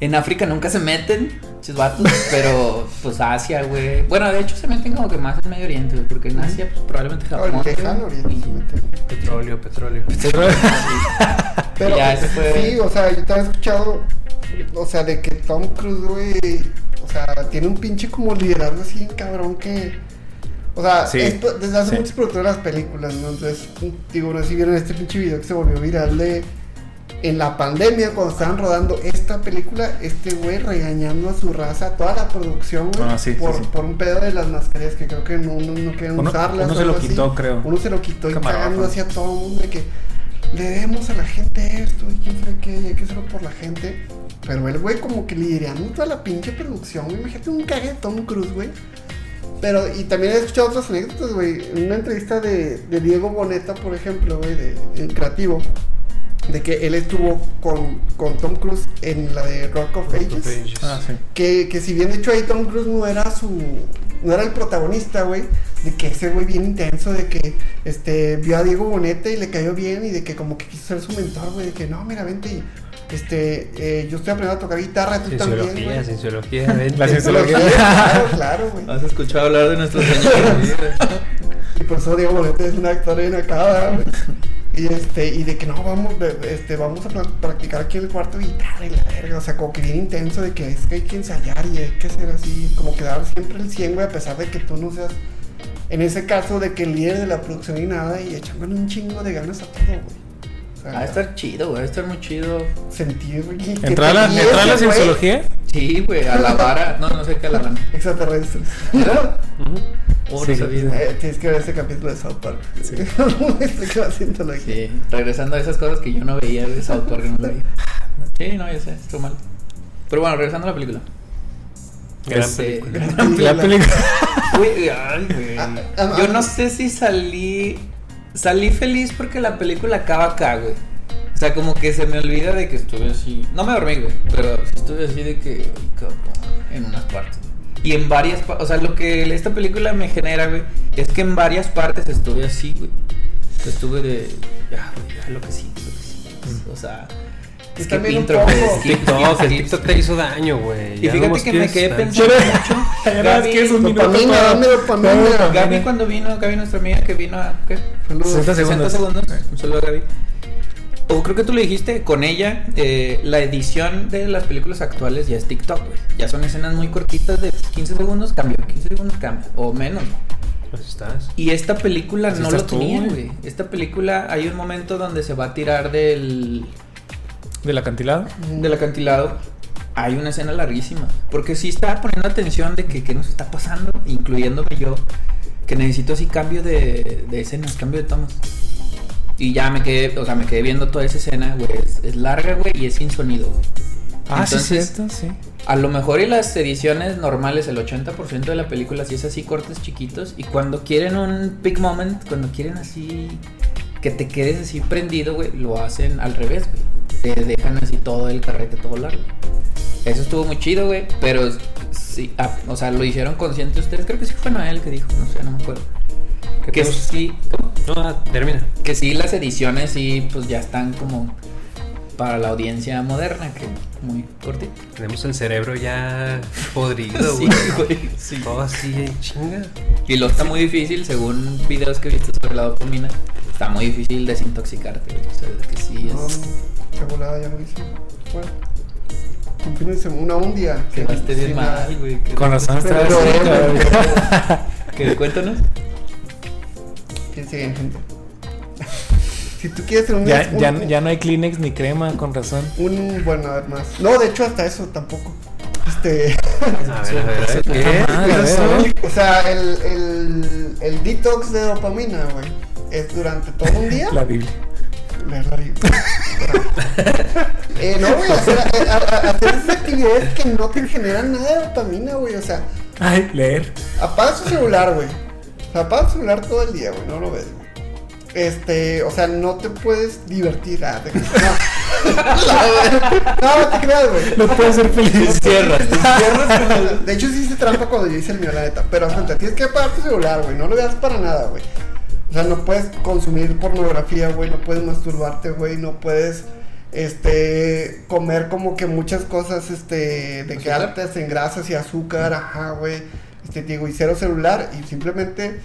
Speaker 2: en África nunca se meten, chis vatos, pero pues Asia, güey. Bueno, de hecho se meten como que más en Medio Oriente, güey, porque en Asia pues, probablemente Japón.
Speaker 3: Ahora,
Speaker 2: güey.
Speaker 3: lejano oriente,
Speaker 2: Y-
Speaker 3: se mete.
Speaker 4: Petróleo, petróleo.
Speaker 3: Pero
Speaker 2: Ya, ese fue-
Speaker 3: sí, o sea, yo te he escuchado, o sea, de que Tom Cruise, güey, o sea, tiene un pinche como liderazgo así, cabrón, que... O sea,
Speaker 1: Sí,
Speaker 3: esto- desde hace
Speaker 1: sí.
Speaker 3: muchos productores de las películas, ¿no? Entonces, digo, no sé si vieron este pinche video que se volvió viral de en la pandemia, cuando estaban rodando esta película, este güey regañando a su raza, a toda la producción, güey,
Speaker 1: Ah, sí, sí,
Speaker 3: por,
Speaker 1: sí.
Speaker 3: por un pedo de las mascarillas que creo que no, no, no querían
Speaker 1: Uno-
Speaker 3: usarlas.
Speaker 1: uno
Speaker 3: o
Speaker 1: se lo
Speaker 3: algo así.
Speaker 1: quitó, creo.
Speaker 3: Uno se lo quitó y
Speaker 1: Camarógrafo.
Speaker 3: cagando hacia todo el mundo de que le debemos a la gente esto y quién sabe qué, y hay que hacerlo por la gente. Pero el güey como que liderando toda la pinche producción, güey. imagínate un cague de Tom Cruise, güey. Pero, y también he escuchado otras anécdotas, güey. En una entrevista de, de Diego Boneta, por ejemplo, güey, de, en Creativo, de que él estuvo con, con Tom Cruise en la de Rock of Ages.
Speaker 1: Ah, sí.
Speaker 3: Que, que si bien de hecho ahí Tom Cruise no era su. no era el protagonista, güey. De que ese güey bien intenso, de que este vio a Diego Boneta y le cayó bien y de que como que quiso ser su mentor, güey, de que no, mira, vente y este eh, yo estoy aprendiendo a tocar guitarra, tú también.
Speaker 4: Cienciología,
Speaker 3: güey".
Speaker 4: cienciología, vente.
Speaker 1: La cienciología.
Speaker 3: Claro, claro, güey.
Speaker 2: ¿Has escuchado hablar de nuestros señores?
Speaker 3: Y por eso Diego Boneta es un actor en acá, güey. Y este, y de que no, vamos, de- este, vamos a pra- practicar aquí el cuarto guitarra y la verga. O sea, como que bien intenso de que es que hay que ensayar y hay que hacer así, como que dar siempre el 100, güey, a pesar de que tú no seas, en ese caso, de que el líder de la producción y nada, y echándole un chingo de ganas a todo, güey. O sea,
Speaker 2: Va a estar chido, güey. Va a estar muy chido.
Speaker 3: sentir, güey. que te
Speaker 1: ¿Entrar a la,
Speaker 3: guíes,
Speaker 1: entrar a la
Speaker 3: güey,
Speaker 1: cienciología?
Speaker 2: Sí, güey. A la vara. No, no sé qué a la vara.
Speaker 3: Extraterrestres.
Speaker 2: Oh,
Speaker 1: Sí.
Speaker 2: no sabía.
Speaker 3: Eh, tienes que ver ese capítulo de South Park. Este
Speaker 1: Sí.
Speaker 3: Explica la cientología.
Speaker 2: Sí, regresando a esas cosas que yo no veía de ese autor que no veía. Sí, no, ya sé, estuvo mal. Pero bueno, regresando a la película.
Speaker 4: Gran
Speaker 2: Este,
Speaker 4: película.
Speaker 2: gran
Speaker 1: La película.
Speaker 2: Güey, ay, güey.
Speaker 3: Ah, ah,
Speaker 2: Yo
Speaker 3: ah.
Speaker 2: no sé si salí. Salí feliz porque la película acaba acá, güey. O sea, como que se me olvida de que estuve así. No me dormí, güey. Pero sí estuve así de que. ay, cabrón, En unas partes. Y en varias partes. O sea, lo que esta película me genera, güey. Es que en varias partes estuve así, güey. Estuve de. Ya, güey, ya, lo que sí, lo que sí. O sea.
Speaker 3: Y Mm. también un
Speaker 2: intro,
Speaker 3: poco.
Speaker 2: güey, skip,
Speaker 4: TikTok,
Speaker 2: skip,
Speaker 4: el
Speaker 2: skip,
Speaker 4: TikTok te hizo daño, güey.
Speaker 2: Y
Speaker 4: Ya
Speaker 2: fíjate
Speaker 4: nomás
Speaker 2: que me
Speaker 4: quieres
Speaker 2: quedé
Speaker 4: estar-
Speaker 2: pensando mucho.
Speaker 1: Ya nada más
Speaker 2: Gaby,
Speaker 1: que es un minuto.
Speaker 3: dopamina,
Speaker 1: todo.
Speaker 3: dame dopamina.
Speaker 1: Todo dopamina.
Speaker 2: Gaby cuando vino, Gaby nuestra amiga que vino a ¿qué?
Speaker 3: Saludos.
Speaker 1: 60 segundos.
Speaker 2: Un saludo a Gaby. O creo que tú le dijiste con ella, eh, la edición de las películas actuales ya es TikTok, güey. Ya son escenas muy cortitas de 15 segundos, cambio, 15 segundos, cambio, o menos.
Speaker 4: Pues estás.
Speaker 2: Y esta película
Speaker 1: Así
Speaker 2: no lo
Speaker 1: estás tú,
Speaker 2: tenía,
Speaker 1: güey.
Speaker 2: güey. Esta película hay un momento donde se va a tirar del,
Speaker 1: ¿Del acantilado?
Speaker 2: del acantilado hay una escena larguísima. Porque sí estaba poniendo atención de que qué nos está pasando, incluyéndome yo, que necesito así cambio de, de escenas, cambio de tomas. Y ya me quedé, o sea, me quedé viendo toda esa escena, güey. Es, es larga, güey, y es sin sonido, güey.
Speaker 1: Ah, sí,
Speaker 2: Entonces-
Speaker 1: cierto, sí.
Speaker 2: A lo mejor y las ediciones normales, el 80% de la película sí es así, cortes chiquitos. Y cuando quieren un big moment, cuando quieren así que te quedes así prendido, güey, lo hacen al revés, güey. Te dejan así todo el carrete, todo largo. Eso estuvo muy chido, güey. Pero sí, ah, o sea, lo hicieron consciente ustedes. Creo que sí fue Noel que dijo, no sé, no me acuerdo.
Speaker 4: ¿Qué
Speaker 2: Que
Speaker 4: te-
Speaker 2: sí,
Speaker 4: No, ah, termina.
Speaker 2: que sí, las ediciones sí, pues ya están como para la audiencia moderna, que muy cortito.
Speaker 4: Tenemos el cerebro ya podrido,
Speaker 2: Sí,
Speaker 4: güey.
Speaker 2: güey, sí.
Speaker 4: Todo así en chinga.
Speaker 2: Y luego está muy difícil, según videos que viste sobre la dopamina, está muy difícil desintoxicarte. güey. O sea, es este. que sí
Speaker 3: No,
Speaker 2: es.
Speaker 3: qué volada, ya lo hice. Bueno, un fin de semana, un día.
Speaker 2: Que viste bien
Speaker 3: sí,
Speaker 2: mal, güey. que-
Speaker 1: Con razón estaba
Speaker 3: Pero-
Speaker 1: así, cabrón.
Speaker 2: que cuéntanos.
Speaker 3: Que sí, gente. si tú quieres tener un,
Speaker 1: Ya,
Speaker 3: un,
Speaker 1: ya, ya no hay Kleenex ni crema, con razón.
Speaker 3: un- bueno, a ver más. No, de hecho, hasta eso tampoco. Este,
Speaker 4: A ver, a ver, a ver. ¿Qué?
Speaker 1: Ah, a ver, a ver.
Speaker 3: o sea, el, el, el detox de dopamina, güey, es durante todo un día.
Speaker 1: La Biblia.
Speaker 3: Leer la Biblia. eh, no, güey, hacer, a- a- a- hacer esas actividades que no te generan nada de dopamina, güey, o sea.
Speaker 1: Ay, leer.
Speaker 3: Apaga su celular, güey. O sea, apaga su celular todo el día, güey. No lo ves, güey. Este, o sea, no te puedes divertir. Ah, te... No. no, no te creas, güey.
Speaker 1: No puedes ser feliz.
Speaker 3: De hecho, sí hice trampa cuando yo hice el mío, la neta. Pero, cuenta, tienes que apagar tu celular, güey. No lo veas para nada, güey. O sea, no puedes consumir pornografía, güey. No puedes masturbarte, güey. No puedes, este, comer como que muchas cosas, este, de que
Speaker 2: ¿Azúcar?
Speaker 3: altas en grasas y azúcar, ajá, güey. Este, digo, y cero celular. Y simplemente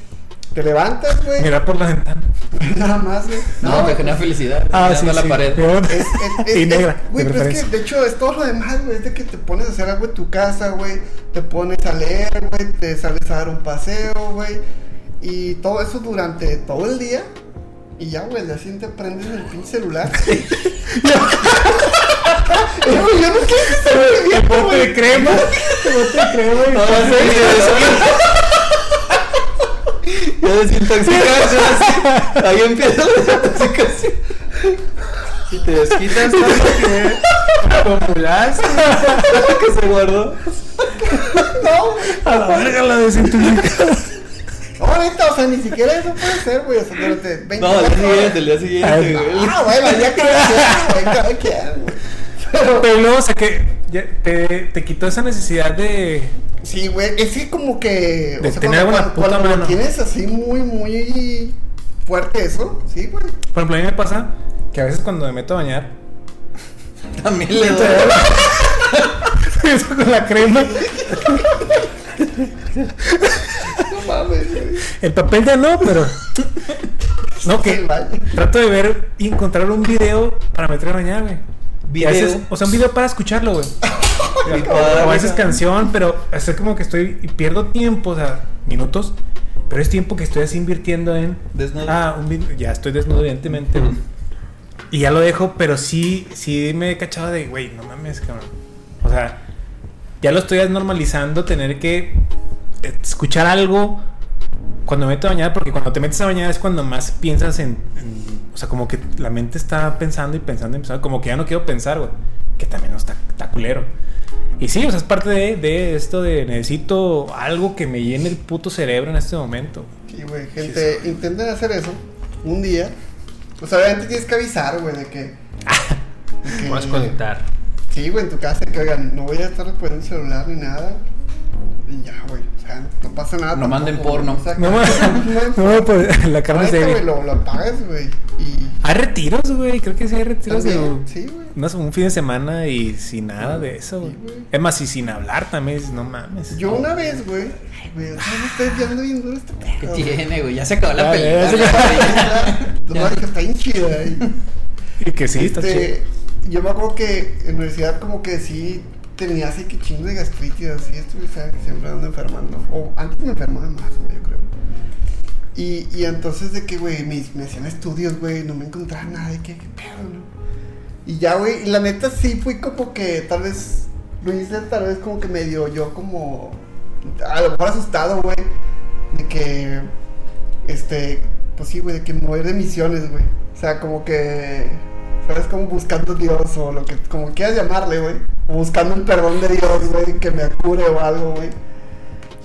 Speaker 3: te levantas, güey.
Speaker 1: Mira por la ventana.
Speaker 3: Nada más, güey.
Speaker 2: No, me
Speaker 3: güey.
Speaker 2: genera felicidad.
Speaker 1: Ah,
Speaker 2: mirando
Speaker 1: sí,
Speaker 2: a la
Speaker 1: sí.
Speaker 2: pared.
Speaker 3: Es, es- es-
Speaker 1: y
Speaker 3: es-
Speaker 1: negra.
Speaker 3: Güey,
Speaker 1: de
Speaker 3: pero es que
Speaker 1: preferencia.
Speaker 3: de hecho es todo lo demás, güey. Es de que te pones a hacer algo en tu casa, güey. Te pones a leer, güey. Te sales a dar un paseo, güey. Y todo eso durante todo el día. Y ya, güey, la siguiente prendes el pinche celular. yo, yo no sé si se ve bien,
Speaker 1: El bote
Speaker 3: güey.
Speaker 1: de crema. El bote de crema. y-
Speaker 2: Ya desintoxicación. Ahí empieza la desintoxicación. Si te desquitas tanto que acumulaste, tanto que se guardó.
Speaker 1: A la verga la desintoxicación.
Speaker 3: Ahorita, o sea, ni siquiera eso puede ser, güey. O sea, durante 20
Speaker 2: No, al día siguiente, al día siguiente, güey.
Speaker 3: Ah, bueno, ya que güey, cada quien, güey.
Speaker 1: Pero luego, o sea, que ya te, te quitó esa necesidad de.
Speaker 3: Sí, güey, es que como que.
Speaker 1: De tener
Speaker 3: cuando,
Speaker 1: una puta
Speaker 3: cuando lo
Speaker 1: mano.
Speaker 3: tienes así muy, muy fuerte eso, sí, güey.
Speaker 1: Por ejemplo, a mí me pasa que a veces cuando me meto a bañar,
Speaker 2: También le duele.
Speaker 1: eso con la crema,
Speaker 3: No mames, güey.
Speaker 1: el papel ya no, pero. No,
Speaker 3: Sí,
Speaker 1: que
Speaker 3: vale.
Speaker 1: trato de ver y encontrar un video para meter a bañar, güey. Y a veces- o sea, un video para escucharlo, güey. O a veces canción, pero es como que estoy y pierdo tiempo, o sea, minutos, pero es tiempo que estoy así invirtiendo en
Speaker 2: Desnudo.
Speaker 1: Ah, un vid- ya estoy desnudo evidentemente. güey. Y ya lo dejo, pero sí sí me he cachado de, güey, no mames, cabrón. O sea, ya lo estoy normalizando tener que escuchar algo cuando me meto a bañar, porque cuando te metes a bañar es cuando más piensas en, en- O sea, como que la mente está pensando y pensando y pensando. Como que ya no quiero pensar, güey. Que también no está, está culero. Y sí, o sea, es parte de, de esto de necesito algo que me llene el puto cerebro en este momento.
Speaker 3: Sí, güey, gente, intenten hacer eso un día. Pues obviamente tienes que avisar, güey, de que. de que-
Speaker 4: Puedes conectar.
Speaker 3: Sí, güey, en tu casa, que oigan, no voy a estar respondiendo el celular ni nada. Y ya, güey, o sea, no pasa nada.
Speaker 2: No manden porno.
Speaker 3: O sea,
Speaker 1: No,
Speaker 3: no-
Speaker 1: me- no, pues, la carne es
Speaker 3: Ahorita, güey,
Speaker 1: débil.
Speaker 3: lo, lo apagas, güey. Y.
Speaker 1: Hay retiros, güey. Creo que sí hay retiros de
Speaker 3: También, sí, güey.
Speaker 1: unas- un fin de semana y sin nada de eso, güey.
Speaker 3: Sí, güey.
Speaker 1: Es más, y sin hablar también, dices, no mames.
Speaker 3: Yo una vez, güey. Ay, güey, otra vez estoy viendo bien duro este
Speaker 2: ¿Qué
Speaker 3: pedo. güey.
Speaker 2: tiene, güey? Ya se acabó la
Speaker 1: Ah, ya,
Speaker 2: película.
Speaker 1: ya se
Speaker 3: No, mames, que está bien chida. eh. y-
Speaker 1: Y que sí, está chido.
Speaker 3: este, Yo me acuerdo que en la universidad, como que sí tenía así que chingo de gastritis, así estuve ¿sabes? siempre ando enfermando. O antes me enfermaba más, güey, yo creo. Y, y entonces, de que, güey, me, me hacían estudios, güey, no me encontraba nada, de que, qué pedo, ¿no? Y ya, güey, y la neta sí fui como que tal vez lo hice, tal vez como que medio yo como a lo mejor asustado, güey, de que este, pues sí, güey, de que mover de misiones, güey. O sea, como que sabes como buscando a Dios o lo que como quieras llamarle, güey, o buscando un perdón de Dios, güey, que me cure o algo, güey.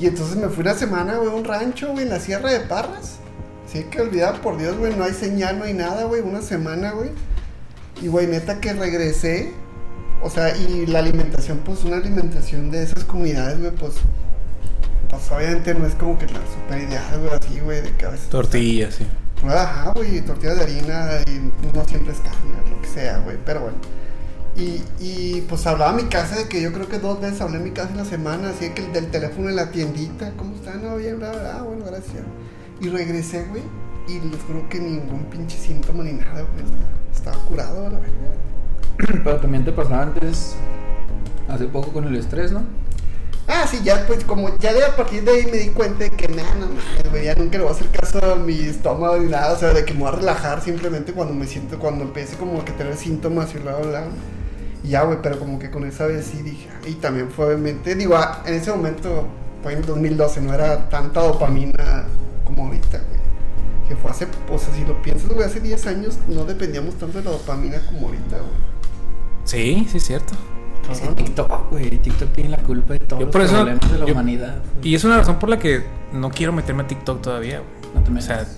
Speaker 3: Y entonces me fui una semana, güey, a un rancho, güey, en la Sierra de Parras. Sí, que olvidaba por Dios, güey, no hay señal, no hay nada, güey, una semana, güey. Y güey, neta que regresé. O sea, y la alimentación, pues una alimentación de esas comunidades, güey, pues. Pues obviamente no es como que la super ideal, güey, así, güey, de que a veces.
Speaker 1: Tortillas, sí.
Speaker 3: Ajá, güey, tortillas de harina y no siempre es carne, lo que sea, güey, pero bueno. Y, y pues hablaba a mi casa de que yo creo que dos veces hablé a mi casa en la semana, así que el del teléfono en la tiendita, ¿cómo están? No, bien, bla, bla, ah, bueno, gracias. Y regresé, güey, y les juro que ningún pinche síntoma ni nada, güey. Estaba curado, a la verdad.
Speaker 2: Pero también te pasaba antes, hace poco con el estrés, ¿no?
Speaker 3: Ah, sí, ya pues como ya de a partir de ahí me di cuenta de que nada, no mames, güey, ya nunca le voy a hacer caso a mi estómago ni nada, o sea, de que me voy a relajar simplemente cuando me siento, cuando empiece como que tener síntomas y bla, bla, bla. Y ya, güey, pero como que con esa vez sí dije, y también fue obviamente, digo, ah, en ese momento, fue en 2012, no era tanta dopamina como ahorita, güey. Que fue hace, o sea, si lo piensas, güey, hace 10 años no dependíamos tanto de la dopamina como ahorita, güey.
Speaker 1: Sí, sí, es cierto.
Speaker 2: Es que TikTok, güey. TikTok tiene la culpa de todos
Speaker 1: Yo
Speaker 2: los
Speaker 1: por eso-
Speaker 2: problemas de la
Speaker 1: yo-
Speaker 2: humanidad. güey.
Speaker 1: Y es una razón por la que no quiero meterme a TikTok todavía, güey.
Speaker 2: No te
Speaker 1: O sea,
Speaker 2: metas.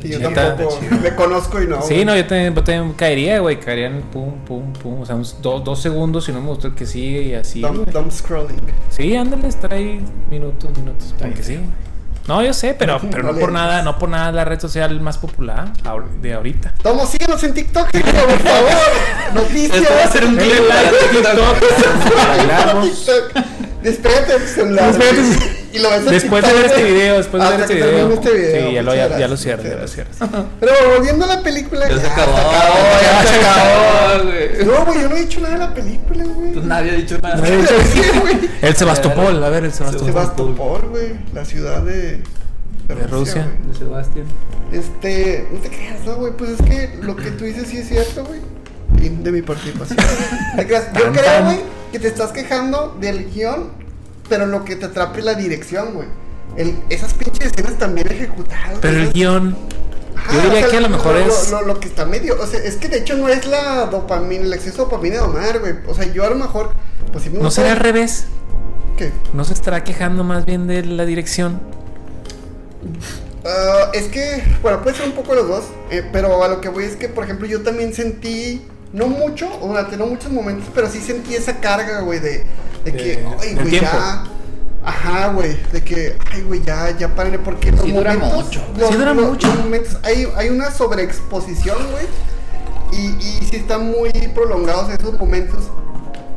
Speaker 3: Y yo
Speaker 1: Neta,
Speaker 3: tampoco
Speaker 1: de chido.
Speaker 3: me conozco y no.
Speaker 1: sí,
Speaker 3: güey.
Speaker 1: no, yo también, yo también caería, güey. Caería en pum, pum, pum. O sea, unos do- dos segundos si no me gustó el que sigue y así.
Speaker 3: Dumb,
Speaker 1: güey.
Speaker 3: dumb scrolling.
Speaker 1: Sí, ándale, estar ahí minutos, minutos. Porque
Speaker 2: bien.
Speaker 1: sí, güey. No, yo sé, pero, pero no
Speaker 3: Vale.
Speaker 1: por nada, no por nada es la red social más popular ahor- de ahorita.
Speaker 3: Tomo, síguenos en TikTok, gente, por favor.
Speaker 2: Esto va a
Speaker 3: Noticias.
Speaker 2: ser un
Speaker 1: Denle
Speaker 2: clip para
Speaker 1: like a TikTok.
Speaker 4: Bailamos.
Speaker 3: Despégate de tu celular.
Speaker 1: Despégate.
Speaker 3: güey, Y lo ves en
Speaker 1: Después de
Speaker 3: TikTok,
Speaker 1: ver este
Speaker 3: güey.
Speaker 1: video, después de ver
Speaker 3: Hasta
Speaker 1: este
Speaker 3: que termine
Speaker 1: video.
Speaker 3: este video,
Speaker 1: Sí, ya lo, ya,
Speaker 3: muchas
Speaker 1: ya lo
Speaker 3: gracias,
Speaker 1: cierras, ya lo
Speaker 3: muchas
Speaker 1: cierras.
Speaker 3: Pero volviendo a la película.
Speaker 2: Ya se acabó,
Speaker 3: ya se acabó.
Speaker 2: güey.
Speaker 3: No, güey, yo no he dicho nada de la película, güey.
Speaker 2: Pues nadie ha dicho nada.
Speaker 1: Nadie ha dicho-
Speaker 3: Sí, güey.
Speaker 1: El Sebastopol, a ver, el Sebastopol.
Speaker 3: Sebastopol, güey. La ciudad de. De,
Speaker 1: De Rusia.
Speaker 3: güey.
Speaker 2: de Sebastián.
Speaker 3: Este, no te creas, no, güey. Pues es que lo que tú dices sí es cierto, güey. Fin de mi participación. No te creas. Yo
Speaker 1: Tan,
Speaker 3: creo,
Speaker 1: tan.
Speaker 3: güey, que te estás quejando del guión, pero lo que te atrapa es la dirección, güey. El- esas pinches escenas también ejecutadas.
Speaker 1: Pero el
Speaker 3: esas-
Speaker 1: guión.
Speaker 3: Ajá,
Speaker 1: yo diría que a lo mejor es-
Speaker 3: Lo, lo que está medio. O sea, es que de hecho no es la dopamina, el exceso de dopamina de Omar, güey. O sea, yo a lo mejor. Pues sí me
Speaker 1: ¿No
Speaker 3: gusta-
Speaker 1: será al revés?
Speaker 3: ¿Qué?
Speaker 1: ¿No se estará quejando más bien de la dirección?
Speaker 3: Ah, es que, bueno, puede ser un poco los dos, eh, pero a lo que voy es que, por ejemplo, yo también sentí, no mucho, o durante no muchos momentos, pero sí sentí esa carga, güey, de, de
Speaker 1: De-
Speaker 3: que, ay,
Speaker 1: del
Speaker 3: güey,
Speaker 1: tiempo.
Speaker 3: ya. Ajá, güey, de que, ay, güey, ya, ya párenle, porque los
Speaker 2: Sí dura
Speaker 3: momentos-
Speaker 2: mucho, güey.
Speaker 3: Los,
Speaker 1: Sí dura
Speaker 3: los-
Speaker 1: mucho.
Speaker 3: los momentos, hay, hay una sobreexposición, güey, y, y sí están muy prolongados esos momentos.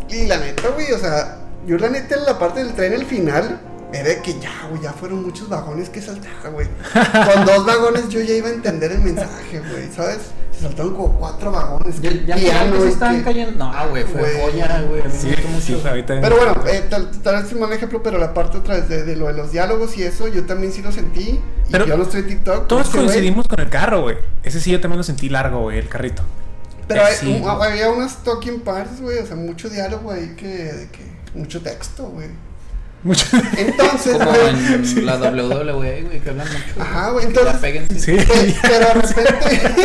Speaker 3: Y la neta, güey, o sea, yo la neta en la parte del tren, el final, era de que ya, güey, ya fueron muchos vagones que saltar, güey. Con dos vagones yo ya iba a entender el mensaje, güey, ¿sabes? Se saltaron como cuatro vagones.
Speaker 2: Ya,
Speaker 3: qué
Speaker 2: ya
Speaker 3: piano,
Speaker 2: no
Speaker 3: güey,
Speaker 2: estaban
Speaker 3: qué-
Speaker 2: cayendo. No, güey, fue
Speaker 3: Güey.
Speaker 2: joya, güey. A mí me gustó mucho.
Speaker 1: ahorita.
Speaker 3: Pero bueno, eh, tal, tal vez es un mal ejemplo, pero la parte otra vez de, de lo de los diálogos y eso, yo también sí lo sentí. Y
Speaker 1: Pero
Speaker 3: yo no estoy en TikTok.
Speaker 1: Todos
Speaker 3: este, güey,
Speaker 1: coincidimos con el carro, güey. Ese sí yo también lo sentí largo, güey, el carrito.
Speaker 3: Pero hay-
Speaker 1: Sí.
Speaker 3: un- había unas talking parts, güey, o sea, mucho diálogo ahí que, de que mucho texto, güey.
Speaker 1: Mucho.
Speaker 3: Entonces,
Speaker 2: Como
Speaker 3: güey,
Speaker 2: en la WWE, güey, que hablan mucho.
Speaker 3: Ajá, güey,
Speaker 2: Ya
Speaker 3: entonces.
Speaker 2: péguense.
Speaker 1: Sí.
Speaker 3: pe- Pero de repente,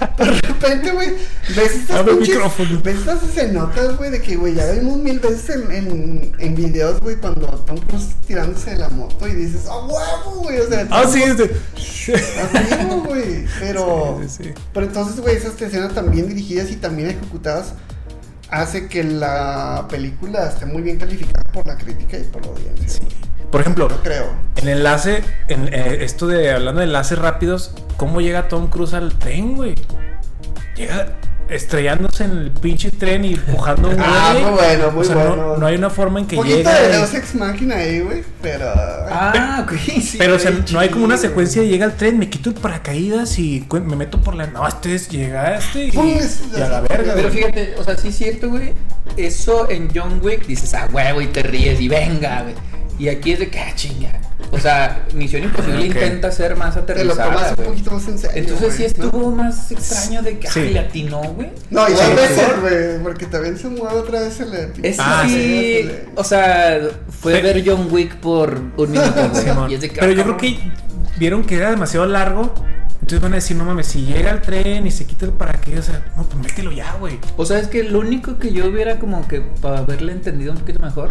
Speaker 3: de repente, güey, ves estas
Speaker 1: Abre el
Speaker 3: pinches-
Speaker 1: micrófono.
Speaker 3: ves estas escenotas, güey, de que, güey, ya vimos mil veces en, en, en videos, güey, cuando Tom Cruise tirándose de la moto y dices, ¡ah, huevo, güey! O sea,
Speaker 1: Ah, sí, este.
Speaker 3: así, güey, pero...
Speaker 1: Sí, sí, sí.
Speaker 3: Pero entonces, güey, esas escenas también dirigidas y también ejecutadas hace que la película esté muy bien calificada por la crítica y por la
Speaker 1: Sí.
Speaker 3: audiencia.
Speaker 1: Por ejemplo,
Speaker 3: Yo creo.
Speaker 1: en enlace, en, eh, esto de hablando de enlaces rápidos, ¿cómo llega Tom Cruise al tren, güey? Llega estrellándose en el pinche tren y empujando un
Speaker 3: Ah,
Speaker 1: güey.
Speaker 3: muy bueno, muy
Speaker 1: O sea, no-
Speaker 3: bueno.
Speaker 1: No, hay una forma en que
Speaker 3: poquito
Speaker 1: llega.
Speaker 3: de
Speaker 1: y-
Speaker 3: Deus Ex Machina ahí, güey, pero...
Speaker 2: Ah, güey, sí.
Speaker 1: Pero, o sea,
Speaker 2: güey,
Speaker 1: no hay como una
Speaker 3: chido.
Speaker 1: secuencia de llega al tren, me quito el paracaídas y cu- me meto por la. No, este es, llegaste y,
Speaker 3: Pum, es-
Speaker 1: y a la verga.
Speaker 2: Pero
Speaker 1: güey.
Speaker 2: fíjate, o sea, sí es cierto, güey. Eso en John Wick dices, ah, huevo, y te ríes, y venga, güey. Y aquí es de que, ah, chinga. O sea, Misión Imposible
Speaker 1: Ok.
Speaker 2: intenta ser más
Speaker 3: Te lo tomas
Speaker 2: aterrizada,
Speaker 3: un
Speaker 2: güey.
Speaker 3: poquito más en serio.
Speaker 2: Entonces
Speaker 3: güey,
Speaker 2: sí estuvo más extraño de que,
Speaker 1: Sí.
Speaker 2: ay, le atinó, güey.
Speaker 3: No, y
Speaker 2: Sí,
Speaker 3: dos veces,
Speaker 2: güey.
Speaker 3: güey, porque también se mueve otra vez el...
Speaker 2: Ese
Speaker 1: Ah,
Speaker 2: sí,
Speaker 3: sí.
Speaker 2: o sea, fue
Speaker 1: Sí.
Speaker 2: ver John Wick por un minuto, güey.
Speaker 1: Simón.
Speaker 2: Y es de que,
Speaker 1: Pero yo
Speaker 2: ah,
Speaker 1: creo que vieron que era demasiado largo. Entonces van a decir, no mames, si llega al tren y se quita el paracaídas, o sea, no, pues mételo ya, güey.
Speaker 2: O sea, es que lo único que yo hubiera como que para haberle entendido un poquito mejor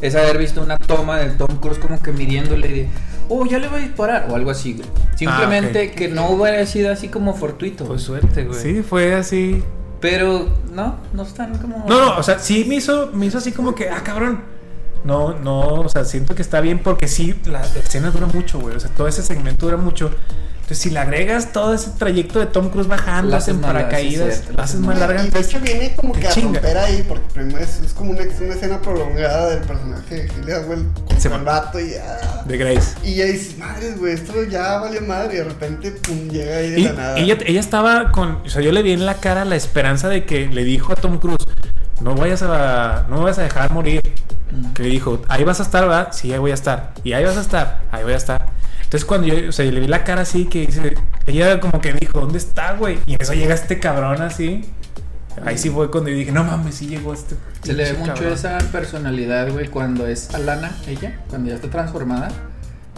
Speaker 2: es haber visto una toma de Tom Cruise como que midiéndole de, oh, ya le voy a disparar o algo así, güey. Simplemente
Speaker 1: Ah, ok.
Speaker 2: que no hubiera sido así como fortuito.
Speaker 4: Pues suerte, güey.
Speaker 1: Sí, fue así.
Speaker 2: Pero no, no están como...
Speaker 1: No, no, o sea, sí me hizo, me hizo así como que, ah, cabrón. No, no, o sea, siento que está bien porque sí, la escena dura mucho, güey. O sea, todo ese segmento dura mucho. Entonces, si le agregas todo ese trayecto de Tom Cruise bajando
Speaker 2: La haces
Speaker 1: en
Speaker 2: más larga, sí,
Speaker 1: paracaídas,
Speaker 2: cierto,
Speaker 1: la haces más larga.
Speaker 3: Y de hecho viene como
Speaker 1: Te
Speaker 3: que a
Speaker 1: chinga.
Speaker 3: romper ahí, porque primero es, es como una, una escena prolongada del personaje de Gil Aswell con
Speaker 1: Se
Speaker 3: el
Speaker 1: va.
Speaker 3: vato y ya.
Speaker 1: De Grace.
Speaker 3: Y ya dices, madre, güey, esto ya valió madre. Y de repente, pum, llega ahí de
Speaker 1: Y
Speaker 3: la nada.
Speaker 1: ella, ella estaba con. O sea, yo le vi en la cara la esperanza de que le dijo a Tom Cruise: No vayas a. No me vas a dejar morir.
Speaker 2: Mm.
Speaker 1: Que le dijo: Ahí vas a estar, ¿verdad? Sí, ahí voy a estar. Y ahí vas a estar. Ahí voy a estar. Entonces, cuando yo. O sea, yo le vi la cara así que dice. Ella como que dijo: ¿Dónde está, güey? Y en eso llega este cabrón así. Ahí sí fue cuando yo dije: No mames, sí llegó este.
Speaker 2: Se le ve
Speaker 1: pinche
Speaker 2: mucho
Speaker 1: cabrón".
Speaker 2: esa personalidad, güey, cuando es Alana, ella, cuando ya está transformada.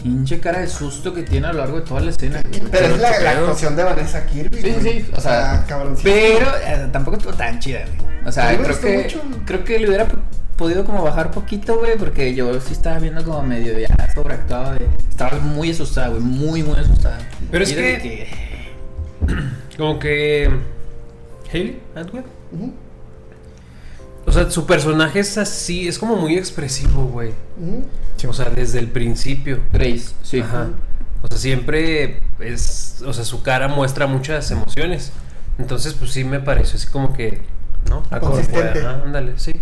Speaker 2: Pinche cara de susto que tiene a lo largo de toda la escena. güey.
Speaker 3: Pero es
Speaker 1: Pero
Speaker 3: la, la
Speaker 1: qué pedo.
Speaker 3: actuación de Vanessa Kirby.
Speaker 2: Sí, sí,
Speaker 3: güey.
Speaker 2: sí, o sea,
Speaker 3: Ah, cabroncito.
Speaker 2: Pero eh, tampoco estuvo tan chida, güey. O
Speaker 3: A mí
Speaker 2: sea,
Speaker 3: me
Speaker 2: creo
Speaker 3: gustó
Speaker 2: que,
Speaker 3: mucho.
Speaker 2: creo que le hubiera p- podido como bajar poquito, güey, porque yo sí estaba viendo como medio ya sobreactuado, güey. Estaba muy asustada, güey, muy, muy asustada.
Speaker 4: Pero es
Speaker 2: Y de
Speaker 4: que- Como que. Haley Atwell.
Speaker 3: Ujú,
Speaker 4: O sea, su personaje es así, es como muy expresivo, güey.
Speaker 3: ujú.
Speaker 4: O sea, desde el principio.
Speaker 2: Grace, sí.
Speaker 4: Ajá. O sea, siempre es. O sea, su cara muestra muchas emociones. Entonces, pues sí me pareció así como que. ¿No?
Speaker 3: Consistente.
Speaker 4: Ajá, ándale, sí.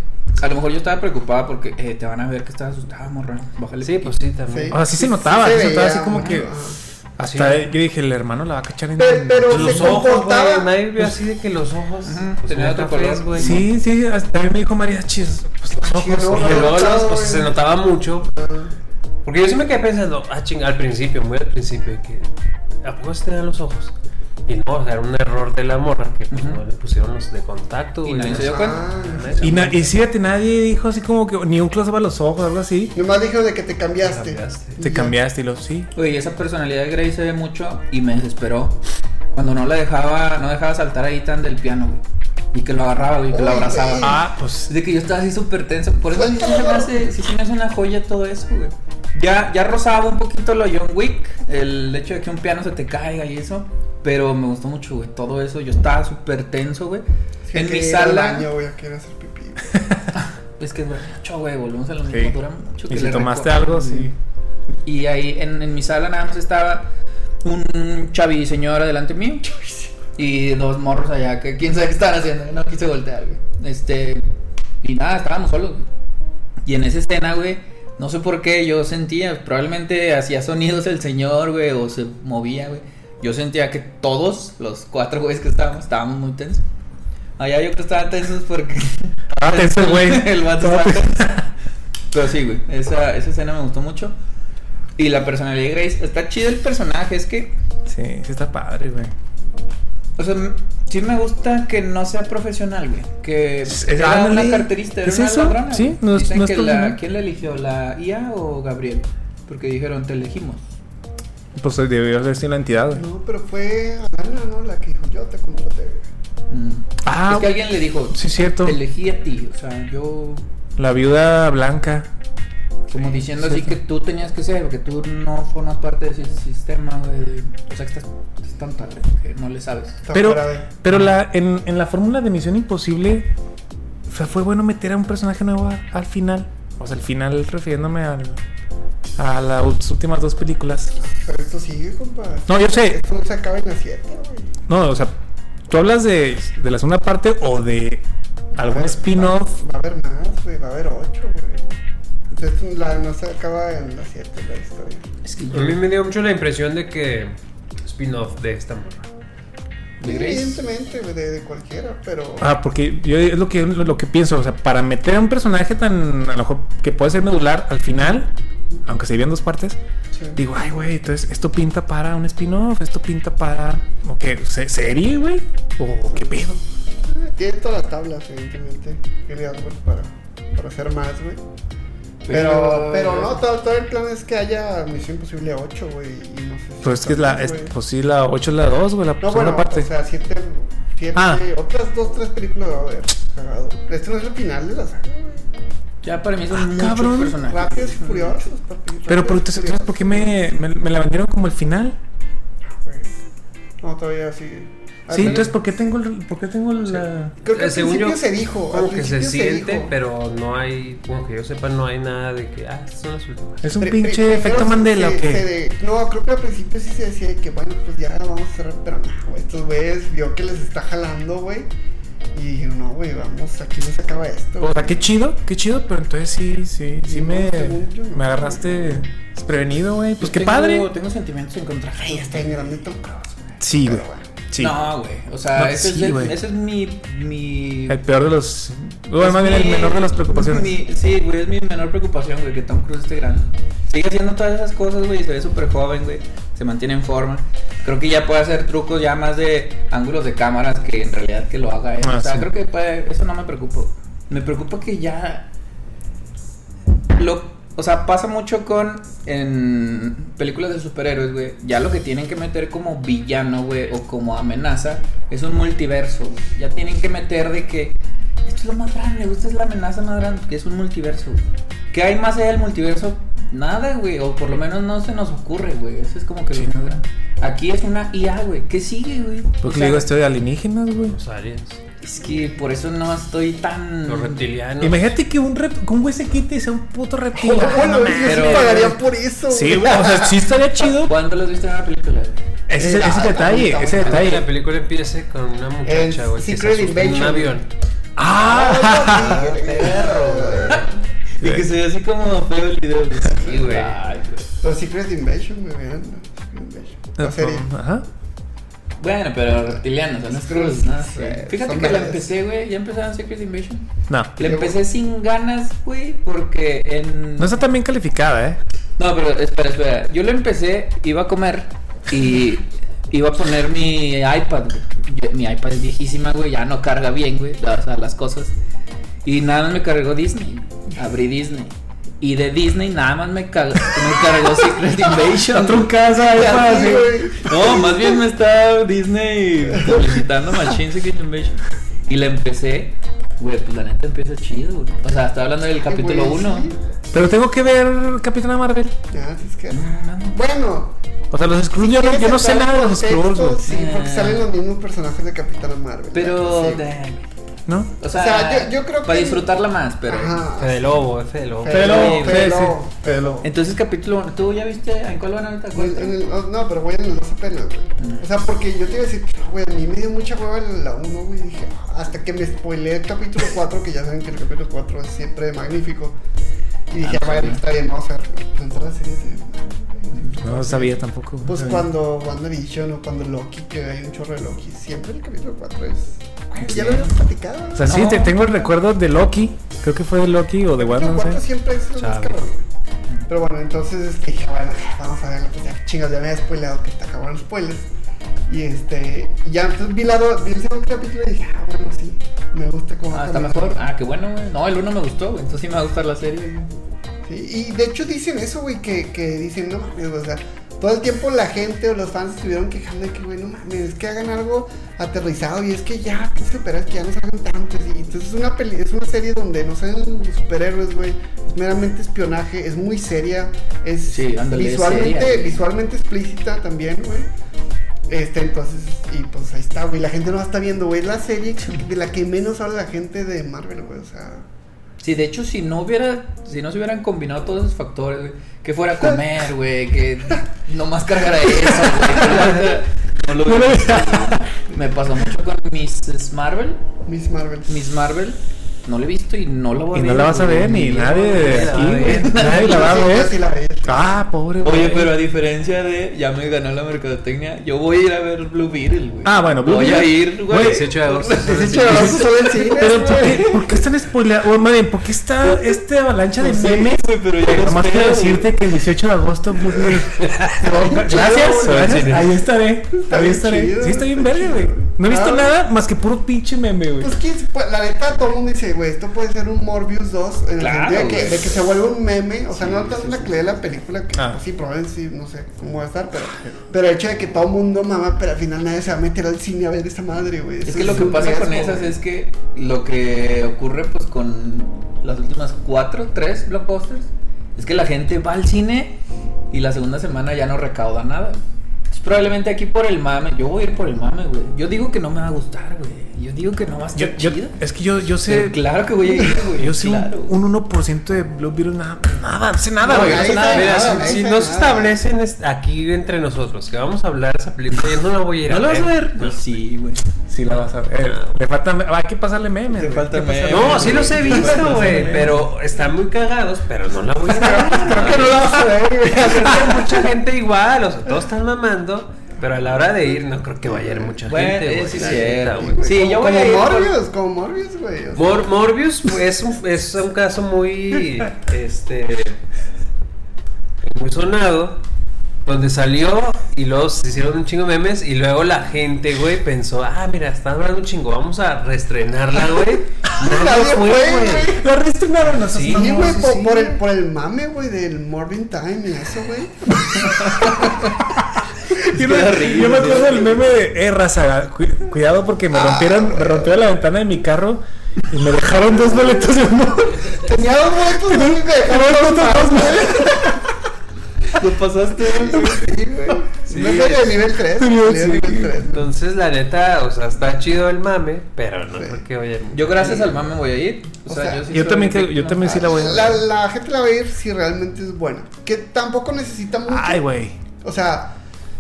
Speaker 2: A lo mejor yo estaba preocupada porque eh, te van a ver que estás asustada, morra. Bájale.
Speaker 4: Sí, pues sí, también.
Speaker 1: O sea, sí se notaba, sí se notaba así como que-
Speaker 3: ajá. Ah,
Speaker 1: Hasta
Speaker 4: Sí.
Speaker 1: yo dije: El hermano la va a cachar en.
Speaker 3: Pero- pero-
Speaker 4: Los
Speaker 3: se
Speaker 4: ojos,
Speaker 3: comportaba.
Speaker 4: güey, Nadie vio así de que los ojos.
Speaker 2: Ajá,
Speaker 4: pues,
Speaker 2: tenía
Speaker 4: muy
Speaker 2: otro
Speaker 4: cafés,
Speaker 2: color.
Speaker 4: güey.
Speaker 1: Sí, sí, hasta a mí me dijo María Chis. Pues los
Speaker 3: luego-
Speaker 1: ojos.
Speaker 4: Y luego, las- pues, se notaba mucho Porque yo sí me quedé pensando, ah, ching, al principio, muy al principio, que ¿a poco se te dan los ojos? Y no, o sea, era un error de la morra que pues, no le pusieron los de contacto.
Speaker 2: Y
Speaker 4: güey,
Speaker 2: nadie
Speaker 4: no
Speaker 2: se
Speaker 4: sé.
Speaker 2: dio cuenta.
Speaker 3: Ah,
Speaker 1: Y, na- y fíjate, nadie dijo así como que ni un close a los ojos, algo así.
Speaker 3: nomás dijeron de que te cambiaste.
Speaker 4: Cambiaste.
Speaker 1: Te cambiaste y lo sí.
Speaker 2: Oye, y esa personalidad de Grey se ve mucho y me desesperó. Cuando no la dejaba, no dejaba saltar a Ethan del piano, güey. Y que lo agarraba, güey, y que lo
Speaker 3: Uy,
Speaker 2: abrazaba.
Speaker 3: güey.
Speaker 1: Ah, pues.
Speaker 2: De que yo estaba así súper tenso. Por eso sí se, me hace, sí se me hace una joya todo eso, güey. Ya, ya rozaba un poquito lo John Wick, el hecho de que un piano se te caiga y eso. Pero me gustó mucho, güey, todo eso. Yo estaba súper tenso, güey.
Speaker 3: Sí,
Speaker 2: En mi
Speaker 3: quería ir al
Speaker 2: sala.
Speaker 3: baño, güey, quiero hacer pipí. güey.
Speaker 2: Es que dura mucho, güey, volvemos a lo mismo.
Speaker 1: Sí.
Speaker 2: Dura mucho
Speaker 1: Y
Speaker 2: que
Speaker 1: si
Speaker 2: le
Speaker 1: tomaste
Speaker 2: recuerdo.
Speaker 1: algo, sí.
Speaker 2: Y ahí en, en mi sala nada más estaba un chavi señor delante mío y dos morros allá que quién sabe qué estaban haciendo. No quise voltear, güey. Este, y nada, estábamos solos. güey. Y en esa escena, güey, no sé por qué yo sentía, probablemente hacía sonidos el señor, güey, o se movía, güey. Yo sentía que todos los cuatro güeyes que estábamos, estábamos muy tensos. Allá yo que estaba tensos porque
Speaker 1: Ah, tenso, güey.
Speaker 2: el vato
Speaker 1: Estaba
Speaker 2: estaba
Speaker 1: tenso.
Speaker 2: tenso. Pero sí, güey. Esa, esa escena me gustó mucho. Y la personalidad de Grace. Está chido el personaje. Es que.
Speaker 1: Sí, sí está padre, güey.
Speaker 2: O sea, m- sí me gusta que no sea profesional, güey. Que
Speaker 1: Es-
Speaker 2: era una
Speaker 1: ándale.
Speaker 2: carterista, era
Speaker 1: ¿Es
Speaker 2: una
Speaker 1: eso?
Speaker 2: ladrona.
Speaker 1: Sí,
Speaker 2: güey.
Speaker 1: no es-
Speaker 2: Dicen
Speaker 1: no es
Speaker 2: que la,
Speaker 1: profesional.
Speaker 2: ¿Quién la eligió? ¿La IA o Gabriel? Porque dijeron, te elegimos.
Speaker 1: Pues debió haber sido la entidad, güey.
Speaker 3: No, pero fue Alana, ¿no? La que dijo, yo te contraté. güey".
Speaker 2: Mm.
Speaker 1: Ah,
Speaker 2: es que alguien le dijo,
Speaker 1: sí, cierto.
Speaker 2: te elegí a ti. O sea, yo.
Speaker 1: La viuda blanca.
Speaker 2: Como
Speaker 1: Sí,
Speaker 2: diciendo
Speaker 1: sí,
Speaker 2: así
Speaker 1: sí.
Speaker 2: que tú tenías que ser, que tú no formas parte de ese sistema, güey. de- O sea, que estás, estás tan tarde, que no le sabes.
Speaker 3: Está
Speaker 1: Pero,
Speaker 3: fuera de-
Speaker 1: pero la, en, en la fórmula de Misión Imposible, o sea, fue bueno meter a un personaje nuevo a- al final. O sea, al final refiriéndome al- a las últimas dos películas.
Speaker 3: Pero esto sigue, compa.
Speaker 1: No, yo sé.
Speaker 3: Esto no se acaba en la 7, güey.
Speaker 1: No, o sea, tú hablas de, de la segunda parte o de
Speaker 3: Va
Speaker 1: algún
Speaker 3: a-
Speaker 1: spin-off.
Speaker 3: Va, va a haber más, güey. Va a haber 8, güey. Entonces, la, no se acaba en la 7 la historia.
Speaker 2: Es que
Speaker 4: A mí me dio mucho la impresión de que spin-off de esta morra.
Speaker 2: ¿De Grace?
Speaker 3: Evidentemente, güey, de, de cualquiera, pero.
Speaker 1: Ah, porque yo es lo que, lo, lo que pienso, o sea, para meter a un personaje tan, a lo mejor, que puede ser medular al final, aunque se en dos partes,
Speaker 3: sí.
Speaker 1: digo, ay, güey, entonces esto pinta para un spin-off, esto pinta para, o qué, se- serie, güey, o qué pedo.
Speaker 3: Tiene todas las tablas, evidentemente. Que le dan, güey, para, para hacer más, güey. Pero, pero
Speaker 1: eh,
Speaker 3: no, todo, todo el plan es que haya Misión Imposible 8, güey. Y no sé si
Speaker 1: Pues es que es la, es-
Speaker 3: güey.
Speaker 1: pues sí, la 8 es la 2, güey, la
Speaker 3: No,
Speaker 1: segunda
Speaker 3: bueno,
Speaker 1: parte.
Speaker 3: o sea, 7,
Speaker 1: Ah.
Speaker 3: otras 2, 3 películas va a haber. Cagado. Este no es el final de la saga, güey.
Speaker 2: Ya para mí son
Speaker 1: Ah,
Speaker 2: muchos
Speaker 1: cabrón.
Speaker 2: personajes.
Speaker 3: Rápidos y Furiosos, papi.
Speaker 1: pero, pero,
Speaker 3: Rápidos y
Speaker 1: entonces, entonces, ¿por qué me, me, me la vendieron como el final?
Speaker 3: Furiosos, güey. No, todavía sí. Al
Speaker 1: Sí,
Speaker 3: menos-
Speaker 1: entonces, ¿por qué tengo, el- por qué tengo la...?
Speaker 3: Creo que
Speaker 4: Eh,
Speaker 3: al principio se dijo. al
Speaker 4: Como que se,
Speaker 3: principio
Speaker 4: siente,
Speaker 3: dijo.
Speaker 4: pero no hay, como que yo sepa, no hay nada de que, ah, estas son las últimas.
Speaker 1: Es un
Speaker 3: Pri-
Speaker 1: pinche
Speaker 3: pri-
Speaker 1: efecto
Speaker 3: primero
Speaker 1: Mandela,
Speaker 3: se-
Speaker 1: ¿o qué?
Speaker 3: se de- no, creo que al principio sí se decía de que bueno, pues ya vamos a cerrar, pero no, güey, estos güeyes vio que les está jalando, güey. Y dijeron, no, güey, vamos, aquí no se acaba esto.
Speaker 1: O sea,
Speaker 3: güey".
Speaker 1: qué chido, qué chido, pero entonces sí, sí, sí
Speaker 3: No,
Speaker 1: me,
Speaker 3: según yo no.
Speaker 1: me agarraste desprevenido, güey. Pues qué
Speaker 2: Tengo-
Speaker 1: padre.
Speaker 2: Tengo sentimientos en contra.
Speaker 3: Ay, está en grande Tom Cruise, güey.
Speaker 1: Sí,
Speaker 3: Pero
Speaker 1: güey.
Speaker 3: bueno.
Speaker 1: Sí.
Speaker 2: No, güey. O sea,
Speaker 1: No,
Speaker 2: ese,
Speaker 1: sí,
Speaker 2: es, el-
Speaker 1: güey.
Speaker 2: ese es mi. mi
Speaker 1: El peor de los. Bueno,
Speaker 2: es
Speaker 1: más bien el
Speaker 2: mi-
Speaker 1: menor de las preocupaciones.
Speaker 2: mi- sí, güey, es mi menor preocupación, güey, que Tom Cruise esté grande. Sigue haciendo todas esas cosas, güey, y se ve súper joven, güey. Se mantiene en forma. Creo que ya puede hacer trucos ya más de ángulos de cámaras que en realidad que lo haga él.
Speaker 1: Ah,
Speaker 2: o sea,
Speaker 1: sí.
Speaker 2: creo que puede- eso no me preocupa. Me preocupa que ya lo, o sea, pasa mucho con en películas de superhéroes, güey. Ya lo que tienen que meter como villano, güey, o como amenaza, es un multiverso. güey. Ya tienen que meter de que esto es lo más grande, güey, esta es la amenaza más grande, que es un multiverso. güey. ¿Qué hay más allá del multiverso? Nada, güey, o por lo menos no se nos ocurre, güey. Eso es como que
Speaker 1: Sí.
Speaker 2: lo más grande. Aquí es una IA, güey. ¿Qué sigue, güey? O
Speaker 1: Porque
Speaker 2: sea,
Speaker 1: le digo esto de alienígenas, güey.
Speaker 4: Los aliens,
Speaker 2: Es que por eso no estoy tan.
Speaker 4: los reptilianos.
Speaker 1: Imagínate que un rep- que un güey se quite y sea un puto reptil.
Speaker 3: Oh,
Speaker 1: Ah, no
Speaker 3: bueno,
Speaker 1: mames.
Speaker 3: yo sí
Speaker 2: pero-
Speaker 3: pagaría por eso,
Speaker 1: Sí, güey, o sea, sí estaría chido.
Speaker 2: ¿Cuándo los viste en una película, güey?
Speaker 1: Ese, es el- ese es el detalle, ese es el
Speaker 4: Imagínate que la
Speaker 1: detalle.
Speaker 4: película empiece con una muchacha,
Speaker 3: En
Speaker 4: güey, que se
Speaker 3: Secret
Speaker 4: asusta en un
Speaker 3: Invasion.
Speaker 4: avión.
Speaker 1: Ah,
Speaker 3: Ah, perro, güey.
Speaker 2: Y que se ve así como feo el video. güey.
Speaker 4: Sí, güey.
Speaker 3: Los Secret Invasion, güey, vean. Secret Invasion. La serie.
Speaker 1: Ajá.
Speaker 2: Bueno, pero reptilianos, son Skrulls, ¿no?
Speaker 3: Sí,
Speaker 2: Fíjate
Speaker 3: son
Speaker 2: que la
Speaker 3: verdes.
Speaker 2: empecé, güey. Ya empezaron Secret Invasion.
Speaker 1: No.
Speaker 2: La empecé sin ganas, güey, porque en.
Speaker 1: No está tan bien calificada, ¿eh?
Speaker 2: No, pero espera, espera. Yo lo empecé, iba a comer y iba a poner mi iPad. güey. Yo- mi iPad es viejísima, güey, ya no carga bien, güey, la- o sea, las cosas. Y nada más me cargó Disney. Abrí Disney. Y de Disney nada más me, ca- me cargó Secret Invasion.
Speaker 1: truncada
Speaker 3: Ya sí, güey.
Speaker 2: No, más bien me está Disney solicitando Machine Secret Invasion. Y la empecé. Güey, pues la neta empieza chido, güey. O sea, está hablando del capítulo
Speaker 3: Güey,
Speaker 2: 1.
Speaker 3: sí.
Speaker 1: Pero tengo que ver Capitana Marvel.
Speaker 3: Ya, es que- Bueno,
Speaker 1: O sea, los Skrulls, yo, no, yo no sé
Speaker 3: ¿quieres
Speaker 1: nada de los
Speaker 3: entrar en
Speaker 1: Skrulls, güey.
Speaker 3: contexto? Sí, porque
Speaker 2: Ah.
Speaker 3: salen los mismos personajes de Capitana Marvel.
Speaker 2: Pero.
Speaker 3: Sí.
Speaker 2: damn.
Speaker 1: ¿No?
Speaker 2: O sea,
Speaker 3: O sea, yo- yo creo
Speaker 2: para
Speaker 3: que-
Speaker 2: disfrutarla más, pero.
Speaker 3: Ajá.
Speaker 4: Fede Lobo, Fede Lobo.
Speaker 2: Fede Lobo,
Speaker 1: Fede,
Speaker 3: Fede
Speaker 1: sí.
Speaker 3: Lobo.
Speaker 1: Fede Lobo.
Speaker 2: Entonces, capítulo uno, ¿tú ya viste en cuál van ahorita? ¿Cuál?
Speaker 3: En- en el- oh, no, pero voy en el 2 apenas, güey. O sea, porque yo te iba a decir, güey, a mí me dio mucha hueva en la 1, güey. Dije, "Ah", hasta que me spoileé el capítulo 4, que ya saben que el capítulo 4 es siempre magnífico. Y dije,
Speaker 2: Ah, no
Speaker 3: bueno,
Speaker 2: sabía.
Speaker 3: está bien, vamos a ver. Entró la serie, sí.
Speaker 1: No sabía tampoco. güey.
Speaker 3: Pues
Speaker 1: Sabía.
Speaker 3: cuando WandaVision o cuando Loki, que hay un chorro de Loki, siempre el capítulo 4 es. Güey, ya lo habíamos platicado.
Speaker 1: O sea, sí,
Speaker 2: No.
Speaker 1: te tengo el recuerdo de Loki. Creo que fue de Loki o de Wanda,
Speaker 3: El
Speaker 1: no
Speaker 3: cuarto
Speaker 1: sé.
Speaker 3: siempre es el más
Speaker 4: Chale.
Speaker 3: cabrón. Pero bueno, entonces este, dije, bueno, vamos a verlo, pues ya chingas, ya me había spoileado que te acabaron los spoilers. Y este, y ya entonces vi, la do- vi el segundo capítulo y dije, ah, bueno, sí, me gusta cómo va
Speaker 2: Ah, está
Speaker 3: caminando.
Speaker 2: mejor. Ah, qué bueno, güey. No, el uno me gustó, güey. Entonces sí me va a gustar la serie, güey.
Speaker 3: Sí, y de hecho dicen eso, güey, que, que dicen, no mames, o sea, todo el tiempo la gente o los fans estuvieron quejando de que, güey, no mames, es que hagan algo aterrizado y es que ya, que superar, que ya no salgan tantos. Y entonces es una, peli, es una serie donde no salen los superhéroes, güey, es meramente espionaje, es muy seria, es
Speaker 2: Sí, ándale, es
Speaker 3: visualmente,
Speaker 2: seria, güey.
Speaker 3: visualmente explícita también, güey. Este, entonces, y pues ahí está, güey. La gente no la está viendo, güey. Es la serie de la que menos habla la gente de Marvel, güey. O sea,
Speaker 2: Sí, de hecho, si no hubiera, si no se hubieran combinado todos esos factores, güey, que fuera a comer, güey, que nomás cargara eso, güey. No lo hubiera visto, güey. Me pasó mucho con Mrs. Marvel.
Speaker 3: Miss Marvel.
Speaker 2: Miss Marvel, no la he visto y no la voy a
Speaker 1: Y
Speaker 2: ver.
Speaker 1: no la vas a
Speaker 2: güey,
Speaker 1: ver ni
Speaker 2: la
Speaker 1: nadie
Speaker 2: voy a
Speaker 1: de
Speaker 2: ver,
Speaker 1: aquí,
Speaker 2: la voy a ver.
Speaker 1: güey. Nadie la va a
Speaker 3: Sí,
Speaker 1: ver.
Speaker 3: sí la ve.
Speaker 1: Ah, pobre
Speaker 2: Oye,
Speaker 1: güey.
Speaker 2: pero a diferencia de ya me ganó la mercadotecnia, yo voy a ir a ver Blue Beetle, güey.
Speaker 1: Ah, bueno, Blue
Speaker 2: voy
Speaker 1: Beetle.
Speaker 2: a ir, güey.
Speaker 1: Güey,
Speaker 4: 18 de agosto.
Speaker 3: Sí, chaval, solo en cines,
Speaker 1: Pero ¿por
Speaker 3: güey.
Speaker 1: qué, por qué están spoileando? Bueno, más bien, ¿por qué está esta avalancha de
Speaker 2: No sé,
Speaker 1: memes?
Speaker 2: güey, pero ya los
Speaker 1: Nomás quiero
Speaker 2: veo,
Speaker 1: decirte que el 18 de agosto. pues, güey. Gracias,
Speaker 4: güey.
Speaker 1: gracias.
Speaker 4: Sí, sí.
Speaker 1: Ahí estaré.
Speaker 3: Está
Speaker 1: Ahí
Speaker 3: bien
Speaker 1: estaré.
Speaker 3: chido,
Speaker 1: Sí, está bien
Speaker 3: está
Speaker 1: verde,
Speaker 3: chido.
Speaker 1: güey. No he visto
Speaker 3: Ah.
Speaker 1: nada más que puro pinche meme, güey.
Speaker 3: Pues quién se puede- la neta todo el mundo dice, güey, esto puede ser un Morbius 2 en el
Speaker 2: Claro,
Speaker 3: sentido de que,
Speaker 2: güey.
Speaker 3: de que se vuelve un meme, o sea,
Speaker 2: Sí,
Speaker 3: no tanto
Speaker 2: sí,
Speaker 3: la
Speaker 2: sí.
Speaker 3: calidad de la película que
Speaker 1: Ah.
Speaker 3: pues, sí, probablemente sí, no sé cómo va a estar, pero pero el hecho de que todo el mundo mama, pero al final nadie se va a meter al cine a ver esa madre, güey.
Speaker 2: Es
Speaker 3: Eso
Speaker 2: que lo que
Speaker 3: un
Speaker 2: pasa con
Speaker 3: riesgo,
Speaker 2: esas
Speaker 3: güey.
Speaker 2: es que lo que ocurre pues con las últimas cuatro, tres blockbusters, es que la gente va al cine y la segunda semana ya no recauda nada. Entonces, probablemente aquí por el mame, yo voy a ir por el mame, güey. Yo digo que no me va a gustar, güey. Yo digo que no va a
Speaker 1: Yo,
Speaker 2: estar
Speaker 1: yo-
Speaker 2: chido.
Speaker 1: es que yo, yo sé.
Speaker 2: Pero claro que voy a ir, güey.
Speaker 1: Yo sé un-
Speaker 2: claro.
Speaker 1: un, 1% de Blue Beetle, nada, nada, no sé nada,
Speaker 3: No,
Speaker 1: güey.
Speaker 3: ya
Speaker 1: no sé
Speaker 3: hice-
Speaker 1: nada.
Speaker 4: Mira,
Speaker 3: nada,
Speaker 4: si-
Speaker 3: no
Speaker 4: si
Speaker 3: hice
Speaker 4: no se
Speaker 3: nada.
Speaker 4: establecen es- aquí entre nosotros que vamos a hablar de esa película, yo no la voy a ir
Speaker 1: ¿No
Speaker 4: a
Speaker 1: la vas a ver?
Speaker 2: Pues sí, güey.
Speaker 1: Sí, la vas a ver. Eh, le faltan. Hay que pasarle memes.
Speaker 2: Le
Speaker 1: güey.
Speaker 2: faltan
Speaker 1: Hay que pasarle
Speaker 2: memes.
Speaker 4: No, sí los he visto, güey, pero están muy cagados, pero no la voy a ir a ver.
Speaker 3: Creo que no la vas a ver, güey.
Speaker 4: Creo que mucha gente igual, o sea, todos están mamando, pero a la hora de ir no creo que vaya a ir mucha
Speaker 2: Bueno,
Speaker 4: gente,
Speaker 2: eh,
Speaker 4: güey,
Speaker 2: sí
Speaker 4: la
Speaker 2: es
Speaker 4: neta,
Speaker 2: cierto,
Speaker 4: güey.
Speaker 2: güey. Sí, yo voy
Speaker 3: como
Speaker 2: a ir por-
Speaker 3: Morbius, como Morbius, güey. o sea,
Speaker 4: Mor- Morbius es un, es un caso muy este muy sonado donde salió y luego se hicieron un chingo de memes y luego la gente, güey, pensó, ah, mira, están hablando un chingo, vamos a reestrenarla, güey.
Speaker 3: Nadie fue, güey.
Speaker 1: La reestrenaron nosotros.
Speaker 4: Sí,
Speaker 3: Sí,
Speaker 1: no,
Speaker 3: güey,
Speaker 1: sí,
Speaker 3: por,
Speaker 1: sí.
Speaker 3: por el, por el mame, güey, del Morbin Time y eso, güey.
Speaker 1: Yo me, yo me acuerdo del meme de eh, raza, cu- cuidado porque
Speaker 3: Ah,
Speaker 1: me rompieron, me rompieron la ventana de mi carro y me dejaron dos boletos de humor.
Speaker 3: Tenía dos boletos, güey, me
Speaker 1: Me dejaron
Speaker 3: dejaron
Speaker 1: dos boletos.
Speaker 2: Lo pasaste.
Speaker 3: Sí, güey.
Speaker 4: Sí.
Speaker 3: No soy de nivel 3.
Speaker 1: Sí, sí.
Speaker 3: nivel 3.
Speaker 4: Entonces, la neta, o sea, está chido el mame, pero no creo que vaya.
Speaker 2: Yo gracias al mame voy a ir. O,
Speaker 3: O
Speaker 2: sea,
Speaker 3: sea,
Speaker 2: yo sí
Speaker 1: Yo
Speaker 2: soy
Speaker 1: también,
Speaker 2: de
Speaker 1: creo- yo
Speaker 2: que-
Speaker 1: también sí la voy a
Speaker 3: La, la gente la va a ir si realmente es buena. Que tampoco necesita mucho.
Speaker 1: Ay, güey.
Speaker 3: O sea,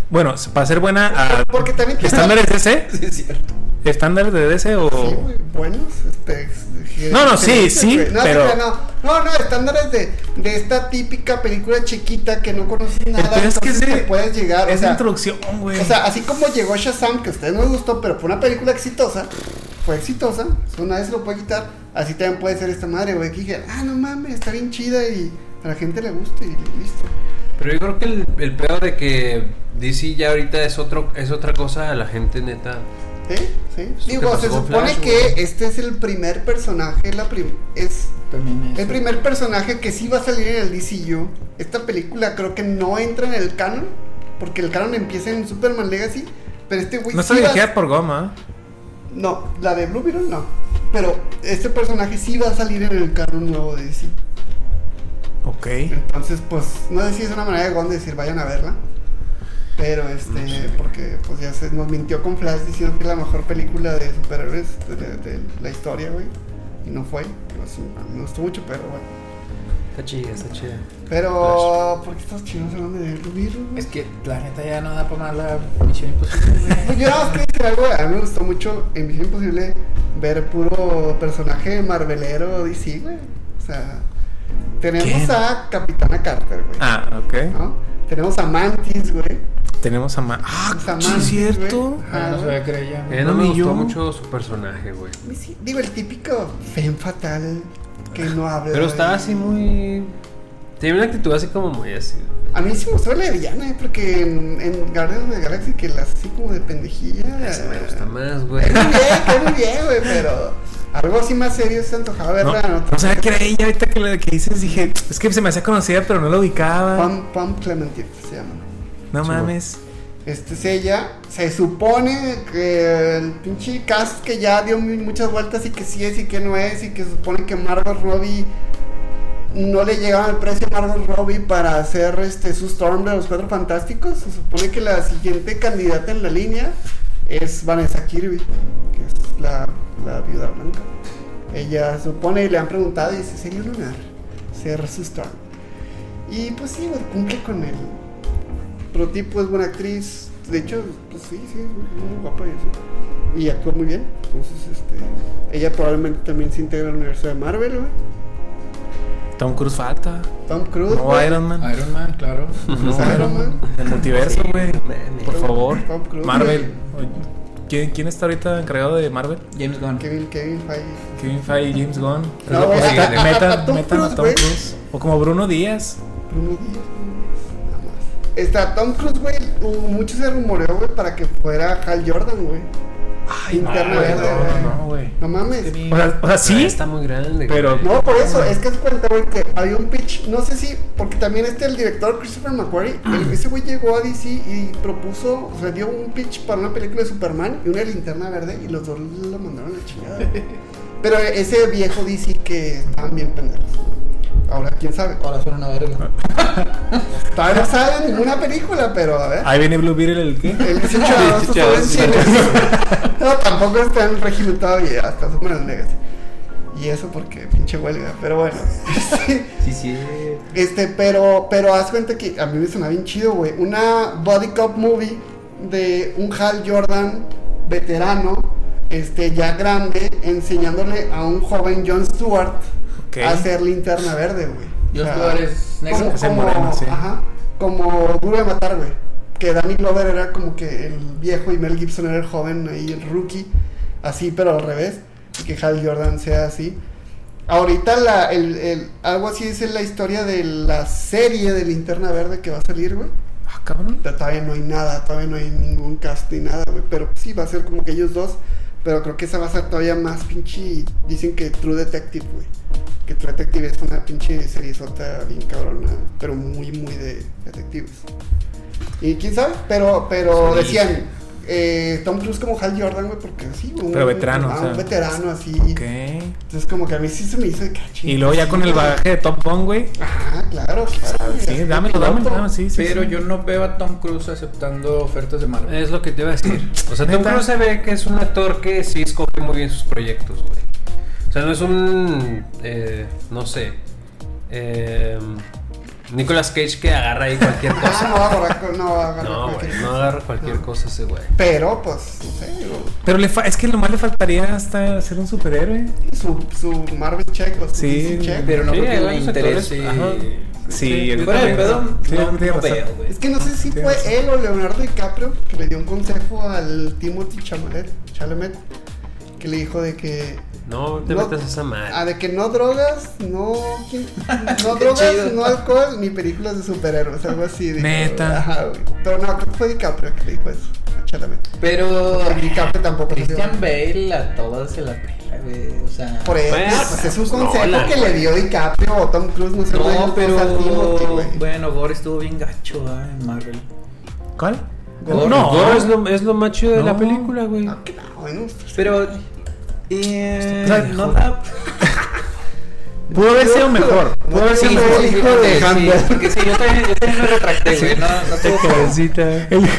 Speaker 1: Bueno, para ser buena, a-
Speaker 3: Porque también tiene-
Speaker 1: estándares de DC,
Speaker 2: Sí, es cierto.
Speaker 1: estándares de DC o
Speaker 3: sí, güey, buenos. Este, ex-
Speaker 1: Oh. No, no, sí, sí,
Speaker 3: güey. No,
Speaker 1: pero-
Speaker 3: sí, no, No, no, estándares de, de esta típica película chiquita que no conoces nada.
Speaker 1: peor es que
Speaker 3: entonces
Speaker 1: ese-
Speaker 3: te puedes llegar. O
Speaker 1: Esa
Speaker 3: sea,
Speaker 1: introducción, güey.
Speaker 3: o sea, así como llegó Shazam, que a ustedes no les gustó, pero fue una película exitosa. Fue exitosa, so nadie se lo puede quitar. Así también puede ser esta madre, güey, que dije, ah, no mames, está bien chida y a la gente le gusta y listo.
Speaker 4: Pero yo creo que el, el pedo de que DC ya ahorita es otro es otra cosa a la gente neta.
Speaker 3: ¿Sí? ¿Sí?
Speaker 4: Eso te
Speaker 3: Digo,
Speaker 4: Pues, pasó
Speaker 3: se
Speaker 4: con
Speaker 3: supone
Speaker 4: Flash,
Speaker 3: que
Speaker 4: güey.
Speaker 3: este es el primer personaje, la prim- es
Speaker 2: También es.
Speaker 3: el primer personaje que sí va a salir en el DCU. Esta película creo que no entra en el canon, porque el canon empieza en Superman Legacy, pero este güey
Speaker 1: no está
Speaker 3: sí va-
Speaker 1: dirigida por goma.
Speaker 3: No, la de Blue Beetle no. Pero este personaje sí va a salir en el canon nuevo de DC.
Speaker 1: Ok.
Speaker 3: Entonces, pues, no sé si es una manera de Gon de decir, vayan a verla. Pero, este, porque, pues, ya se nos mintió con Flash diciendo que es la mejor película de superhéroes de, de- de la historia, güey. Y no fue. Pero sí, me gustó mucho, pero, bueno.
Speaker 4: Está chida, está chida.
Speaker 3: Pero, ¿por qué estás chinos hablando de Blue Beetle, güey?
Speaker 2: Es que la neta ya no da para más la misión imposible, güey.
Speaker 3: Pues yo nada más quiero decir algo, a mí me gustó mucho en Misión Imposible ver puro personaje marvelero DC, güey. O sea, tenemos
Speaker 1: ¿Quién?
Speaker 3: a Capitana Carter, güey.
Speaker 1: Ah, ok.
Speaker 3: ¿no? Tenemos a Mantis, güey.
Speaker 1: Tenemos a Ma. Ah,
Speaker 3: Tenemos a
Speaker 1: sí,
Speaker 3: Mantis,
Speaker 1: cierto.
Speaker 3: güey.
Speaker 2: Ah,
Speaker 3: Ajá,
Speaker 2: no se
Speaker 3: güey.
Speaker 2: va a creer ya.
Speaker 4: Eh, no,
Speaker 1: No,
Speaker 4: me
Speaker 1: ni
Speaker 4: gustó
Speaker 1: yo.
Speaker 4: mucho su personaje, güey.
Speaker 3: Sí, Digo, el típico femme fatal que no habla.
Speaker 4: Pero estaba
Speaker 3: güey.
Speaker 4: así muy. Tenía una actitud así como muy así.
Speaker 3: A mí sí me gustó la de villana, eh, porque en, en Guardians of the Galaxy que la hace así como de pendejilla.
Speaker 4: Esa me gusta más, güey.
Speaker 3: Qué muy bien, qué muy bien, güey, pero algo así más serio se antojaba
Speaker 1: No,
Speaker 3: verla en otra-
Speaker 1: no sabía que era ella. Ahorita que, le- que dices, dije, es que se me hacía conocida, pero no la ubicaba.
Speaker 3: Pam, Pam Clementine se llama.
Speaker 1: no
Speaker 4: Sí,
Speaker 1: mames.
Speaker 3: Este es ella. Se supone que el pinche cast que ya dio mu- muchas vueltas y que sí es y que no es y que se supone que Margot Robbie no le llegaba el precio a Margot Robbie para hacer este su Storm de los Cuatro Fantásticos. Se supone que la siguiente candidata en la línea es Vanessa Kirby, que es la, la viuda blanca. Ella supone y le han preguntado y dice, sería un lunar ser su Storm. Y pues sí, güey, cumple con el prototipo es buena actriz. De hecho, pues sí, sí, es muy, muy guapa y así. Y actúa muy bien. Entonces, este, ella probablemente también se integra al universo de Marvel, güey.
Speaker 1: Tom Cruise falta.
Speaker 3: Tom Cruise.
Speaker 1: No
Speaker 3: güey.
Speaker 1: Iron Man.
Speaker 2: Iron Man, claro.
Speaker 1: No Iron Man. El multiverso, güey. Por favor.
Speaker 3: Tom Cruise,
Speaker 1: Marvel. ¿Quién, quién está ahorita encargado de Marvel?
Speaker 2: James Gunn.
Speaker 3: Kevin, Kevin Feige.
Speaker 1: Kevin Feige, James Gunn.
Speaker 3: No,
Speaker 4: güey,
Speaker 1: Metan-
Speaker 4: a- a-
Speaker 3: a-
Speaker 1: metan,
Speaker 3: a Tom
Speaker 1: metan a
Speaker 3: Cruise,
Speaker 1: Tom
Speaker 3: güey.
Speaker 1: Cruise. O como Bruno Díaz.
Speaker 3: Bruno Díaz, güey. Nada más. Está Tom Cruise, güey. hubo- Mucho se rumoreó, güey, para que fuera Hal Jordan, güey. Linterna
Speaker 1: no,
Speaker 3: verde,
Speaker 1: Ah, no,
Speaker 3: güey.
Speaker 1: no, güey.
Speaker 3: No mames.
Speaker 1: O sea, o sea,
Speaker 4: Sí.
Speaker 1: sí,
Speaker 4: Está muy grande.
Speaker 1: Pero-
Speaker 4: güey.
Speaker 3: No, por eso, es que es cuenta, güey, que había un pitch, no sé si, porque también este, el director Christopher McQuarrie, el- ese güey llegó a DC y propuso, o sea, dio un pitch para una película de Superman y una de linterna verde y los dos lo mandaron a la chingada. güey. Pero ese viejo DC que estaban bien pendejos. Ahora, quién sabe.
Speaker 2: Ahora son una verga.
Speaker 3: Todavía no saben ninguna película, pero a ver.
Speaker 1: ahí viene Blue Beetle el qué.
Speaker 3: El 18 de agosto
Speaker 4: El
Speaker 3: solo en
Speaker 4: 18 de
Speaker 3: cines. No, tampoco está en régimen todavía, hasta Superman Legacy. Y eso porque pinche huelga, pero bueno.
Speaker 2: Sí, sí.
Speaker 3: Este, pero, pero haz cuenta que a mí me suena bien chido, güey. Una body cop movie de un Hal Jordan veterano, este, ya grande, enseñándole a un joven John Stewart
Speaker 1: Ok.
Speaker 3: a hacer linterna verde, güey.
Speaker 2: John
Speaker 3: O sea,
Speaker 2: Stewart es negro.
Speaker 3: Como,
Speaker 1: Es el
Speaker 3: como-
Speaker 1: moreno, sí.
Speaker 3: ajá, como duro de matar, güey. Que Danny Glover era como que el viejo y Mel Gibson era el joven y el rookie. Así, pero al revés. Y que Hal Jordan sea así. Ahorita la, el, el- algo así es la historia de la serie de Linterna Verde que va a salir, güey.
Speaker 1: Ah, cabrón.
Speaker 3: Pero Todavía no hay nada, todavía no hay ningún cast ni nada, güey. Pero sí, va a ser como que ellos dos. Pero creo que esa va a ser todavía más pinche. Dicen que True Detective, güey. Que True Detective es una pinche serie sota bien cabrona, pero muy, muy de detectives. Y quién sabe, pero, pero
Speaker 4: Sí.
Speaker 3: decían eh, Tom Cruise como Hal Jordan, güey, porque sí, un,
Speaker 1: Pero veterano,
Speaker 3: un,
Speaker 1: o sea.
Speaker 3: un veterano así.
Speaker 1: Ok.
Speaker 3: Entonces, como que ah, a mí sí se me hizo de cachín.
Speaker 1: Y luego ya con el bagaje de Top Gun, güey.
Speaker 3: Ah, claro, claro. güey,
Speaker 1: Sí,
Speaker 3: así
Speaker 1: dámelo,
Speaker 3: piloto.
Speaker 1: dámelo, dámelo, Ah, sí, sí.
Speaker 2: Pero
Speaker 1: sí.
Speaker 2: yo no veo a Tom Cruise aceptando ofertas de Marvel.
Speaker 4: Es lo que te iba a decir. O sea, Tom
Speaker 1: ¿Neta?
Speaker 4: Cruise se ve que es un actor que sí escoge muy bien sus proyectos, güey. O sea, no es un. eh, no sé. eh, Nicolas Cage que agarra ahí cualquier
Speaker 3: Ah,
Speaker 4: cosa.
Speaker 3: no va a agarrar co- no va a agarrar
Speaker 4: No,
Speaker 3: cualquier
Speaker 4: güey,
Speaker 3: cosa.
Speaker 4: no agarra cualquier
Speaker 3: No.
Speaker 4: cosa ese güey.
Speaker 3: Pero, pues, no sé, digo,
Speaker 1: Pero le fa- es que nomás le faltaría hasta ser un superhéroe.
Speaker 3: su, su Marvel check o su
Speaker 1: Sí,
Speaker 3: DC check.
Speaker 2: Pero no
Speaker 4: Sí,
Speaker 2: creo
Speaker 4: hay
Speaker 2: que le
Speaker 4: varios
Speaker 2: interese.
Speaker 4: actores, ajá.
Speaker 1: Sí, yo
Speaker 2: Fuera de
Speaker 1: también.
Speaker 2: pedo,
Speaker 1: Sí,
Speaker 2: no,
Speaker 1: tiene
Speaker 2: no
Speaker 1: razón.
Speaker 2: veo, güey.
Speaker 3: Es que no sé si
Speaker 1: Tienes
Speaker 3: fue
Speaker 1: razón.
Speaker 3: él o Leonardo DiCaprio que le dio un consejo al Timothy Chalamet, Chalamet que le dijo de que
Speaker 4: No te
Speaker 3: No.
Speaker 4: metas a esa
Speaker 3: ah,
Speaker 4: madre.
Speaker 3: de que no drogas, no no
Speaker 2: Qué
Speaker 3: drogas,
Speaker 2: chido.
Speaker 3: no alcohol ni películas de superhéroes, algo así. dijo.
Speaker 1: Neta.
Speaker 3: Ajá, güey. Pero no, creo que fue DiCaprio que le dijo eso a Chalamet.
Speaker 2: Pero
Speaker 3: Porque DiCaprio tampoco le dio.
Speaker 2: Christian Bale a todas se la pela, güey. O sea.
Speaker 3: Por eso,
Speaker 4: Bueno,
Speaker 3: pues es un consejo
Speaker 4: Nolan,
Speaker 3: que le dio DiCaprio o Tom Cruise, no sé, güey,
Speaker 2: No,
Speaker 3: o sea, pues, Timothy,
Speaker 2: pero.
Speaker 3: güey.
Speaker 2: Bueno, Gore estuvo bien gacho ah, en Marvel.
Speaker 1: ¿Cuál?
Speaker 2: Gore.
Speaker 1: No,
Speaker 4: Gore es lo, es lo más chido de la
Speaker 1: No.
Speaker 4: película, güey.
Speaker 3: Ah, que no, bueno, pues,
Speaker 2: Pero. eh,
Speaker 1: Está pendejo.
Speaker 2: no da.
Speaker 1: Pudo haber sido mejor.
Speaker 3: No
Speaker 1: Pudo haber
Speaker 3: tiene
Speaker 1: sido
Speaker 3: el
Speaker 1: mejor.
Speaker 3: hijo de Hamlet.
Speaker 2: Porque sí, yo también, yo también me retracté, güey. No, no estuvo como-
Speaker 1: El-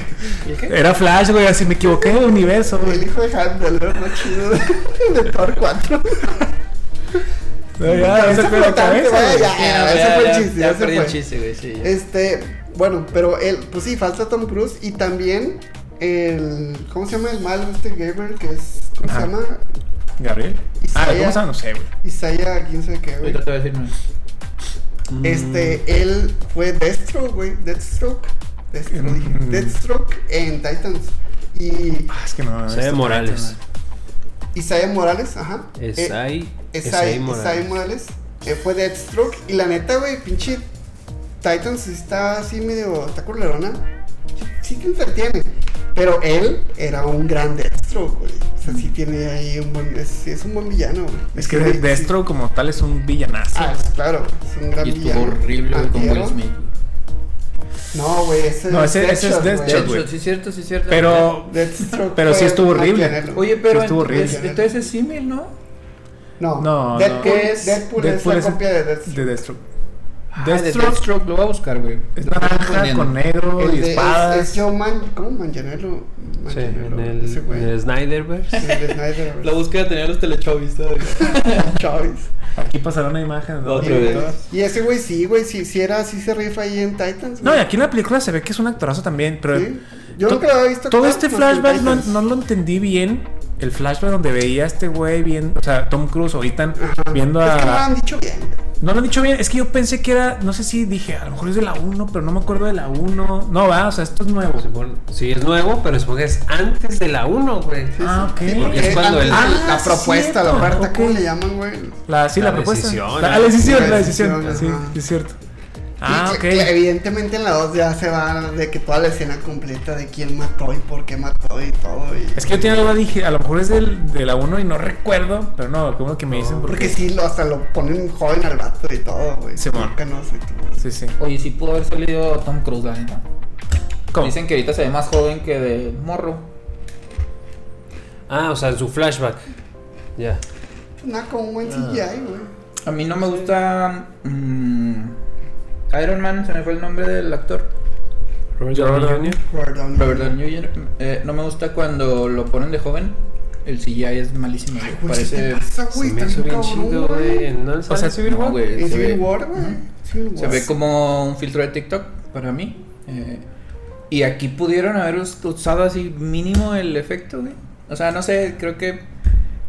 Speaker 2: ¿El qué?
Speaker 1: Era Flash, güey, así me equivoqué de universo,
Speaker 3: El
Speaker 1: güey.
Speaker 3: hijo de Handel, ¿no? Más chido de de Thor 4.
Speaker 1: No, ya,
Speaker 3: Ese
Speaker 1: ese fue la
Speaker 3: flotante,
Speaker 1: cabeza,
Speaker 3: vaya,
Speaker 1: güey.
Speaker 3: ya. Ah, ese fue el chiste,
Speaker 2: Ya
Speaker 3: ese
Speaker 2: perdí el
Speaker 3: fue.
Speaker 2: chiste, güey. Sí, ya.
Speaker 3: Este, bueno, pero él, pues sí, falta Tom Cruise y también el. ¿Cómo se llama el malo este Gabriel? Que es. ¿Cómo
Speaker 1: Ajá.
Speaker 3: se llama?
Speaker 1: ¿Gabriel? Ah, ¿cómo se llama? No sé, güey.
Speaker 3: Isaiah, quién sabe qué, güey.
Speaker 2: Ahorita te voy a decir no.
Speaker 3: Este, él fue Deathstroke, güey. Deathstroke. Deathstroke, dije.
Speaker 1: Mm.
Speaker 3: Deathstroke en Titans. Y
Speaker 1: Ah, es que no.
Speaker 4: Isaiah
Speaker 1: esto-
Speaker 4: Morales.
Speaker 3: Isaiah Morales, ajá.
Speaker 4: Es
Speaker 3: Eh,
Speaker 4: ahí. Es
Speaker 3: Esai, Esai Morales eh, fue Deathstroke. Y la neta, güey, pinche Titans está así medio. Está culerona. Sí que entretiene. Pero él era un gran Deathstroke, güey. O sea, sí tiene ahí un buen. Es, es un buen villano, güey.
Speaker 1: Es que
Speaker 3: Sí,
Speaker 1: Destro como tal es un villanazo.
Speaker 3: sí. Ah, es- claro, es un gran
Speaker 2: Y estuvo
Speaker 3: villano.
Speaker 2: horrible güey, con Will
Speaker 3: Antihéroe.
Speaker 2: Smith.
Speaker 3: No, güey, ese,
Speaker 1: No, ese- ese es
Speaker 3: Deathshot, güey.
Speaker 1: Deathshot,
Speaker 2: Deathshot,
Speaker 1: güey.
Speaker 2: sí, es cierto, sí, es cierto.
Speaker 1: Pero
Speaker 3: Deathstroke
Speaker 1: Pero sí
Speaker 3: fue
Speaker 1: estuvo horrible.
Speaker 3: antihéroe.
Speaker 2: Oye, pero
Speaker 1: Sí, estuvo
Speaker 2: ent-
Speaker 1: horrible.
Speaker 2: es- entonces es símil, ¿no?
Speaker 3: no,
Speaker 1: no, no.
Speaker 3: Deadpool,
Speaker 2: ¿Qué es?
Speaker 3: Deadpool, es la copia de Deathstroke.
Speaker 1: de Destro.
Speaker 2: Ah, de
Speaker 1: Destro
Speaker 2: Deathstroke, lo voy a buscar, güey.
Speaker 1: es
Speaker 2: Lo estoy
Speaker 1: naranja
Speaker 2: poniendo.
Speaker 1: con negro
Speaker 3: El
Speaker 1: y
Speaker 3: de- es- Es,
Speaker 1: espadas.
Speaker 3: Joe Man, ¿cómo Manganiello?
Speaker 4: Sí,
Speaker 3: Manganiello,
Speaker 4: en el,
Speaker 3: ese güey.
Speaker 4: en el Snyderverse.
Speaker 3: Sí, el Snyder,
Speaker 2: La búsqueda tenía los telechovis
Speaker 3: Chávez.
Speaker 1: Aquí pasará una imagen. ¿no?
Speaker 2: Otra vez.
Speaker 3: Y ese güey sí, güey, sí, sí era, sí se rifa ahí en Titans.
Speaker 1: No, y
Speaker 3: güey.
Speaker 1: aquí en la película se ve que es un actorazo también, pero
Speaker 3: Sí. Yo
Speaker 1: to-
Speaker 3: nunca lo había visto.
Speaker 1: Todo
Speaker 3: actuar
Speaker 1: este
Speaker 3: más que en
Speaker 1: flashback no,
Speaker 3: Titans.
Speaker 1: no lo entendí bien. El flashback donde veía a este güey bien, o sea, Tom Cruise ahorita viendo
Speaker 3: Es que no lo
Speaker 1: a
Speaker 3: han dicho bien.
Speaker 1: No lo han dicho bien, es que yo pensé que era, no sé si dije, a lo mejor es de la 1, pero no me acuerdo de la 1. No, va, o sea, esto es nuevo.
Speaker 4: Supongo- Sí, es nuevo, pero supongo que es antes de la 1, güey.
Speaker 1: Ah, ok.
Speaker 3: Sí,
Speaker 4: porque es cuando el-
Speaker 3: la, la
Speaker 1: Ah, sí,
Speaker 3: propuesta, la
Speaker 1: cierto.
Speaker 3: oferta, ¿cómo
Speaker 1: Ok.
Speaker 3: le llaman, güey?
Speaker 1: La, sí, la,
Speaker 4: La
Speaker 1: propuesta.
Speaker 4: decisión,
Speaker 1: la,
Speaker 4: ah,
Speaker 1: la decisión,
Speaker 3: la
Speaker 1: la decisión.
Speaker 3: decisión,
Speaker 1: sí,
Speaker 3: ajá.
Speaker 1: sí, es cierto.
Speaker 3: Y
Speaker 1: Ah,
Speaker 3: que-
Speaker 1: ok.
Speaker 3: que evidentemente en la 2 ya se va de que toda la escena completa de quién mató y por qué mató y todo. y-
Speaker 1: Es que yo tenía algo, dije, a lo mejor es del, de la 1 y no recuerdo, pero no, qué bueno que me dicen porque,
Speaker 3: Porque sí, lo, hasta lo ponen joven al vato y todo, güey.
Speaker 1: Simón.
Speaker 3: Nunca no sé, tú.
Speaker 1: Sí, sí.
Speaker 2: Oye, sí pudo haber salido Tom Cruise, la neta.
Speaker 1: ¿Cómo?
Speaker 2: Dicen que ahorita se ve más joven que de morro.
Speaker 4: Ah, o sea, en su flashback. Ya.
Speaker 3: Pues nada, como un buen CGI, güey.
Speaker 2: A mí no me gusta. mm, Iron Man, se me fue el nombre del actor.
Speaker 4: Robert
Speaker 1: Downey
Speaker 4: Downey Jr.
Speaker 3: Robert Downey.
Speaker 2: Robert Downey Jr., eh, no me gusta cuando lo ponen de joven. El CGI es malísimo. güey.
Speaker 3: Ay, güey, ¿qué
Speaker 2: Parece.
Speaker 3: te pasa, Ah, güey?
Speaker 4: Se me
Speaker 3: Está
Speaker 4: hizo bien
Speaker 3: cabrón,
Speaker 4: chido, güey. ¿No
Speaker 1: O sea,
Speaker 4: sabes Civil
Speaker 2: no,
Speaker 4: War?
Speaker 2: güey,
Speaker 3: En
Speaker 2: se
Speaker 3: Civil
Speaker 2: ve-
Speaker 3: War, güey.
Speaker 2: Ujú.
Speaker 3: Civil War.
Speaker 2: Se ve como un filtro de TikTok para mí. eh, y aquí pudieron haber us- usado así mínimo el efecto, güey. O sea, no sé, creo que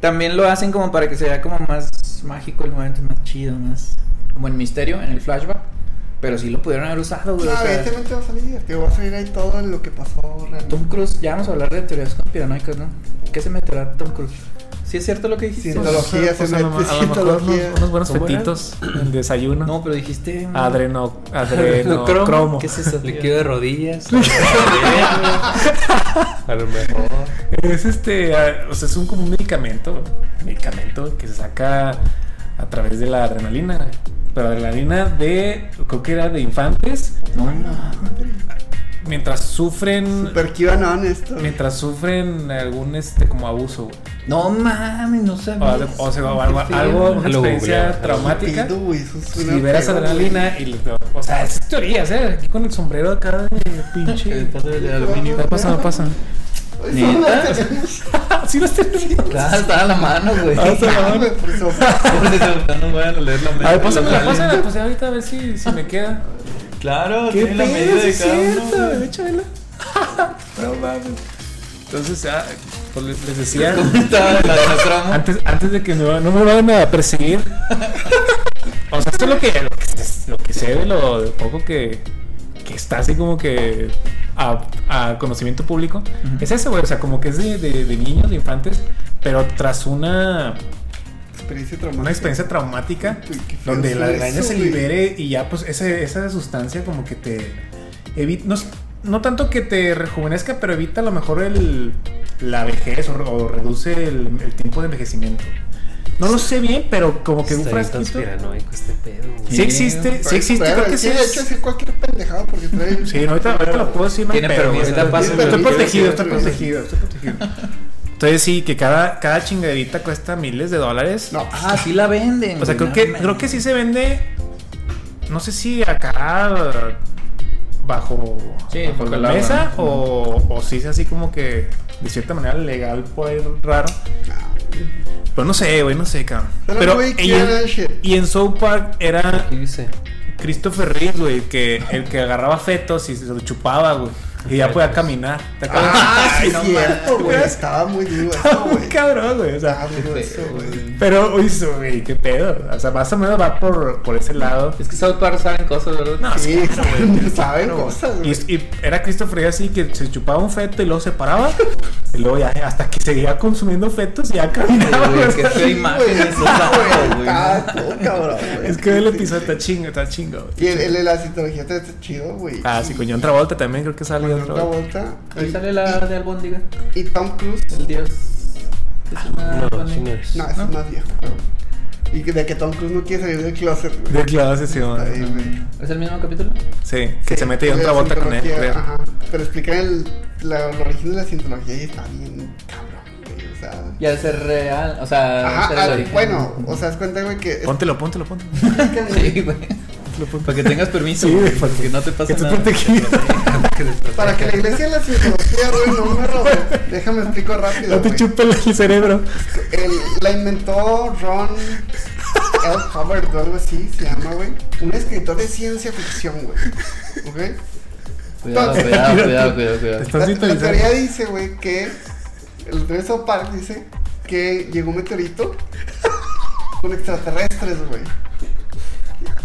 Speaker 2: también lo hacen como para que se vea como más mágico el momento, más chido, más como en misterio, en el flashback. Pero sí lo pudieron haber usado,
Speaker 3: No,
Speaker 2: güey. o sea,
Speaker 3: evidentemente va a salir divertido. Va a salir ahí todo lo que pasó realmente.
Speaker 2: Tom Cruise, ya vamos a hablar de teorías conspiranoicas, ¿no? ¿Qué se meterá Tom Cruise? ¿Sí es cierto lo que dijiste?
Speaker 3: Cientología.
Speaker 1: O sea, a lo mejor- a lo mejor unos, unos buenos
Speaker 4: ¿Cómo era?
Speaker 1: fetitos, el desayuno.
Speaker 2: No, pero dijiste...
Speaker 1: Adreno, adreno, cromo.
Speaker 2: ¿Qué es eso?
Speaker 4: Le quedo de rodillas. A lo mejor.
Speaker 1: Es este, ah, o sea, es un como un medicamento, medicamento que se saca a través de la adrenalina, pero adrenalina de, creo que era de infantes,
Speaker 2: No, no.
Speaker 1: mientras sufren,
Speaker 3: Super QAnon esto. güey.
Speaker 1: mientras sufren algún este como abuso, güey.
Speaker 2: No mames, no
Speaker 1: o,
Speaker 2: sabía.
Speaker 1: algo- o sea, o
Speaker 2: Qué
Speaker 1: algo,
Speaker 2: feo.
Speaker 1: algo, una
Speaker 4: Lo
Speaker 1: experiencia
Speaker 4: googleaba.
Speaker 1: traumática.
Speaker 3: Pido, güey, eso suena
Speaker 1: Liberas
Speaker 3: feo,
Speaker 1: adrenalina y, le- o sea, es teorías, ¿eh? Aquí con el sombrero acá de pinche.
Speaker 2: Que pasa de
Speaker 1: No pasa, no pasa.
Speaker 3: Eso no
Speaker 2: ¿Neta?
Speaker 3: tenemos.
Speaker 1: Sí, las tenemos.
Speaker 2: Claro, está a la mano, güey.
Speaker 1: Ah, está
Speaker 3: Ah, güey, por eso.
Speaker 2: No me vayan a leer la
Speaker 1: A
Speaker 2: mente.
Speaker 1: ver, pásamela, pásamela, pues ahorita a ver si, si me queda.
Speaker 2: Claro,
Speaker 1: ¿Qué
Speaker 2: tiene la medida
Speaker 1: pedo? Sí
Speaker 2: de
Speaker 1: es
Speaker 2: cada uno.
Speaker 1: cierto,
Speaker 2: güey.
Speaker 1: échamela. No mames. Entonces, ah, pues les, les decía,
Speaker 2: Estaba la de la cromo.
Speaker 1: antes, antes de que me, va- no me vayan a perseguir. O sea, esto es lo que, lo que, lo que sé de lo de poco que, que está así como que a, a conocimiento público.
Speaker 2: Ujú.
Speaker 1: Es eso, güey. O sea, como que es de, de- de niños, de infantes, pero tras una,
Speaker 3: Experiencia traumática.
Speaker 1: una experiencia traumática
Speaker 3: Uy, qué feo
Speaker 1: donde
Speaker 3: fue
Speaker 1: la
Speaker 3: eso,
Speaker 1: araña se
Speaker 3: güey.
Speaker 1: libere y ya pues ese- esa sustancia como que te evita, no, es- no tanto que te rejuvenezca, pero evita a lo mejor el, la vejez o, re- o reduce el, el tiempo de envejecimiento. No lo sé bien, pero como que un
Speaker 4: Está bien
Speaker 1: frasquito...
Speaker 4: conspiranoico este pedo, güey.
Speaker 1: Sí existe, sí existe,
Speaker 3: Pero,
Speaker 1: creo que
Speaker 3: sí,
Speaker 1: sí.
Speaker 3: de
Speaker 1: es-
Speaker 3: hecho, hace cualquier pendejado porque trae.
Speaker 1: Sí, no, ahorita, ahorita lo puedo decir, no hay
Speaker 2: Tiene
Speaker 1: pedo,
Speaker 2: permiso.
Speaker 1: güey.
Speaker 4: Ahorita pásamelo.
Speaker 1: Estoy
Speaker 3: Permiso,
Speaker 1: protegido, estoy
Speaker 3: permiso.
Speaker 1: protegido, estoy protegido. Entonces sí, que cada, cada chingaderita cuesta miles de dólares.
Speaker 3: No,
Speaker 2: Ah, sí la venden.
Speaker 1: O sea, creo
Speaker 2: güey,
Speaker 1: que,
Speaker 2: no
Speaker 1: creo que sí se vende. No sé si acá bajo,
Speaker 2: Sí,
Speaker 1: bajo
Speaker 2: bajo
Speaker 1: la
Speaker 2: el agua.
Speaker 1: mesa
Speaker 2: Ujú.
Speaker 1: o, o sí es así como que de cierta manera legal por ahí raro. Pero no sé, güey, no sé, cabrón.
Speaker 3: Pero,
Speaker 1: Pero
Speaker 3: güey, ¿qué
Speaker 1: y,
Speaker 3: era
Speaker 1: en,
Speaker 3: ese?
Speaker 1: y en South Park era
Speaker 4: Aquí dice.
Speaker 1: Christopher Reeves, güey, que el que agarraba fetos y se lo chupaba, güey. Y ya podía caminar. ¿Te acuerdas?
Speaker 3: Ah, sí,
Speaker 1: Ay,
Speaker 3: es
Speaker 1: no
Speaker 3: cierto,
Speaker 1: mames,
Speaker 3: güey. Estaba muy grueso,
Speaker 1: Muy
Speaker 3: güey.
Speaker 1: cabrón, güey. O sea,
Speaker 3: Estaba muy grueso, güey.
Speaker 1: pero, uy, su- güey, qué pedo. O sea, más o menos va por, por ese lado.
Speaker 2: Es que South Park saben cosas, ¿verdad?
Speaker 1: No,
Speaker 3: Sí,
Speaker 1: sí, claro, güey.
Speaker 3: no saben cosas,
Speaker 1: Y,
Speaker 3: güey.
Speaker 1: y era Christopher Reeve así que se chupaba un feto y luego se paraba. y luego ya hasta que seguía consumiendo fetos y ya caminaba.
Speaker 2: Güey,
Speaker 1: güey.
Speaker 2: qué fea
Speaker 3: Sí,
Speaker 2: imagen
Speaker 3: güey,
Speaker 2: eso, güey.
Speaker 3: güey, está todo cabrón, güey.
Speaker 1: es que el episodio está chingo, está chingo. güey.
Speaker 3: Y el, el de la citología está está chido, güey.
Speaker 1: Ah, sí, con John Travolta también creo que sale
Speaker 3: Con
Speaker 1: John
Speaker 3: otra
Speaker 1: Travolta.
Speaker 3: vuelta.
Speaker 2: Ahí sale la de Albóndiga.
Speaker 3: Y Tom Cruise.
Speaker 2: El dios. Es una
Speaker 4: No, sí no
Speaker 2: albóndiga.
Speaker 4: es.
Speaker 3: No, es más viejo. Y que- de que Tom Cruise no quiere salir del closet, güey.
Speaker 1: De clase, sí,
Speaker 3: Está
Speaker 1: güey.
Speaker 3: ahí, güey.
Speaker 2: ¿Es el mismo capítulo?
Speaker 1: Sí, que se mete John
Speaker 3: La
Speaker 1: Travolta con él,
Speaker 3: cientología,
Speaker 1: creo.
Speaker 3: Ajá. Pero explicar el, la, la origen de la cientología y está bien cabrón, güey. O sea.
Speaker 2: Ya de ser real. O sea,
Speaker 3: Ajá,
Speaker 2: ser el
Speaker 3: ah,
Speaker 2: origen.
Speaker 3: bueno, o sea, es cuenta, güey, que.
Speaker 1: Póntelo, póntelo, póntelo.
Speaker 3: explican, güey,
Speaker 2: Sí, güey.
Speaker 1: póntelo, póntelo.
Speaker 2: Para que tengas permiso.
Speaker 1: Sí,
Speaker 2: güey,
Speaker 1: para
Speaker 2: porque
Speaker 1: que-
Speaker 2: no te pase
Speaker 1: que estés
Speaker 2: nada.
Speaker 1: protegido.
Speaker 3: Para que la iglesia de la cientología, güey, no me robe. Déjame explico rápido.
Speaker 1: No te
Speaker 3: güey.
Speaker 1: chupa el cerebro.
Speaker 3: El- la inventó Ron L. Hubbard o algo así, se llama, güey. Un escritor de ciencia ficción, güey. ¿Ok?
Speaker 2: Cuidado,
Speaker 3: Entonces-
Speaker 2: cuidado, cuidado, cuidado, cuidado.
Speaker 1: Estás
Speaker 3: La, la
Speaker 1: sintonizando.
Speaker 3: teoría dice, güey, que el de South Park dice que llegó un meteorito con extraterrestres, güey.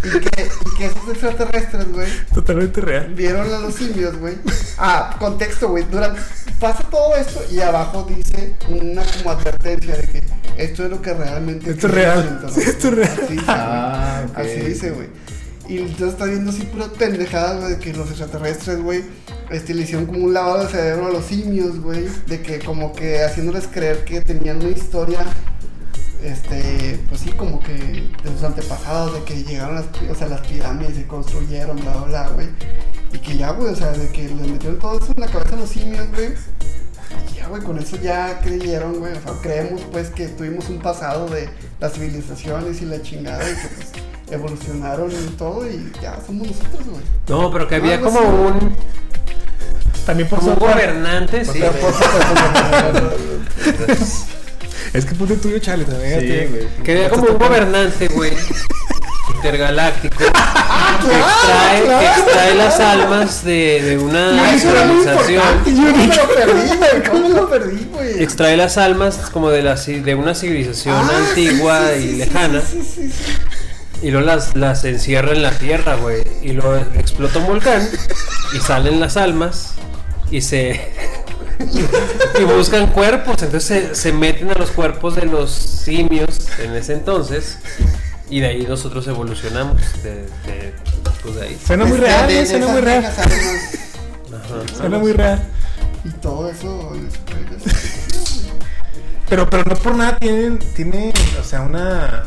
Speaker 3: Y que, y que esos extraterrestres, güey,
Speaker 1: Totalmente real.
Speaker 3: vieron a los simios, güey. Ah, contexto, güey. Durante, pasa todo esto y abajo dice una como advertencia de que esto es lo que realmente.
Speaker 1: Esto es
Speaker 3: creen
Speaker 1: real.
Speaker 3: los científicos.
Speaker 1: Sí, esto es real.
Speaker 3: Así dice, güey.
Speaker 2: Ah, ok.
Speaker 3: Así dice, güey. Y entonces está viendo así puras pendejadas, güey, de que los extraterrestres, güey, este, le hicieron como un lavado de cerebro a los simios, güey. De que como que haciéndoles creer que tenían una historia, este, pues sí, como que de sus antepasados, de que llegaron las, pi- o sea, las pirámides, se construyeron, bla, bla, bla, güey. Y que ya, güey, o sea, de que les metieron todo eso en la cabeza a los simios, güey. Y ya, güey, con eso ya creyeron, güey. O sea, creemos, pues, que tuvimos un pasado de las civilizaciones y la chingada y que, pues, evolucionaron y todo y ya somos nosotros, güey.
Speaker 4: No, pero que había
Speaker 3: Algo
Speaker 4: como
Speaker 3: así.
Speaker 4: un,
Speaker 1: También por
Speaker 4: como un
Speaker 1: South Park.
Speaker 4: gobernante, sí.
Speaker 1: Es que ponte tuyo, chale, también.
Speaker 2: Sí, güey.
Speaker 4: Que había como un gobernante, güey. Intergaláctico. que,
Speaker 3: Ah,
Speaker 4: extrae, que extrae las almas de, de una
Speaker 3: eso era muy importante,
Speaker 4: civilización.
Speaker 3: yo no me lo perdí, güey. ¿Cómo me lo perdí, güey?
Speaker 4: Extrae las almas como de, la, ci- de una civilización
Speaker 3: Ah, sí,
Speaker 4: antigua
Speaker 3: sí,
Speaker 4: y
Speaker 3: sí,
Speaker 4: lejana.
Speaker 3: Sí, sí, sí, sí.
Speaker 4: Y luego las, las encierra en la tierra, güey. Y luego explota un volcán y salen las almas y se. y buscan cuerpos. Entonces se, se meten a los cuerpos de los simios en ese entonces. Y de ahí nosotros evolucionamos. De, de- pues de ahí.
Speaker 1: Suena muy
Speaker 3: Este,
Speaker 1: real,
Speaker 3: de-
Speaker 1: eh,
Speaker 3: de
Speaker 1: suena
Speaker 3: esas
Speaker 1: muy real.
Speaker 3: viejas almas
Speaker 4: Ajá.
Speaker 1: Suena muy real.
Speaker 3: Y todo eso. en esa película.
Speaker 1: Pero, pero no por nada tienen, tienen, o sea, una.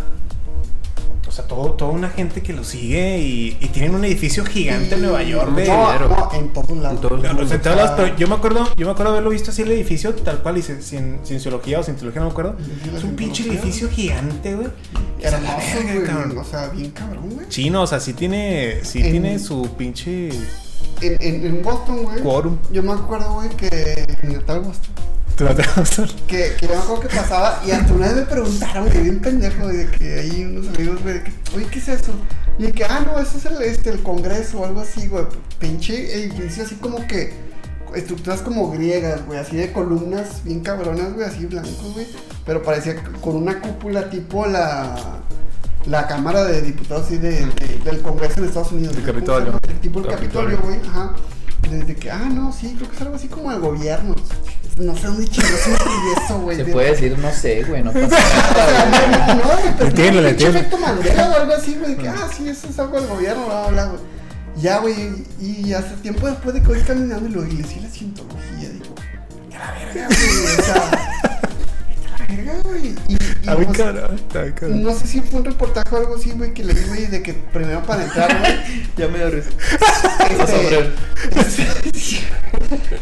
Speaker 1: O sea, todo, toda una gente que lo sigue y, y tienen un edificio gigante en Nueva York. De,
Speaker 4: No,
Speaker 3: no, no, en todos lados.
Speaker 4: En todos
Speaker 1: No, no, o sea, en todos lados,
Speaker 3: Ah.
Speaker 1: pero yo me acuerdo, yo me acuerdo haberlo visto así el edificio, tal cual, y cien- cien- cienciología o cientología, no me acuerdo.
Speaker 3: Sí, la
Speaker 1: Es un pinche
Speaker 3: cientología.
Speaker 1: edificio gigante, güey. Esa es la
Speaker 3: Hermoso,
Speaker 1: verga,
Speaker 3: güey.
Speaker 1: cabrón.
Speaker 3: O sea, bien cabrón, güey.
Speaker 1: Chino, o sea, sí tiene, sí
Speaker 3: En-
Speaker 1: tiene su pinche
Speaker 3: en, en, en Boston, güey.
Speaker 1: Quórum.
Speaker 3: Yo me acuerdo, güey, que en el tal Boston.
Speaker 1: ¿Te la tengo que hacer?
Speaker 3: Que, que yo me acuerdo que pasaba y hasta una vez me preguntaron, güey, bien pendejo, güey, de que hay unos amigos, güey, de que, oye, ¿qué es eso? Y de que, ah, no, eso es el, este, el Congreso o algo así, güey. Pinche edificio así como que estructuras como griegas, güey, así de columnas bien cabronas, güey, así blancos, güey. Pero parecía c- con una cúpula tipo la. La Cámara de Diputados, así de, de- del Congreso de Estados Unidos.
Speaker 1: El
Speaker 3: güey, ¿cómo se
Speaker 1: Capitolio.
Speaker 3: llama? Tipo el
Speaker 1: Capitolio.
Speaker 3: Capitolio, güey, ajá. Desde que, ah, no, sí, creo que es algo así como el gobierno. No sé dónde chingados se me escribió eso, güey.
Speaker 2: Se
Speaker 3: de-
Speaker 2: puede decir, no sé, güey, no pasa
Speaker 3: o sea, no, no, pero
Speaker 1: Le tiene, le
Speaker 3: pinche
Speaker 1: tiene.
Speaker 3: efecto Mandela o algo así, güey, de que, ah, sí, eso es algo del gobierno, bla, bla, bla. Ya, güey, y hace tiempo después de que voy caminando y lo y le hice la cientología, digo, "Vete a la verga, güey, o sea, vete a la verga, güey. Y, y
Speaker 1: A mí,
Speaker 3: pues,
Speaker 1: cabrón. Está bien, cabrón.
Speaker 3: no sé si fue un reportaje o algo así, güey, que le di, güey, de que primero para entrar, güey,
Speaker 2: Ya me dio risa.
Speaker 4: pues,
Speaker 3: este,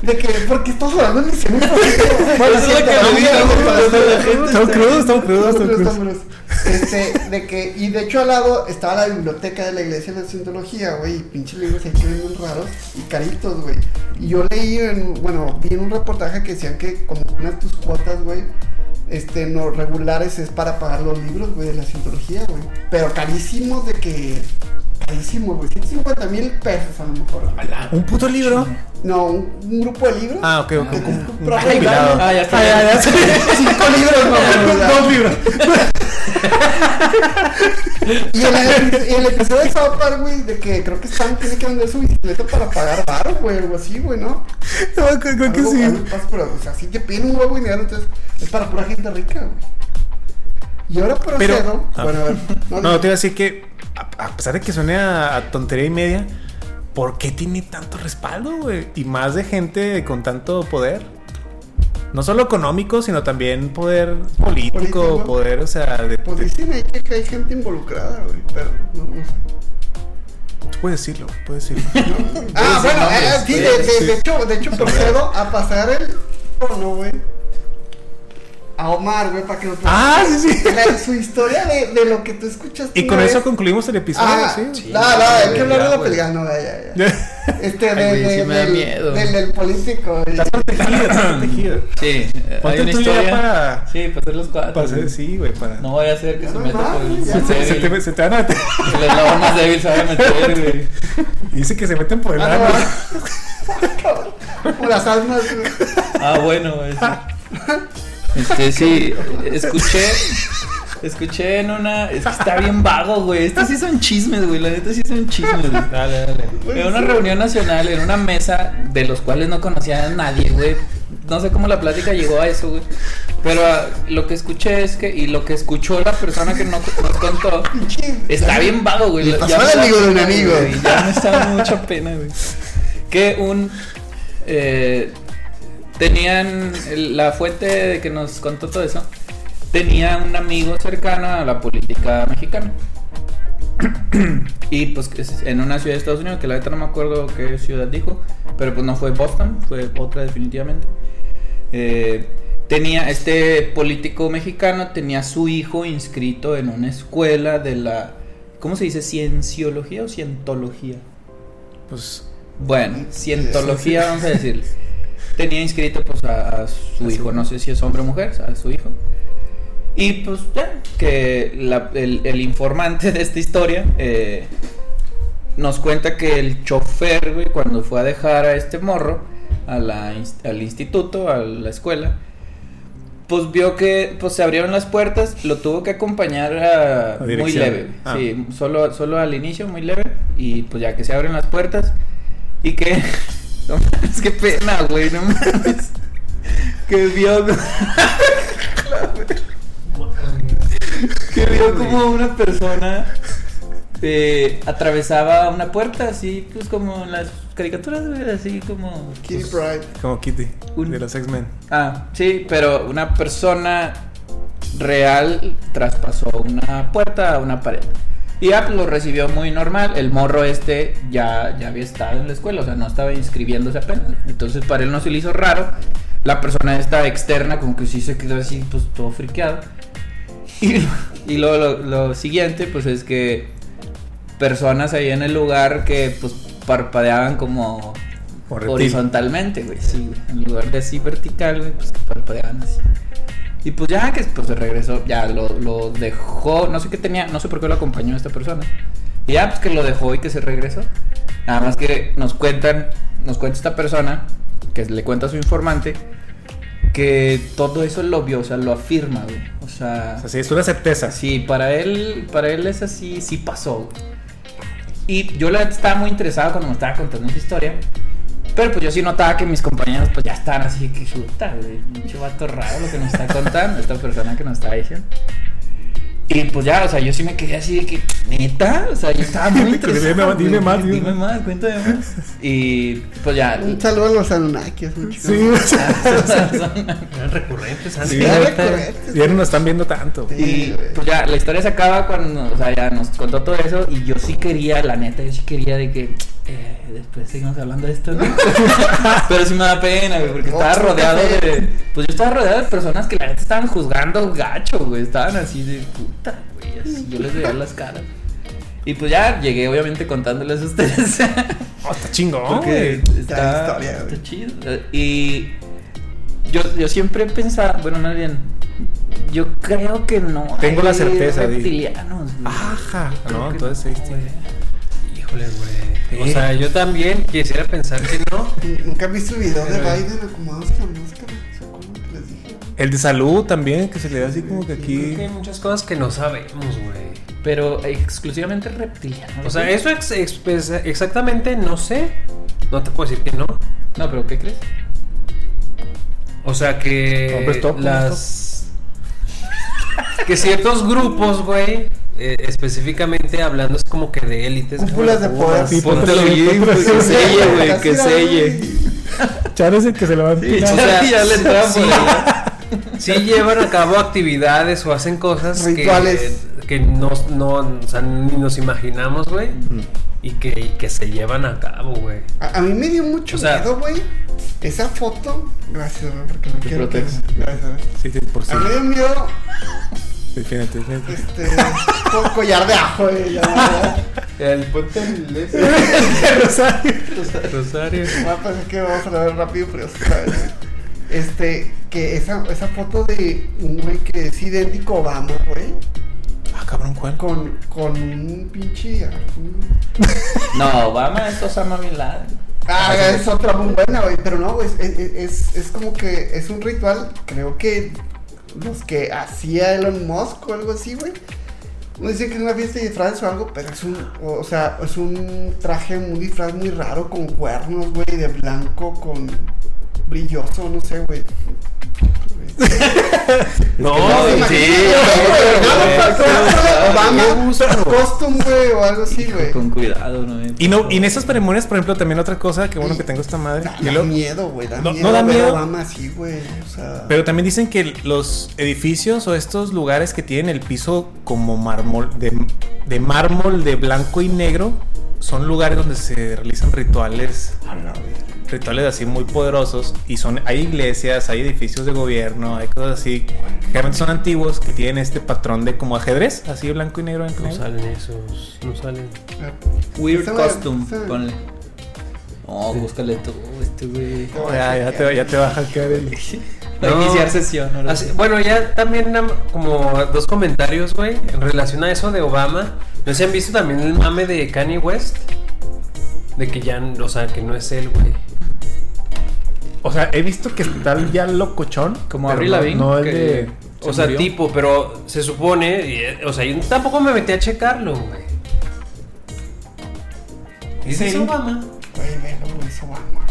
Speaker 3: de que, porque estamos hablando de misión imposible. Bueno,
Speaker 2: Eso es lo que me
Speaker 3: siento, ¿no?
Speaker 2: dijo,
Speaker 3: Para
Speaker 2: güey,
Speaker 3: hacer-
Speaker 2: la gente
Speaker 1: Estamos crudos, estamos crudos, estamos
Speaker 3: Estamos crudos,
Speaker 1: crudos.
Speaker 3: estamos crudos. Este, de que, y de hecho al lado estaba la biblioteca de la iglesia de la cientología, güey, y pinche libros ahí que ven raros y caritos, güey. Y yo leí en, bueno, vi en un reportaje que decían que como una de tus cuotas, güey, este, no regulares es para pagar los libros, güey, de la cientología, güey. Pero carísimos de que, carísimos, güey, 150 mil pesos a lo mejor.
Speaker 1: ¿Un puto libro?
Speaker 3: No, un, un grupo de libros.
Speaker 1: Ah, ok, ok.
Speaker 3: Que
Speaker 1: un-
Speaker 3: tú
Speaker 1: un
Speaker 3: compras-
Speaker 1: compilado.
Speaker 2: Ah, ya está.
Speaker 1: Ah, ya, ya.
Speaker 3: Cinco libros, no,
Speaker 1: Dos libros.
Speaker 3: Y el, y el episodio de South Park, güey, de que creo que Sam tiene que vender su bicicleta para pagar varo, güey, algo así, güey, ¿no?
Speaker 1: No, creo creo que
Speaker 3: Algo-
Speaker 1: sí.
Speaker 3: algo pasa, pero, o sea, sí te piden un huevo de dinero, entonces es para pura gente rica, güey. Y ahora procedo.
Speaker 1: Pero- Ah.
Speaker 3: Bueno, a ver.
Speaker 1: No, te iba a decir que, a, a pesar de que suene a, a tontería y media, ¿por qué tiene tanto respaldo, güey? Y más de gente con tanto poder. No solo económico, sino también poder político,
Speaker 3: Político.
Speaker 1: poder, o sea, de,
Speaker 3: Pues
Speaker 1: de-
Speaker 3: dicen ahí que hay gente involucrada, güey, pero no, no sé.
Speaker 1: tú puedes decirlo, puedes decirlo.
Speaker 3: Ah,
Speaker 2: Dicen
Speaker 3: bueno,
Speaker 2: nombres,
Speaker 3: eh, sí, de,
Speaker 2: sí,
Speaker 3: de- de hecho, de hecho procedo a pasar el tono, güey. A Omar, güey, para que nos
Speaker 1: ah, sí, sí.
Speaker 3: la- su historia de, de lo que tú escuchaste.
Speaker 1: Y con
Speaker 3: una
Speaker 1: eso
Speaker 3: vez.
Speaker 1: concluimos el episodio,
Speaker 3: Ah,
Speaker 1: sí.
Speaker 3: no, no, hay
Speaker 2: güey,
Speaker 3: que hablar de
Speaker 2: ya,
Speaker 3: la
Speaker 2: güey.
Speaker 3: pelea, no, ya, ya, ya.
Speaker 1: Estás
Speaker 3: Este, de,
Speaker 2: Ay, güey, sí
Speaker 3: de-
Speaker 2: me da
Speaker 3: del,
Speaker 2: miedo.
Speaker 3: del- del político. güey.
Speaker 1: protegido, estás protegido.
Speaker 2: Sí, eh,
Speaker 1: Mm, Ponte
Speaker 2: hay una
Speaker 1: el tuyo ya
Speaker 2: historia.
Speaker 1: para-
Speaker 2: Sí, para hacer los cuatro.
Speaker 1: Para
Speaker 2: güey.
Speaker 1: hacer- sí, güey, para.
Speaker 2: No vaya a ser que
Speaker 3: Ya
Speaker 2: se
Speaker 3: no
Speaker 2: meta
Speaker 3: mames,
Speaker 2: con el
Speaker 3: ya
Speaker 2: más
Speaker 3: no.
Speaker 1: se, se
Speaker 2: débil.
Speaker 1: te, se te van a.
Speaker 2: El eslabón más débil se va a meter, güey.
Speaker 1: Dice que se meten por el
Speaker 3: Ah,
Speaker 1: ano.
Speaker 3: no. Por las almas, güey.
Speaker 2: Ah, bueno, güey. sí. Este, sí, escuché. Escuché en una. Es que está bien vago, güey. Estos sí son chismes, güey. La neta sí son chismes, güey.
Speaker 4: Dale, dale.
Speaker 2: En una reunión nacional, en una mesa de los cuales no conocía a nadie, güey. No sé cómo la plática llegó a eso, güey. Pero ah, lo que escuché es que, y lo que escuchó la persona que no, nos contó, está bien vago, güey.
Speaker 3: Le
Speaker 2: Ya
Speaker 3: pasó
Speaker 2: me
Speaker 3: al
Speaker 2: está-
Speaker 3: amigo de un amigo.
Speaker 2: güey, Ya me está dando mucha pena, güey. Que un. eh, tenían el- la fuente de que nos contó todo eso. Tenía un amigo cercano a la política mexicana. Y pues que es en una ciudad de Estados Unidos, que la neta no me acuerdo qué ciudad dijo, pero pues no fue Boston, fue otra definitivamente. Eh, tenía este político mexicano, tenía su hijo inscrito en una escuela de la, ¿cómo se dice? ¿Cienciología o cientología?
Speaker 1: Pues
Speaker 2: Bueno, cientología, vamos a decirle. Tenía inscrito pues a, a su hijo, no sé si es hombre o mujer, a su hijo. Y pues ya, que la- el, el informante de esta historia eh, nos cuenta que el chofer, güey, cuando fue a dejar a este morro a la ins- al instituto, a la escuela, pues vio que pues se abrieron las puertas, lo tuvo que acompañar a-
Speaker 1: A
Speaker 2: muy
Speaker 1: dirección.
Speaker 2: leve,
Speaker 1: Ah.
Speaker 2: sí, solo, solo al inicio, muy leve, y pues ya que se abren las puertas, y que. No mames, qué pena, güey, no mames. Que vio. que vio como una persona eh, atravesaba una puerta, así, pues como en las caricaturas, güey, así como. pues,
Speaker 3: Kitty Pride.
Speaker 1: como Kitty
Speaker 2: Un-
Speaker 1: de los X-Men.
Speaker 2: Ah, sí, pero una persona real traspasó una puerta a una pared. Y ya pues, lo recibió muy normal. El morro este ya, ya había estado en la escuela, o sea, no estaba inscribiéndose apenas. Entonces para él no se le hizo raro. La persona esta externa como que sí se quedó así, pues todo friqueado. Y, lo- y luego lo, lo siguiente, pues es que personas ahí en el lugar que pues parpadeaban como
Speaker 1: O reptil.
Speaker 2: horizontalmente, güey. Sí, güey. En lugar de así vertical, güey, pues parpadeaban así. Y pues ya que pues, se regresó, ya lo, lo dejó, no sé qué tenía, no sé por qué lo acompañó esta persona. Y ya pues que lo dejó y que se regresó. Nada más que nos cuentan, nos cuenta esta persona, que le cuenta a su informante, que todo eso lo vio, o sea, lo afirma, güey. O sea,
Speaker 1: O sea, sí, es una certeza.
Speaker 2: Sí, para él, para él es así, sí pasó. güey. Y yo la neta estaba muy interesado cuando me estaba contando esa historia. Pero pues yo sí notaba que mis compañeros pues ya están así que puta, güey, pinche vato raro lo que nos está contando, esta persona que nos está diciendo. Y pues ya, o sea, yo sí me quedé así de que, neta, o sea, yo estaba muy
Speaker 1: Que dime
Speaker 2: interesado.
Speaker 1: más, dime
Speaker 2: güey,
Speaker 1: más, dime
Speaker 2: dime,
Speaker 1: más.
Speaker 2: más, cuéntame más. Y pues ya,
Speaker 3: Un saludo a los Anunnakis. muchachos.
Speaker 1: Sí, o sea,
Speaker 2: Ah,
Speaker 4: Eran recurrentes antes.
Speaker 1: Sí,
Speaker 3: Ya
Speaker 1: ahorita-
Speaker 3: recurrentes.
Speaker 1: ya no nos están viendo tanto.
Speaker 3: Sí.
Speaker 2: Y
Speaker 3: güey.
Speaker 2: pues ya, la historia se acaba cuando, o sea, ya nos contó todo eso y yo sí quería, la neta, yo sí quería de que eh, después seguimos hablando de esto, güey. pero sí me da pena, güey, porque estaba
Speaker 3: Otro
Speaker 2: rodeado
Speaker 3: café.
Speaker 2: de, pues yo estaba rodeado de personas que la neta estaban juzgando gacho, güey, estaban así de puta, güey, así, yo les veía las caras. Y pues ya llegué, obviamente, contándoles a ustedes.
Speaker 1: Oh, está chingón,
Speaker 2: Porque
Speaker 1: güey.
Speaker 2: está,
Speaker 3: Está historia, güey.
Speaker 2: está chido. Y yo, yo siempre pensaba, bueno, más bien, yo creo que no.
Speaker 1: Tengo la certeza, di.
Speaker 2: de reptilianos. güey.
Speaker 1: Ajá.
Speaker 2: Creo
Speaker 1: No,
Speaker 2: que
Speaker 1: entonces sí,
Speaker 2: güey.
Speaker 4: Híjole, güey. O sea, yo también quisiera pensar que no.
Speaker 3: Nunca viste el video de
Speaker 4: Sí, güey.
Speaker 3: Biden acomodados con máscara. ¿Se acuerdan que les dije?
Speaker 1: El de salud también, que se le da así como que
Speaker 4: Creo
Speaker 1: aquí.
Speaker 4: que hay muchas cosas que no sabemos, güey.
Speaker 2: Pero exclusivamente reptilianos.
Speaker 4: O sea,
Speaker 2: güey.
Speaker 4: eso ex- ex- pues, exactamente no sé. No te puedo decir que no.
Speaker 2: No, pero ¿qué crees?
Speaker 4: O sea que
Speaker 1: Hombre, stop,
Speaker 4: las que ciertos grupos, güey, eh, específicamente hablando es como que de élites.
Speaker 3: Cúpulas de
Speaker 4: güey,
Speaker 3: poder.
Speaker 4: sí,
Speaker 1: Ponte
Speaker 4: póntelo
Speaker 1: la-
Speaker 4: bien,
Speaker 1: ponte la-
Speaker 4: güey, que
Speaker 3: Pues,
Speaker 4: selle, güey, que
Speaker 3: Mira,
Speaker 4: selle.
Speaker 3: güey.
Speaker 1: Charo es el que se le va a
Speaker 4: O
Speaker 1: empinar.
Speaker 4: sea,
Speaker 2: Ya le entramos.
Speaker 4: sí, sí llevan a cabo actividades o hacen cosas que-
Speaker 3: Rituales.
Speaker 4: que, no, no, o sea, ni nos imaginamos, güey, y que, y que se llevan a cabo, güey.
Speaker 3: A, a mí me dio mucho
Speaker 4: O sea-
Speaker 3: miedo, güey. Esa foto. Gracias, güey, porque no quiero. que-
Speaker 2: proteges.
Speaker 3: Gracias. güey.
Speaker 1: Sí, sí, por sí.
Speaker 3: A mí me dio miedo.
Speaker 1: Defínete, defínete.
Speaker 3: Este. con collar de ajo, güey. ya, ya.
Speaker 4: El puente Rosario.
Speaker 3: Voy a pensar Ah, pues que vamos a ver rápido, pero otra vez, güey. Este. Que esa, esa foto de un güey que es idéntico a Obama, güey.
Speaker 1: Ah, cabrón, ¿cuál?
Speaker 3: Con, con un pinche. ah,
Speaker 2: No, Obama es Osama Bin Laden.
Speaker 3: Ah, es otra muy buena, güey. Pero no, güey. Es, es- es- es como que es un ritual. Creo que los que hacía Elon Musk o algo así, güey. No dicen que es una fiesta de disfraces o algo, pero es un. O sea, es un traje, un disfraz muy raro con cuernos, güey. De blanco, con. Brilloso, no sé, güey.
Speaker 4: No,
Speaker 3: No,
Speaker 4: sí.
Speaker 3: Obama, costume, güey, o algo así, güey.
Speaker 2: Con cuidado, ¿no? eh?
Speaker 1: Y, no, y en esas ceremonias, por ejemplo, también otra cosa, que bueno que tengo esta madre.
Speaker 3: Da,
Speaker 1: y
Speaker 3: da
Speaker 1: lo-
Speaker 3: miedo, güey. Da
Speaker 1: No- no
Speaker 3: miedo
Speaker 1: da
Speaker 3: ver
Speaker 1: miedo.
Speaker 3: a Obama así, güey. O sea.
Speaker 1: Pero también dicen que los edificios o estos lugares que tienen el piso como mármol, de, de mármol de blanco y negro, son lugares donde se realizan rituales,
Speaker 3: Ah, no, güey.
Speaker 1: rituales así muy poderosos. Y son, hay iglesias, hay edificios de gobierno, hay cosas así, generalmente son antiguos, que tienen este patrón de como ajedrez, así blanco y negro, blanco y
Speaker 4: No
Speaker 1: negro.
Speaker 4: salen esos, no salen.
Speaker 2: Weird
Speaker 3: Esa-
Speaker 2: costume,
Speaker 3: esa-
Speaker 2: ponle. No, búscale tú, este güey.
Speaker 1: Oh, Ya,
Speaker 3: este,
Speaker 1: ya te, ya te va a hackear el...
Speaker 2: Para
Speaker 4: No.
Speaker 2: iniciar sesión. ahora
Speaker 4: Así-
Speaker 2: sí.
Speaker 4: bueno, ya también nam- como dos comentarios, güey, en relación a eso de Obama. ¿No se han visto también el mame de Kanye West? De que ya, o sea, que no es él, güey.
Speaker 1: O sea, he visto que está ya locochón.
Speaker 2: Como
Speaker 1: pero
Speaker 2: Avril
Speaker 1: no-
Speaker 2: Lavigne,
Speaker 1: No el
Speaker 2: que-
Speaker 1: de...
Speaker 4: O
Speaker 2: ¿Se
Speaker 4: sea,
Speaker 2: murió?
Speaker 4: tipo, pero se supone, y, eh, o sea, yo tampoco me metí a checarlo, güey. Dice
Speaker 1: ¿Sí?
Speaker 4: Obama.
Speaker 3: Güey, velo, güey, es Obama.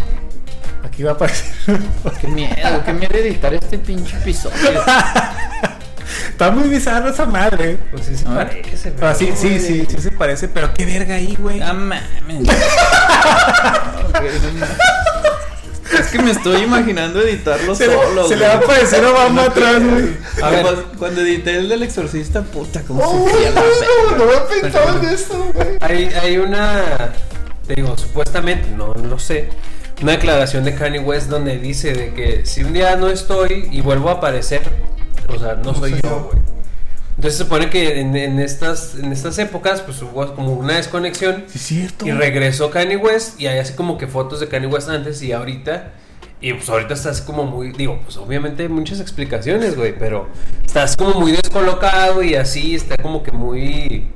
Speaker 1: Aquí va a aparecer...
Speaker 2: Qué miedo, qué miedo editar este pinche episodio.
Speaker 1: Está muy bizarra esa madre.
Speaker 4: Pues sí se
Speaker 2: Ah.
Speaker 4: parece, güey.
Speaker 1: Ah, sí, sí, sí, sí se parece, pero qué verga ahí, güey.
Speaker 2: Ah, mames. es que me estoy imaginando editarlo
Speaker 1: Se,
Speaker 2: solo.
Speaker 1: le- se
Speaker 2: güey.
Speaker 1: le va a aparecer Obama atrás, güey.
Speaker 2: A ver, cuando- cuando edité el del exorcista, puta, cómo
Speaker 3: ¡Oh,
Speaker 2: sufría la
Speaker 3: no! No
Speaker 2: verga.
Speaker 3: me he pintado en eso, güey.
Speaker 4: Hay, hay una, te digo, supuestamente, no lo sé, una declaración de Kanye West donde dice de que si un día no estoy y vuelvo a aparecer, o sea, no, soy yo, güey. Entonces se supone que en, en estas, en estas épocas pues hubo como una desconexión
Speaker 1: Sí, es cierto.
Speaker 4: y regresó Kanye West y hay así como que fotos de Kanye West antes y ahorita. Y pues ahorita estás como muy, digo, pues obviamente muchas explicaciones, güey, pero estás como muy descolocado y así, está como que muy...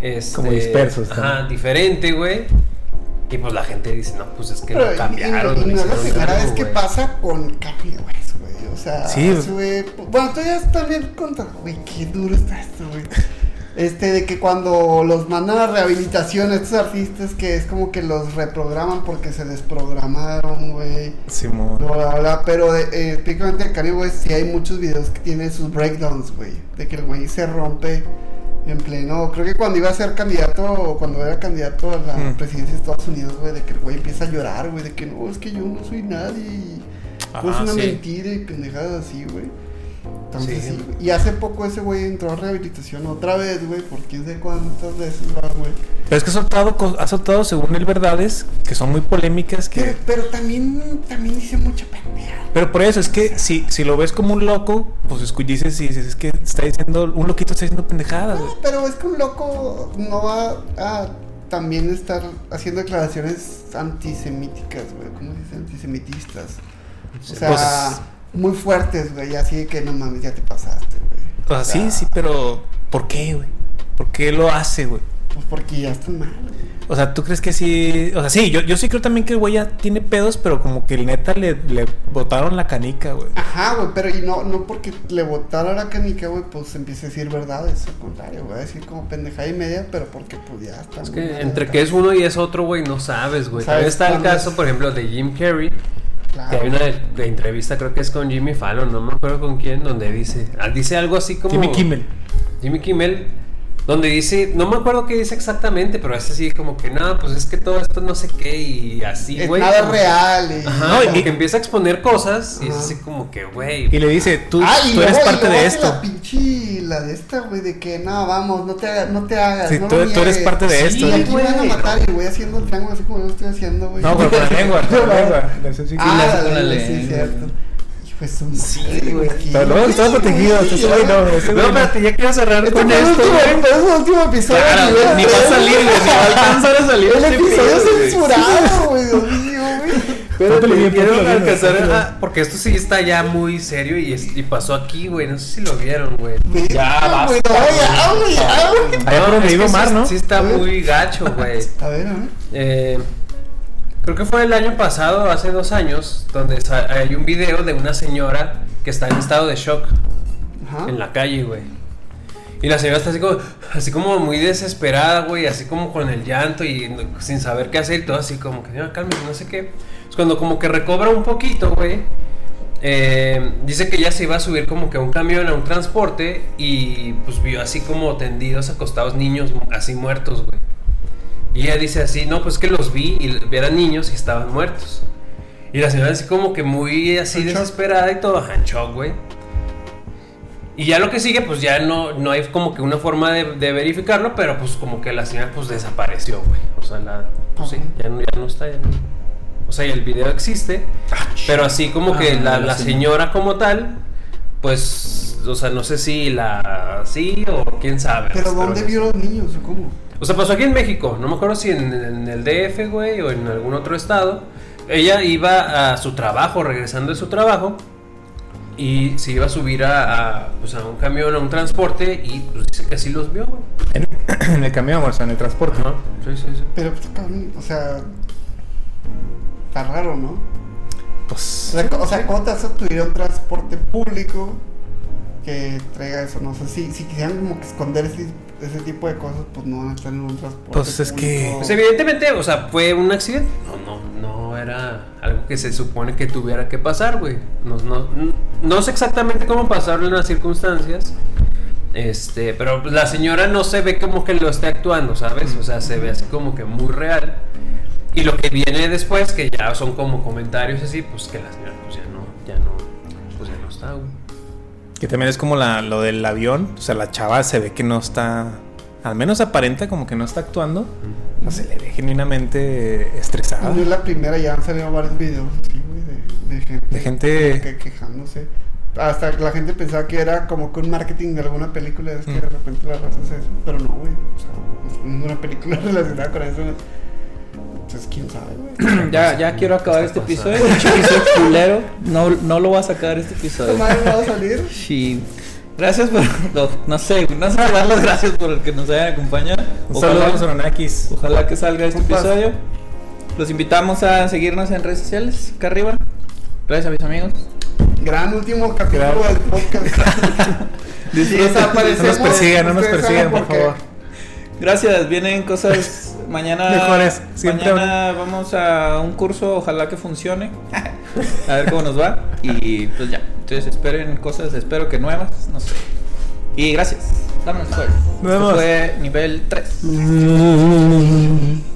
Speaker 4: Este,
Speaker 1: Como disperso está.
Speaker 4: Ajá, diferente, güey. Y pues la gente dice, no, pues es que
Speaker 3: Pero
Speaker 4: lo cambiaron.
Speaker 3: y- y
Speaker 4: le
Speaker 3: no es la
Speaker 4: hicieron
Speaker 3: primera
Speaker 4: algo,
Speaker 3: vez que
Speaker 4: güey.
Speaker 3: pasa con Kanye West, güey. O sea,
Speaker 1: Sí.
Speaker 3: ese güey- Bueno, tú ya estás bien contra. Güey, qué duro está esto, güey. Este, de que cuando los mandan a rehabilitación a estos artistas, que es como que los reprograman porque se desprogramaron, güey.
Speaker 1: Simón.
Speaker 3: Bla, bla, bla, Pero de, eh, específicamente de Kanye West, sí hay muchos videos que tiene sus breakdowns, güey. De que el güey se rompe en pleno. Creo que cuando iba a ser candidato, o cuando era candidato a la
Speaker 1: Mm.
Speaker 3: presidencia de Estados Unidos, güey, de que el güey empieza a llorar, güey, de que no, es que yo no soy nadie. Y
Speaker 1: Ajá,
Speaker 3: todo es una
Speaker 1: sí.
Speaker 3: mentira y pendejadas así, güey. Entonces,
Speaker 4: Sí.
Speaker 3: sí, güey. Y hace poco ese güey entró a rehabilitación otra vez, güey, por quién sé cuántas veces va, güey.
Speaker 1: Pero es que ha soltado, co- ha soltado, según él, verdades que son muy polémicas.
Speaker 3: Pero,
Speaker 1: Que...
Speaker 3: pero también, también dice mucha pendeja.
Speaker 1: Pero por eso es que si, si lo ves como un loco, pues escu- dices y dices, es que está diciendo, un loquito está diciendo pendejadas, güey.
Speaker 3: No, pero es que un loco no va a también estar haciendo declaraciones antisemíticas, güey. ¿Cómo se dice? Antisemitistas. O sea, muy fuertes, güey. Así de que no mames, ya te pasaste, güey.
Speaker 1: O sea, sí, Pues, sí, pero ¿por qué, güey? ¿Por qué lo hace, güey?
Speaker 3: Pues porque ya están mal. güey.
Speaker 1: O sea, ¿tú crees que sí? O sea, sí, yo, yo sí creo también que el güey ya tiene pedos, pero como que el neta le, le botaron la canica, güey.
Speaker 3: Ajá, güey, pero y no, no porque le botara la canica, güey, pues empieza a decir verdades, al contrario, güey, a decir como pendejada y media, pero porque pues ya está.
Speaker 4: Es
Speaker 3: muy
Speaker 4: que
Speaker 3: mal,
Speaker 4: entre
Speaker 3: está-
Speaker 4: que es uno y es otro, güey, no sabes, güey. También
Speaker 3: ¿Sabes
Speaker 4: está el
Speaker 3: cuándo
Speaker 4: caso,
Speaker 3: es?
Speaker 4: por ejemplo, de Jim Carrey, que
Speaker 3: Claro.
Speaker 4: hay una de, de entrevista, creo que es con Jimmy Fallon, no me acuerdo con quién, donde dice, ah, dice algo así como...
Speaker 1: Jimmy Kimmel.
Speaker 4: Jimmy Kimmel, donde dice, no me acuerdo qué dice exactamente, pero es así como que, no, pues es que todo esto no sé qué y así,
Speaker 3: Es
Speaker 4: güey.
Speaker 3: nada
Speaker 4: como-
Speaker 3: real. Y...
Speaker 4: Ajá,
Speaker 1: No,
Speaker 4: como
Speaker 1: y-
Speaker 4: que empieza a exponer cosas y es
Speaker 3: Ajá.
Speaker 4: así como que, güey.
Speaker 1: Y le dice, tú,
Speaker 3: Ah, y
Speaker 1: tú eres
Speaker 3: luego- y
Speaker 1: parte
Speaker 3: luego
Speaker 1: de
Speaker 3: hace
Speaker 1: esto.
Speaker 3: La pinche, la de esta, güey, de que no, vamos, no te hagas, no te hagas.
Speaker 1: Sí,
Speaker 3: no
Speaker 1: tú-
Speaker 3: lo
Speaker 1: tú eres
Speaker 3: niegues".
Speaker 1: parte de
Speaker 3: Sí,
Speaker 1: esto,
Speaker 3: aquí
Speaker 4: güey.
Speaker 3: me van a matar y voy haciendo el triángulo así como yo lo estoy haciendo, güey.
Speaker 1: No, pero con la lengua, con la lengua.
Speaker 3: Ah,
Speaker 2: la-
Speaker 3: la
Speaker 2: con la
Speaker 3: lengua, sí,
Speaker 2: lengua.
Speaker 3: cierto. Y pues un
Speaker 4: Sí,
Speaker 3: madre,
Speaker 4: güey.
Speaker 3: qué
Speaker 1: Pero luego está
Speaker 3: güey,
Speaker 1: protegido. entonces,
Speaker 3: güey.
Speaker 1: ay, no, ese
Speaker 4: No,
Speaker 1: güey no.
Speaker 4: espérate, ya quiero cerrar
Speaker 3: Este
Speaker 4: con
Speaker 3: fue el
Speaker 4: esto,
Speaker 3: último,
Speaker 4: güey.
Speaker 3: este es el último episodio.
Speaker 4: Claro,
Speaker 3: güey.
Speaker 4: ni va a salir, güey, ni va a alcanzar a salir
Speaker 3: El
Speaker 4: este
Speaker 3: episodio
Speaker 4: pedo, güey.
Speaker 3: censurado, güey, Dios mío, güey.
Speaker 4: Pero
Speaker 1: Póntelo bien,
Speaker 4: quiero
Speaker 1: póntelo bien,
Speaker 4: alcanzar
Speaker 1: póntelo
Speaker 4: a- Porque esto sí está ya muy serio y, es- y pasó aquí, güey. No sé si lo vieron, güey.
Speaker 3: Verga, güey, no, ya, güey, ya, güey.
Speaker 1: Ahí
Speaker 4: No,
Speaker 1: donde
Speaker 4: es
Speaker 1: vive
Speaker 4: que
Speaker 1: Omar,
Speaker 4: sí-
Speaker 1: ¿no?
Speaker 4: Sí está
Speaker 3: A ver.
Speaker 4: muy gacho, güey.
Speaker 3: A ver, a ver.
Speaker 4: Eh, creo que fue el año pasado, hace dos años, donde sa- hay un video de una señora que está en estado de shock
Speaker 3: Ajá.
Speaker 4: en la calle, güey. Y la señora está así como, así como muy desesperada, güey, así como con el llanto y no- sin saber qué hacer y todo así como que, no, cálmese, no sé qué. Es cuando como que recobra un poquito, güey. eh, dice que ya se iba a subir como que a un camión, a un transporte y pues vio así como tendidos, acostados niños así muertos, güey. Y ella dice así, no, pues que los vi y eran niños y estaban muertos. Y la señora así como que muy así
Speaker 3: En shock.
Speaker 4: desesperada y todo, ajá, en shock, güey. Y ya lo que sigue, pues ya no, no hay como que una forma de, de verificarlo, pero pues como que la señora pues desapareció, güey. O sea, la, pues, sí,
Speaker 3: Ajá.
Speaker 4: ya no, ya no está. ya no. O sea, y el video existe,
Speaker 3: Ah,
Speaker 4: pero así como que
Speaker 2: Ah,
Speaker 4: la,
Speaker 2: la
Speaker 4: la
Speaker 2: señora.
Speaker 4: señora como tal, pues, o sea, no sé si la sí o quién sabe.
Speaker 3: Pero
Speaker 4: pues,
Speaker 3: ¿dónde
Speaker 4: no
Speaker 3: vio
Speaker 4: sé.
Speaker 3: los niños o cómo?
Speaker 4: O sea, pasó aquí en México. No me acuerdo si en, en el DF, güey, o en algún otro estado. Ella iba a su trabajo, regresando de su trabajo. Y se iba a subir a, a, pues, a un camión, a un transporte. Y pues dice que así los vio, güey.
Speaker 1: En el camión, o sea, en el transporte.
Speaker 4: Ajá, Sí, sí, sí.
Speaker 3: Pero, pues, cabrón, o sea. Está raro, ¿no? O
Speaker 1: Pues.
Speaker 3: sea, co- o sea, ¿cómo te vas a subir a un transporte público que traiga eso? No sé, si, si quisieran como que esconder ese, ese tipo de cosas, pues no van a estar en un transporte
Speaker 1: Pues, es que-
Speaker 3: público.
Speaker 4: Pues evidentemente, o sea, fue un accidente. No, no, no era algo que se supone que tuviera que pasar, güey. No, no, no sé exactamente cómo pasaron las circunstancias. Este, pero la señora no se ve como que lo esté actuando, ¿sabes? O sea, se ve así como que muy real. Y lo que viene después, que ya son como comentarios así, pues que la señora pues ya no, ya no, pues ya no está, güey.
Speaker 1: Que también es como la, lo del avión. O sea, la chava se ve que no está. Al menos aparenta como que no está actuando. No se le ve genuinamente
Speaker 3: Y
Speaker 1: estresada.
Speaker 3: No es la primera, ya han salido varios videos así, güey, de, de gente,
Speaker 1: De gente-
Speaker 3: que- quejándose. Hasta la gente pensaba que era como que un marketing de alguna película, es que de repente la raza hace eso. Pero no, güey. O sea, ninguna película relacionada con eso. Entonces, quién sabe, güey.
Speaker 2: Ya, ya quiero acabar este episodio. Pinche episodio culero. No, no lo voy a sacar este episodio.
Speaker 3: Tomás no va a salir.
Speaker 2: Sí. Gracias por. No, no sé, no sé dar las gracias por el que nos hayan acompañado.
Speaker 1: Un saludo a los
Speaker 2: Ojalá,
Speaker 1: Oronakis.
Speaker 2: ojalá que salga este
Speaker 3: Compas.
Speaker 2: episodio. Los invitamos a seguirnos en redes sociales, acá arriba. Gracias a mis amigos.
Speaker 3: Gran último capítulo del podcast.
Speaker 1: No nos persigan, no nos
Speaker 3: Ustedes
Speaker 1: persigan,
Speaker 3: saben
Speaker 1: por
Speaker 3: qué.
Speaker 1: favor.
Speaker 2: Gracias, vienen cosas mañana.
Speaker 1: Mejores, siempre
Speaker 2: Mañana vamos a un curso, ojalá que funcione. A ver cómo nos va. Y pues ya. Entonces esperen cosas, espero que nuevas, no sé. Y gracias. Vámonos, pues.
Speaker 1: Nos vemos.
Speaker 2: Esto fue nivel 3.
Speaker 1: Mm.